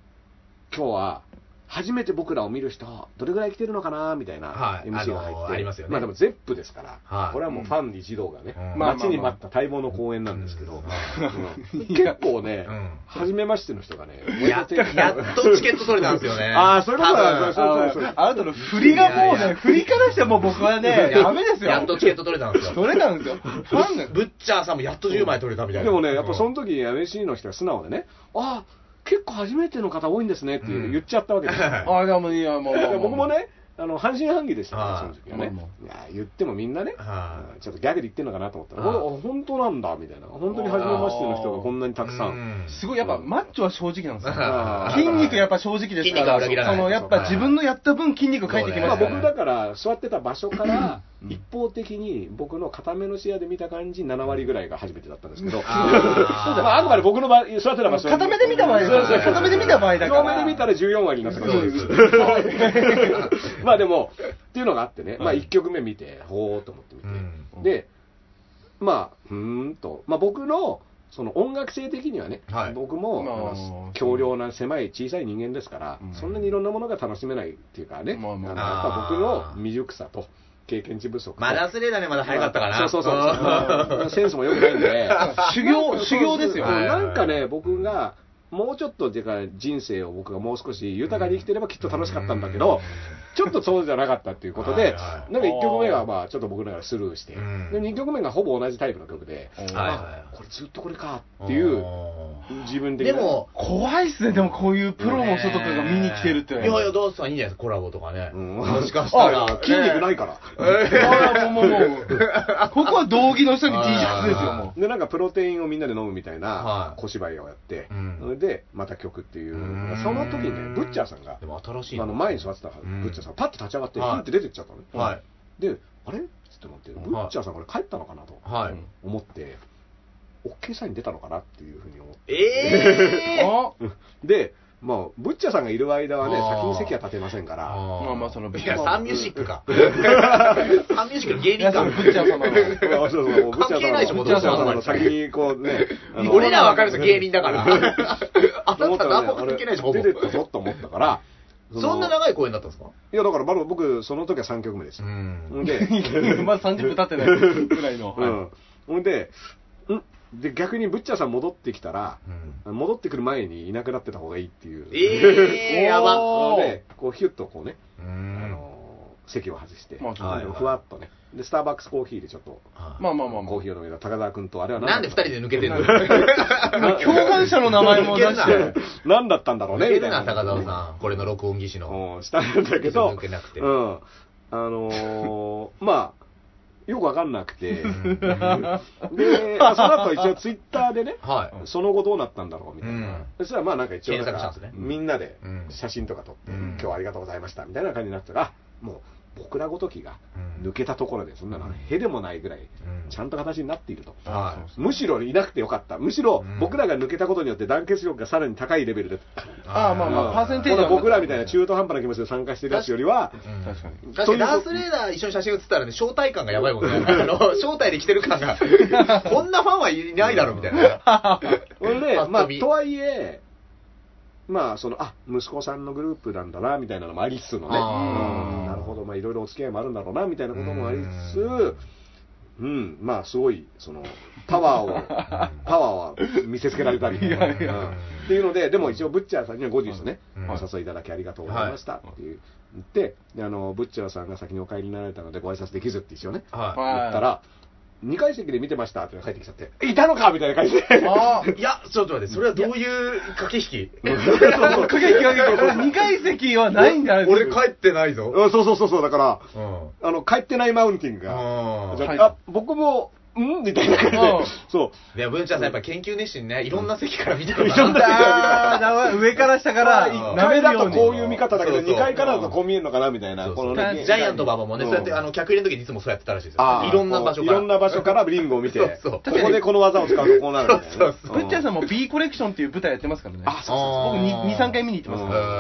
Speaker 4: 今日は、初めて僕らを見る人、どれぐらい来てるのかなみたいな
Speaker 2: はい
Speaker 4: MC が入って、
Speaker 2: あのーありますよね
Speaker 4: まあでも、ゼップですから、
Speaker 2: はい
Speaker 4: これはもうファンに児童がね、
Speaker 2: うん
Speaker 4: 待ちに待った待望の公演なんですけど、うん
Speaker 3: うん
Speaker 4: 結構ね、
Speaker 2: うん
Speaker 4: 初めましての人がね、
Speaker 2: やっやっとチケット取れたんですよね。
Speaker 4: ああ、そういうこと
Speaker 2: 多
Speaker 4: だ、
Speaker 2: 分
Speaker 4: そうそうそうそう。
Speaker 3: あなたの振りがもう
Speaker 2: いやい
Speaker 3: ね、
Speaker 2: や
Speaker 3: 振りからしてもう僕はね、ダメですよ。
Speaker 2: やっとチケット取れたんですよ。
Speaker 3: 取れたんですよ。ファンが。
Speaker 2: ブッチャーさんもやっと10枚取れたみたいな。
Speaker 4: でもね、やっぱそ
Speaker 2: うん
Speaker 4: の時、MC の人が素直でね、ああ、結構初めての方多いんですねっていううん言っちゃったわけですよ。
Speaker 3: あ、でもいいや、もう。
Speaker 4: で僕もね、あの半信半疑でした
Speaker 2: ああ
Speaker 4: ね、その時はね
Speaker 3: も。
Speaker 4: いや言ってもみんなね、
Speaker 2: ああ
Speaker 4: うんちょっとギャグで言ってんのかなと思ったら、
Speaker 2: ああ
Speaker 4: ほん本当なんだみたいな、本当に初めましての人がこんなにたくさ。
Speaker 2: うんん
Speaker 3: すごい、やっぱマッチョは正直なんですよ。
Speaker 4: ああ
Speaker 3: 筋肉やっぱ正直ですから、
Speaker 2: 筋肉は裏切らない
Speaker 3: そのやっぱ自分のやった分筋肉返ってき
Speaker 4: ま
Speaker 3: ま
Speaker 4: あ
Speaker 3: すよ
Speaker 4: 僕だから、座ってた場所から、一方的に僕の片目の視野で見た感じ、7割ぐらいが初めてだったんですけど、
Speaker 2: ああ
Speaker 4: まあ、あくまで僕の場合、座ってた場所。
Speaker 3: 片目で見た場合だから
Speaker 4: そうそうそう
Speaker 3: 片目で見た場合だから
Speaker 4: 両目で見たら14割になったから。
Speaker 2: そうです
Speaker 4: まあでも、っていうのがあってね、まあ
Speaker 2: はい
Speaker 4: 1曲目見て、ほーっと思って見て。
Speaker 2: うん
Speaker 4: で、まあ、ふーんと。まあ僕の、その音楽性的にはね、
Speaker 2: はい
Speaker 4: 僕も、
Speaker 3: まあ
Speaker 4: あの強量な狭い小さい人間ですから、
Speaker 3: うん
Speaker 4: そんなにいろんなものが楽しめないっていうかね、
Speaker 3: まあまあ
Speaker 4: のやっぱ僕の未熟さと経験値不足と。
Speaker 2: まだスレだね、まだ早かったかな。
Speaker 4: そうそうそ うそう。センスも良くないんで。
Speaker 3: 修行、修行ですよ。
Speaker 4: うん
Speaker 2: はい
Speaker 4: なんかね、僕が、もうちょっと、てか人生を僕がもう少し豊かに生きてればきっと楽しかったんだけど、ちょっとそうじゃなかったっていうこと
Speaker 2: はい
Speaker 4: で、
Speaker 2: はい
Speaker 4: なんか1曲目がまあちょっと僕ながらスルーして、で
Speaker 2: うん
Speaker 4: 2曲目がほぼ同じタイプの曲で、
Speaker 2: うん
Speaker 4: あ
Speaker 2: はいはい
Speaker 4: これずっとこれか
Speaker 2: はい
Speaker 4: っていう
Speaker 2: うん
Speaker 4: 自分的
Speaker 2: で
Speaker 4: な。
Speaker 2: も、
Speaker 3: 怖いっすね、でもこういうプロの人とかが見に来てるって。
Speaker 2: いやいや、どうすかいいんじゃないですか、コラボとかね。
Speaker 4: うん
Speaker 2: もしかした
Speaker 4: あ
Speaker 2: ら。
Speaker 4: 筋肉ないいから。
Speaker 3: ああもうもうもう、ここは道着の人に T シャツですよ、もう。
Speaker 4: で、なんかプロテインをみんなで飲むみたいな
Speaker 2: はい
Speaker 4: 小芝居をやって、
Speaker 2: うん
Speaker 4: それで、また曲っていう
Speaker 2: うん。
Speaker 4: その時にね、ブッチャーさんが
Speaker 2: で、も新しい
Speaker 4: あの前に座ってた
Speaker 2: うん
Speaker 4: ブッチャーさん、パッと立ち上がって、
Speaker 2: はい
Speaker 4: ふんって出てっちゃったのね。
Speaker 2: はい。
Speaker 4: で、あれちょっと待って、ブ
Speaker 2: はい
Speaker 4: ッチャーさん、これ帰ったのかなと
Speaker 2: はい。
Speaker 4: 思って、OK サイン出たのかなっていうふうに思って、
Speaker 2: ええ
Speaker 3: あ
Speaker 4: で、まあ、ブッチャーさんがいる間はね、
Speaker 2: あー
Speaker 4: 先に席は立てませんから、
Speaker 2: ー
Speaker 3: まあまあその
Speaker 2: いや、サンミュージッ クか。サンミュージックの芸
Speaker 3: 皆
Speaker 2: 人
Speaker 3: さ
Speaker 2: か
Speaker 3: ん、。ブッチャー 様の。
Speaker 4: そうそうそうもうブッチャー
Speaker 2: 関係ないで
Speaker 4: さ
Speaker 2: し
Speaker 4: んの
Speaker 2: ょ
Speaker 4: ブッチ
Speaker 2: もともと
Speaker 4: ャーさんの先にこうね、あの
Speaker 2: 俺らはわかるんですよ、芸人 だから。あ
Speaker 4: 思
Speaker 2: な
Speaker 4: った
Speaker 2: た
Speaker 4: ら
Speaker 2: 何
Speaker 4: ね
Speaker 2: も関係ないでし
Speaker 4: あ
Speaker 2: ょ、ほ
Speaker 4: れ
Speaker 2: ぼ
Speaker 4: 出てったぞと思ったから、の
Speaker 2: そんな長い公演だったんですか
Speaker 4: いや、だからまだ僕、その時は3曲目ですよ。
Speaker 2: ん。
Speaker 4: で、
Speaker 3: まだ30分経ってないぐらいの。
Speaker 4: う
Speaker 3: は
Speaker 4: ん。ほんで、んで、逆にブッチャーさん戻ってきたら、戻ってくる前にいなくなってた方がいいっていう。
Speaker 2: ええやば。
Speaker 3: おー
Speaker 4: で、こうヒュッとこうね、
Speaker 2: う
Speaker 4: あ
Speaker 2: ん。
Speaker 4: のー席を外して、
Speaker 3: まあ
Speaker 2: はいはい
Speaker 4: ふわっとね、で、スターバックスコーヒーでちょっと、
Speaker 3: いまあまあまあま
Speaker 4: コーヒーを飲みながら高澤君と、あれは
Speaker 2: なんで二人で抜けてんの
Speaker 3: あ。共犯者の名前も出し
Speaker 2: いける
Speaker 3: て
Speaker 2: な。
Speaker 4: 何だったんだろう
Speaker 2: 抜
Speaker 4: ね、
Speaker 2: け
Speaker 4: み
Speaker 2: る
Speaker 4: たい
Speaker 2: な、
Speaker 4: な。
Speaker 2: 高澤さん。これの録音技師の。
Speaker 4: うん、したんだけど、
Speaker 2: 抜けなくて
Speaker 4: うん。あのー、まあ、よくわかんなくて、で、まあその後一応ツイッターでね、
Speaker 2: は
Speaker 4: その後どうなったんだろうみ
Speaker 2: い。
Speaker 4: たいな。そしたらまあなんか一応なん
Speaker 2: 検
Speaker 4: か
Speaker 2: 索したんですね
Speaker 4: みんなで
Speaker 2: うん
Speaker 4: 写真とか撮って、
Speaker 2: うん
Speaker 4: 今日はありがとうございましたみたいな感じになったら、もう僕らごときが
Speaker 2: うん
Speaker 4: 抜けたところで、そんなのへでもないぐらい、ちゃんと形になっていると。
Speaker 2: は
Speaker 4: むしろいなくてよかった。むしろ
Speaker 2: うん
Speaker 4: 僕らが抜けたことによって団結力がさらに高いレベルで、
Speaker 2: い。
Speaker 3: ああまあまあ、パーセンテージ
Speaker 4: こ
Speaker 3: は
Speaker 4: の僕らみたいな中途半端な気持ちで参加してるやつよりは、
Speaker 3: 確かに。
Speaker 2: 確かにダースレーダー一緒に写真写ったらね、招待感がやばいもん ね。あの、招待で来てる感が。こんなファンはいないだろ、みたいな。
Speaker 4: ほんで
Speaker 2: パ、ッと見
Speaker 4: まあ、とはいえ、まあ、その、あ、息子さんのグループなんだな、みたいなのもありつつのね、
Speaker 2: あ
Speaker 3: ー
Speaker 4: うんなるほど、まあ、いろいろお付き合いもあるんだろうな、みたいなこともありつ
Speaker 2: う
Speaker 4: つ、うん、まあ、すごい、その、パワーを、パワーは見せつけられたり、
Speaker 3: いやいや
Speaker 4: うんっていうので、でも一応、ブッチャーさんには後日ね、
Speaker 2: うん
Speaker 4: お誘いいただきありがとうございました、っていう。で、であの、ブッチャーさんが先にお帰りになられたので、ご挨拶できずって一応ね、
Speaker 2: は
Speaker 3: はい
Speaker 4: 言ったら、2階席で見てましたって帰ってきちゃって、いたのかみたいな感じで。
Speaker 3: ああ。
Speaker 2: い。いや、ちょっと待って、それはどういう駆け引き
Speaker 3: かけ引きかけ引き。これ2階席はないんじゃない
Speaker 2: 俺
Speaker 3: ですか。
Speaker 2: 帰ってないぞ。
Speaker 4: うんそうそうそうそう、だから、
Speaker 2: うん。
Speaker 4: あの、帰ってないマウンティングが、じゃあ
Speaker 2: い
Speaker 3: はい
Speaker 4: あ、僕も、んみたいな感じで
Speaker 3: うん、
Speaker 4: そ
Speaker 2: や、文ちゃんさん、やっぱ研究熱心ね、いろんな席から見て
Speaker 4: う、
Speaker 2: る
Speaker 4: いろんな人が
Speaker 3: あーだ上から下から
Speaker 4: 1
Speaker 3: 舐め
Speaker 4: 階
Speaker 3: る
Speaker 4: だ
Speaker 3: よう
Speaker 4: と
Speaker 3: に。
Speaker 4: こういう見方だけど、
Speaker 2: そうそう
Speaker 4: 2階からだとこう見えるのかなみたいな、
Speaker 2: そう
Speaker 4: こ
Speaker 2: そう
Speaker 4: の
Speaker 3: ね
Speaker 2: ジャイアント馬場もね、そうやって、あの、客入れの時にいつもそうやってたらしいですよ。いろんな場所から。
Speaker 4: いろんな場所からリングを見て、
Speaker 2: そうそう
Speaker 4: ここでこの技を使うとこうなるみたいな。
Speaker 2: そうそう
Speaker 3: ブッチャーさ
Speaker 4: ん。
Speaker 3: んも B コレクションっていう舞台やってますからね。
Speaker 4: あ、そう
Speaker 2: あー
Speaker 3: 僕2、3回見に行ってます
Speaker 4: う
Speaker 3: か
Speaker 4: ん
Speaker 3: ら。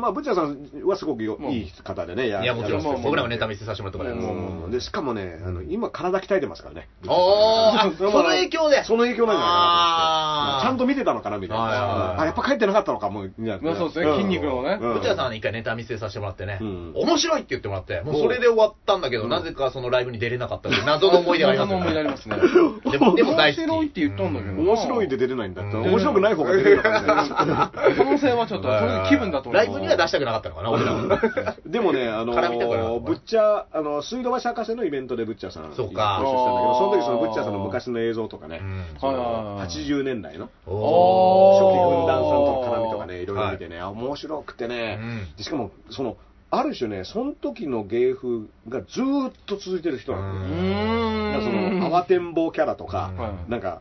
Speaker 4: まあ、ブッチャーさんはすごくよ
Speaker 3: もう
Speaker 4: いい方でね、や
Speaker 2: いや、もちろ
Speaker 3: もうも
Speaker 2: ん、
Speaker 3: う
Speaker 2: 僕らもネタ見せさせてもらったから
Speaker 4: うんで、しかもね、あの今、体鍛えてますからね。
Speaker 2: あおーあ
Speaker 4: れも
Speaker 2: その影響で
Speaker 4: その影響なんじゃないかなと思って
Speaker 2: あー
Speaker 4: ちゃんと見てたのかなみたい
Speaker 2: はいはいはい
Speaker 4: な。あ、やっぱ帰ってなかったのかも、みたいな
Speaker 3: まあそうですね筋肉のね
Speaker 4: うん
Speaker 2: 内田さんに一回ネタ見せさせてもらってね、
Speaker 4: うん
Speaker 2: 面白いって言ってもらって、もうそれで終わったんだけど、なぜかそのライブに出れなかったという謎の思い出があります
Speaker 3: 謎の思
Speaker 2: よね
Speaker 3: い出ありますね。
Speaker 2: でも、でも大好き。
Speaker 3: 面白いって言ったんだけどな
Speaker 4: 面白いで出れないんだって。
Speaker 2: うん
Speaker 4: 面白くない方が出れるから ね。
Speaker 3: 可能性はちょっと、それ気分だと思う。
Speaker 2: ライブには出したくなかったのかな、俺らは。
Speaker 4: でもね、あの
Speaker 2: 絡みたくなる
Speaker 4: ー、ブッチャー、あの、水道橋博士のイベントでブッチャーさん、
Speaker 2: そうか
Speaker 4: ご一緒したんだけど、その時そのブッチャーさんの昔の映像とかね、
Speaker 2: うん
Speaker 4: そ
Speaker 3: はいはい
Speaker 4: の
Speaker 3: はい
Speaker 4: 80年代の、
Speaker 3: おー
Speaker 4: 初期軍団さんとの絡みとかね、いろいろ見てね、あ面白くて
Speaker 2: う
Speaker 4: ね、
Speaker 2: ん
Speaker 4: でしかも、その、ある種ね、その時の芸風がずーっと続いてる人なの。
Speaker 2: う
Speaker 3: う
Speaker 2: ー
Speaker 4: だか
Speaker 3: ー
Speaker 4: らそ
Speaker 3: ん。
Speaker 4: の、慌てんぼうキャラとか、
Speaker 3: はい
Speaker 4: なんか、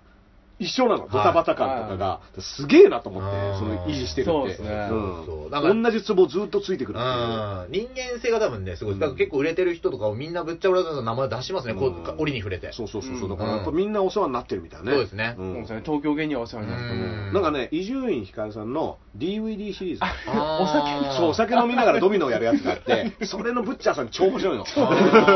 Speaker 4: 一緒なの、ドタバタ感とか
Speaker 3: は
Speaker 4: が、すげえなと思
Speaker 2: うん
Speaker 4: って、その維持してる
Speaker 3: そう
Speaker 4: っ
Speaker 3: で
Speaker 4: て。
Speaker 3: すね
Speaker 4: うん
Speaker 2: そうだから
Speaker 4: 同じツボずーっとついてく
Speaker 2: う
Speaker 4: るっていう。
Speaker 2: ん人間性が多分ね、すごい。だから結構売れてる人とかをみんなぶっちゃぶらざの名前出しますね、こ
Speaker 4: うん
Speaker 2: う折に触れて。
Speaker 4: そうそうそう
Speaker 3: う
Speaker 4: そう、
Speaker 3: ん
Speaker 4: だからやっぱみんなお世話になってるみたいね。
Speaker 2: そうですね
Speaker 3: そう
Speaker 4: うん
Speaker 3: ですね東京芸人はお世話にな
Speaker 2: う
Speaker 3: る
Speaker 2: ん
Speaker 4: なんかね、伊集院光さんの DVD シリーズ。
Speaker 2: あー
Speaker 3: お酒
Speaker 4: そう、お酒飲みながらドミノをやるやつがあって、それのブッチャーさん超面白いの。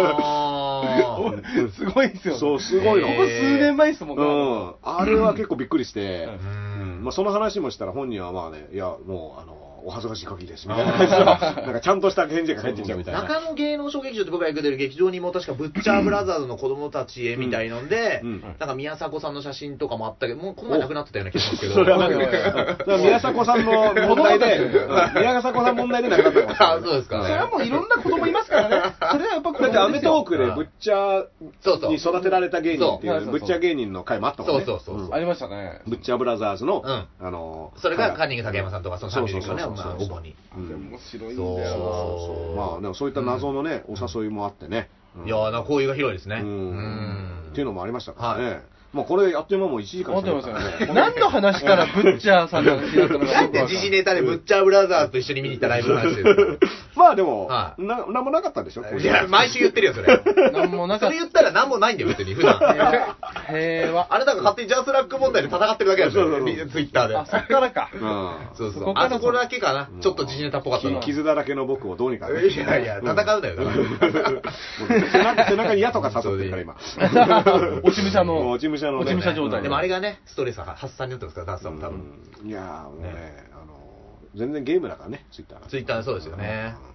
Speaker 2: あー
Speaker 3: と。すごいですよね。
Speaker 4: そう、すごいの。
Speaker 3: ここ数年前ですもん
Speaker 4: う
Speaker 3: ね。
Speaker 4: ん。あれは結構びっくりして、
Speaker 3: う
Speaker 4: うんまあその話もしたら本人はまあね、いや、もう、あの、お恥ずかしい限りです、みた いな感じの。なんかちゃんとした返事が返ってきちゃうみたいな。
Speaker 2: 中野芸能小劇場って僕が行くてる劇場にも確かブッチャーブラザーズの子供たちへみたいので、
Speaker 4: うん
Speaker 2: なんか宮迫さんの写真とかもあったけど、もうこの前なくなってたような気がしますけど。
Speaker 4: それはなん
Speaker 3: おいおいお
Speaker 4: か、だから宮迫さんの問題で、うん宮迫さん問題でなくなったかもしれない
Speaker 2: あ、そうですか
Speaker 3: そ
Speaker 2: ね。
Speaker 3: れはもういろんな子供いますからね。それはやっぱ子供
Speaker 4: だっ
Speaker 3: です
Speaker 4: て
Speaker 3: よ
Speaker 4: アメトークでブッチャ
Speaker 2: そう
Speaker 4: ー
Speaker 2: そう
Speaker 4: に育てられた芸人ってい
Speaker 3: そうそう
Speaker 4: う、
Speaker 3: そう
Speaker 4: ブッチャー芸人の回もあったもんね。
Speaker 2: そうそうそうそ
Speaker 3: ありましたね。
Speaker 4: ブッチャーブラザーズの、
Speaker 2: うん
Speaker 4: あのー
Speaker 2: それがカン
Speaker 4: 彼
Speaker 2: ニング竹山さんとか、その3人ですよね、
Speaker 4: そうそう
Speaker 2: ま
Speaker 4: そう
Speaker 2: あ
Speaker 4: そう
Speaker 2: 主に。
Speaker 4: うん
Speaker 3: 面白いん
Speaker 2: そう
Speaker 3: だよ
Speaker 4: まあでもそういった謎のね、お誘いもあってね、うん
Speaker 2: いやー、な交友が広いですね。
Speaker 4: う
Speaker 2: うんん。
Speaker 4: っていうのもありましたからね、
Speaker 2: は
Speaker 4: まあこれあっという間もう1時間
Speaker 3: 待って
Speaker 4: 喋
Speaker 3: ま
Speaker 4: った
Speaker 3: すよ
Speaker 4: からね
Speaker 3: ね。何の話からブッチャーさんの話になったのか
Speaker 2: なんで時事ネタでブッチャーブラザーズと一緒に見に行ったライブの話 です
Speaker 4: まあでも、
Speaker 2: はい
Speaker 4: ななんもなかったでしょ、
Speaker 2: かいや、毎週言ってるよ、それ。
Speaker 3: 何もな
Speaker 2: そ
Speaker 3: かっ
Speaker 2: れ言ったら何もないんだよ、別に、普段。
Speaker 3: た。平和。
Speaker 2: あなたが勝手にジャスラック問題で戦ってるだけなんです
Speaker 4: そうそうそ
Speaker 2: よ、ツイッターで。
Speaker 3: あ、そっからか。
Speaker 4: うん
Speaker 2: そうそ
Speaker 3: そ
Speaker 2: う
Speaker 3: こから
Speaker 2: あそこだけかな
Speaker 4: うん。
Speaker 2: ちょっと自信ネタっぽかったのは。
Speaker 4: き傷だらけの僕をどうにかね、
Speaker 2: いやいや、
Speaker 4: ん
Speaker 2: 戦うだよ、だから。
Speaker 4: もう背中背中に矢とか誘ってるから今
Speaker 3: 落ち武者の。
Speaker 4: 落ち武者のね
Speaker 3: 落ち武者状態。
Speaker 2: でもあれがね、ストレス発散になってますから、ダンスさんも多分。
Speaker 4: うんいやーもうねあのー全然ゲームだからねツイッターが
Speaker 2: ツイッターそうですよね
Speaker 4: うん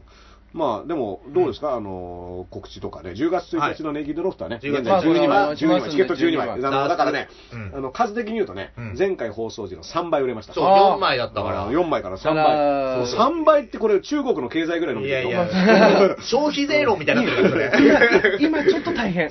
Speaker 4: まあでもどうですか、あのー告知とかね10月1日のネギドロフトはね、
Speaker 2: 10月
Speaker 4: 現在12
Speaker 3: ま
Speaker 4: 枚
Speaker 3: あ
Speaker 4: 12枚チケット12
Speaker 3: 12
Speaker 4: 枚
Speaker 3: 枚
Speaker 4: あのだからね、
Speaker 2: うん
Speaker 4: あの数的に言うとね、
Speaker 2: うん
Speaker 4: 前回放送時の3倍売れました
Speaker 2: そう、
Speaker 3: あー
Speaker 2: 4枚だった
Speaker 4: だ
Speaker 2: か
Speaker 4: から
Speaker 2: ら。
Speaker 4: 4枚から3
Speaker 3: だから
Speaker 4: 倍そう3倍ってこれ中国の経済ぐらいの
Speaker 2: いやい
Speaker 4: お前
Speaker 2: や、消費税論みたいになってるからね。
Speaker 3: 今ちょっと大変。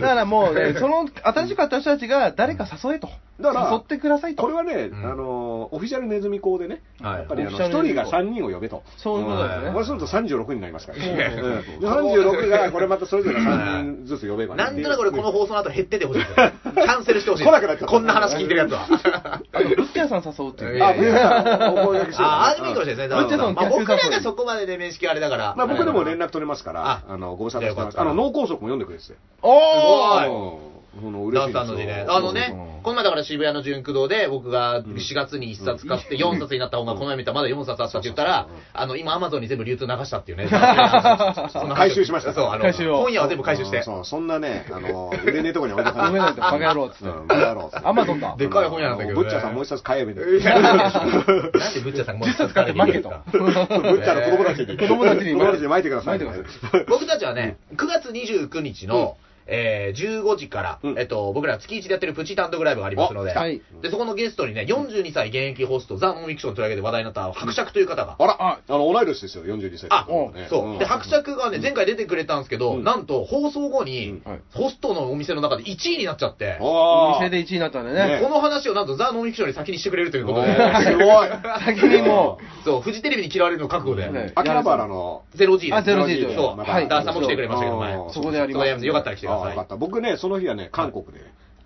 Speaker 3: だからもうね、その、新しく私たちが誰か誘えと。
Speaker 4: だから
Speaker 3: 誘ってくださいと。
Speaker 4: これはね、
Speaker 2: ん
Speaker 4: あのーオフィシャルネズミ講でね、
Speaker 2: はい
Speaker 4: やっぱりあの
Speaker 3: オフィ
Speaker 4: 1
Speaker 3: シャルネズ
Speaker 4: 人
Speaker 3: ミ講
Speaker 4: が3人を呼べと。
Speaker 3: そういうことですね
Speaker 4: んこれすると36になりますからね。
Speaker 2: そう
Speaker 4: うんで36がこれまたそれぞれ3人ずつ呼べばね
Speaker 2: なんとなく俺この放送の後減っててほしいですよキャンセルしてほしいです。
Speaker 4: 来なくなっちゃった
Speaker 2: こんな話聞いてるやつは。
Speaker 3: あの、ブッチャーさん誘うっていう。
Speaker 2: いや
Speaker 4: あ、
Speaker 2: い
Speaker 4: ブッチャーさん、お声掛けしてる
Speaker 2: ああ、ある意味かもしれないですね。だ
Speaker 3: う
Speaker 2: か
Speaker 3: ん
Speaker 2: らまあ
Speaker 3: う
Speaker 2: 僕
Speaker 3: ん
Speaker 2: らがそこまでね、面識あれだから。
Speaker 4: まあ僕でも連絡取れますから、あ
Speaker 2: あ
Speaker 4: の、ご無沙汰してます。
Speaker 2: じゃ
Speaker 4: あ
Speaker 2: あよか
Speaker 4: の、
Speaker 2: った
Speaker 4: 脳梗塞も読んでくれてて。
Speaker 3: おー
Speaker 2: い
Speaker 4: うんその
Speaker 2: ダ
Speaker 4: 嬉し
Speaker 2: ン
Speaker 4: い
Speaker 2: サーの字ね。あの
Speaker 3: うん、
Speaker 2: ねこの前だから渋谷の純駆動で、僕が4月に1冊買って4冊になった本がこの前見たらまだ4冊あったって言ったら
Speaker 4: そうそうそう、
Speaker 2: あの、今アマゾンに全部流通流したっていう ね。
Speaker 4: 回
Speaker 2: 回
Speaker 4: 収しました
Speaker 2: そう、あの、
Speaker 3: 回収を
Speaker 2: 本屋は全部回収して。
Speaker 4: そう、そんなね、あの、売れねえとこに置いて
Speaker 3: ごめんなさい、バカ野郎っつって。
Speaker 4: うんバカ野郎っつって
Speaker 3: アマゾンだ。
Speaker 2: でかい本屋なんだけどね
Speaker 4: ブッチャーさんもう一冊買えばいいんだよ
Speaker 2: いや なんでブッチャさんもう一冊買って
Speaker 3: 負けと。
Speaker 4: ブッチャーの子供たちに。
Speaker 3: 子供たちに
Speaker 4: 子供たちに巻いてください。
Speaker 3: 巻いてくだ
Speaker 2: 僕たちはね、9月29日の、えー15時から、
Speaker 4: うん
Speaker 2: えっと、僕ら月1でやってるプチ単独ライブがありますので、
Speaker 3: おはい
Speaker 2: で、そこのゲストにね、42歳現役ホスト、ザ・ノンフィクションというわけで話題になった伯爵という方が、
Speaker 4: あら、あの、同い年ですよ、42歳。
Speaker 2: あ、
Speaker 4: ね
Speaker 2: そう。で、伯爵がね、前回出てくれたんですけど、
Speaker 4: うん
Speaker 2: なんと放送後に、
Speaker 3: はい
Speaker 2: ホストのお店の中で1位になっちゃって、こ
Speaker 4: お
Speaker 3: お店で1位になったんで
Speaker 4: ね
Speaker 3: ね。
Speaker 2: の話をなんとザ・ノンフィクションより先にしてくれるという
Speaker 4: す
Speaker 2: こ
Speaker 4: ご
Speaker 2: と
Speaker 4: い
Speaker 2: で、
Speaker 3: 先にも
Speaker 2: そう、フジテレビに嫌われるの覚悟で、
Speaker 3: ね
Speaker 4: 秋葉原の
Speaker 2: ゼロ G です。
Speaker 3: あゼロ G
Speaker 2: そう、
Speaker 4: また
Speaker 2: はい。ダンさんも来てくれましたけど、前。
Speaker 4: あー
Speaker 3: そこでやります
Speaker 2: そうよかったら来てくだ
Speaker 4: あ
Speaker 2: さ
Speaker 4: よ
Speaker 2: い
Speaker 4: かっ。た僕ねその日はね韓国で、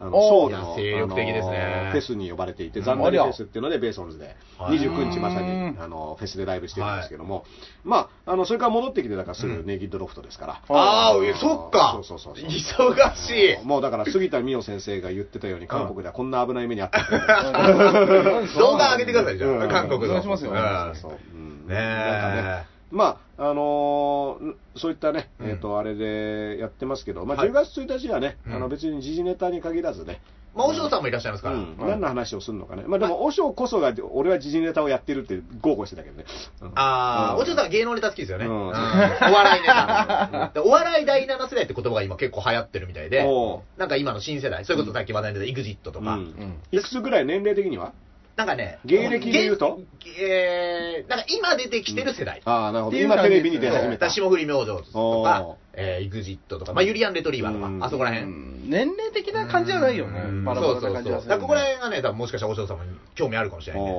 Speaker 4: あのソ
Speaker 2: お
Speaker 4: ウ
Speaker 2: ー
Speaker 4: ルの
Speaker 2: いや精力的ですね
Speaker 4: あのフェスに呼ばれていて、ザンダリフェスっていうので、ベーソンズで、
Speaker 2: はい
Speaker 4: 29日まさ
Speaker 3: う
Speaker 4: に
Speaker 3: ん
Speaker 4: あのフェスでライブしてるんですけども、まあ、あのそれから戻ってきて、だからすぐネギッドロフトですから、
Speaker 2: あ
Speaker 4: うん
Speaker 2: あ、そっか。
Speaker 4: そうそうそうそう
Speaker 2: 忙しい。
Speaker 4: もうだから杉田美桜先生が言ってたように、韓国ではこんな危ない目にあったっていう
Speaker 2: 動画上げてください、じゃ
Speaker 4: う
Speaker 2: あ、
Speaker 4: ん
Speaker 2: 韓国の。
Speaker 3: お願いしますよ
Speaker 2: うん
Speaker 4: そううん
Speaker 2: ねえ
Speaker 4: なんかねまあ、あのーそういったね、
Speaker 2: うん
Speaker 4: えっ、と、あれでやってますけど、まあ、
Speaker 2: はい
Speaker 4: 10月1日はね、
Speaker 2: うん
Speaker 4: あの、別に時事ネタに限らずね、
Speaker 2: まあ、お嬢さんもいらっしゃいますから。
Speaker 4: うん何の話をするのかね。まあ、でも、和尚こそが、俺は時事ネタをやってるって豪語してたけどね。うん
Speaker 2: ああ、
Speaker 4: うん
Speaker 2: お嬢さんは芸能ネタ好きですよね。
Speaker 4: う
Speaker 2: うんんお笑いネタ。でお笑い第7世代って言葉が今結構流行ってるみたいで、
Speaker 4: おう
Speaker 2: なんか今の新世代、それこそさっき話題で出た EXIT とか、
Speaker 4: うんいくつぐらい年齢的には
Speaker 2: なんかね、
Speaker 4: 芸歴で言うと
Speaker 2: げえー、なんか今出てきてる世代。
Speaker 4: ああ、なるほ
Speaker 3: って
Speaker 4: ど。
Speaker 3: いう
Speaker 4: 今
Speaker 3: 感
Speaker 4: テ
Speaker 3: じ
Speaker 4: レビに出始めた。
Speaker 2: 私も振り明星と
Speaker 4: おー
Speaker 2: か、えー、EXIT とか、まあ、ユリアン・レトリーバーとか、
Speaker 4: うん
Speaker 2: あそこら
Speaker 3: う
Speaker 2: 辺。
Speaker 3: ん年齢的な感じはないよね
Speaker 4: うん。
Speaker 3: バラバ
Speaker 2: そう
Speaker 3: ラ
Speaker 2: そ
Speaker 3: な
Speaker 2: う
Speaker 3: 感じ
Speaker 2: そう。
Speaker 3: は
Speaker 2: だ
Speaker 3: する
Speaker 2: から
Speaker 3: ね。
Speaker 2: ここら辺がね、多分もしかしたらお嬢様に興味あるかもしれないね。
Speaker 4: お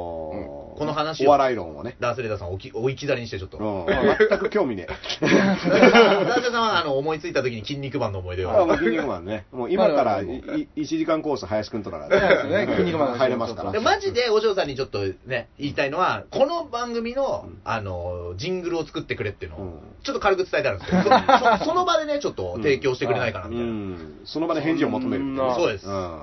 Speaker 4: ー
Speaker 2: この話を
Speaker 4: お笑い論をね。
Speaker 2: ダースレーダーさんおきお置き去りにしてちょっと。
Speaker 4: うん全く興味ね え。
Speaker 2: ダースレーダーさんはあの思いついた時に筋肉マンの思い出を。
Speaker 4: あもう筋肉マンね。もう今から
Speaker 3: まだまだ
Speaker 4: 1時間コース、林くんとかだ
Speaker 3: そうですね筋肉マンの話
Speaker 4: 入れますから。
Speaker 2: でマジでお嬢さんにちょっとね、言いたいのは、この番組の、あの、ジングルを作ってくれっていうのを、
Speaker 4: うん
Speaker 2: ちょっと軽く伝えてあるんですけど、そ そその場でね、ちょっと提供してくれないかな、
Speaker 4: う
Speaker 2: みたいな。
Speaker 4: ん。その場で返事を求めるみたい
Speaker 3: うん
Speaker 4: な。
Speaker 2: そうです
Speaker 4: ん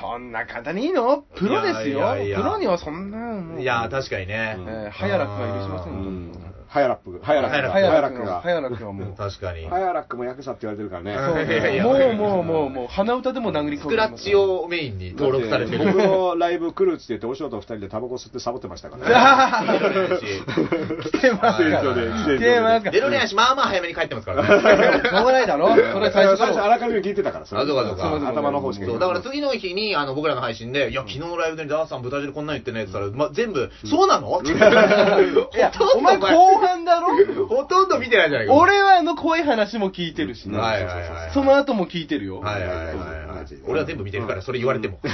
Speaker 3: そんな簡単にいいのプロです
Speaker 2: い
Speaker 3: よ。
Speaker 2: やいやいや
Speaker 3: プロにはそんなもう。
Speaker 2: いやー、確かにね。
Speaker 4: うん
Speaker 3: えー早楽が許しませ
Speaker 4: うん
Speaker 3: よ
Speaker 4: ん。ハヤラップ、ハヤラップが、
Speaker 2: ハ
Speaker 3: 早
Speaker 2: ヤ
Speaker 4: ハヤラッ
Speaker 3: 楽く
Speaker 4: プ
Speaker 3: ん
Speaker 4: が
Speaker 3: は、。早楽くんはもう。
Speaker 2: 確かに。
Speaker 4: ハヤラックもヤクザって言われてるから
Speaker 2: う
Speaker 4: ね。
Speaker 2: んいやいや
Speaker 3: もうもうもうもう、鼻歌でも殴り込
Speaker 2: ス
Speaker 3: ん
Speaker 2: ク
Speaker 3: で
Speaker 2: ラ
Speaker 3: ま
Speaker 2: ッ
Speaker 3: す
Speaker 2: チをメインに登録されて
Speaker 4: だっ
Speaker 2: る。
Speaker 4: 僕のライブ来るっつって言って、お仕事二人でタバコ吸ってサボってましたからね。
Speaker 3: 来てます
Speaker 2: はい
Speaker 3: よ。来てますか
Speaker 2: デ
Speaker 3: ら。
Speaker 2: ロリアン氏、まあまあ早めに帰ってますからね。
Speaker 3: しょうがないだろ。それ最初
Speaker 4: 最
Speaker 3: か
Speaker 4: 初あ
Speaker 3: ら。
Speaker 4: らかじめ聞いてたから、それ
Speaker 2: あそうかそうか
Speaker 4: ん頭の方しか聞い
Speaker 2: そ
Speaker 4: て
Speaker 2: うだ
Speaker 4: な
Speaker 2: か
Speaker 4: い
Speaker 2: ら次の日にあの僕らの配信で、いや、昨日のライブでダースさん、豚汁こんなん言ってねって言ったら、ま、全部、そ うなのほと
Speaker 3: い
Speaker 2: ん
Speaker 3: や、
Speaker 2: ど
Speaker 3: お前後半だろ
Speaker 2: ほとんど見てないじゃないか。
Speaker 3: 俺はあの怖い話も聞いてるしね。
Speaker 2: はいはいはい。
Speaker 3: その後も聞いてるよ。
Speaker 2: はいはいはいはい。俺は全部見てるから、それ言われても。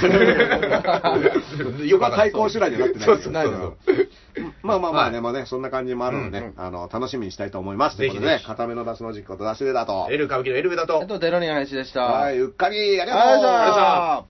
Speaker 2: よ
Speaker 4: まあ対抗手段になってない
Speaker 2: そうそうそう
Speaker 4: ないのよまあまあまあ
Speaker 2: は
Speaker 4: ね、
Speaker 2: い
Speaker 4: まあね、そんな感じもあるのでね、あの、楽しみにしたいと思います。とい
Speaker 2: ぜ
Speaker 4: う
Speaker 2: ひ
Speaker 4: こ
Speaker 2: ぜ
Speaker 4: と
Speaker 2: ひ
Speaker 4: でね、固めの出すの実行と出しでだと
Speaker 2: エ。ル歌舞伎のエルベだ
Speaker 3: あ
Speaker 2: と。
Speaker 3: と、デロニアン林でした。
Speaker 4: はい、
Speaker 3: あり
Speaker 4: うっかり、あり
Speaker 3: が
Speaker 4: がとうございました。
Speaker 3: とうございました。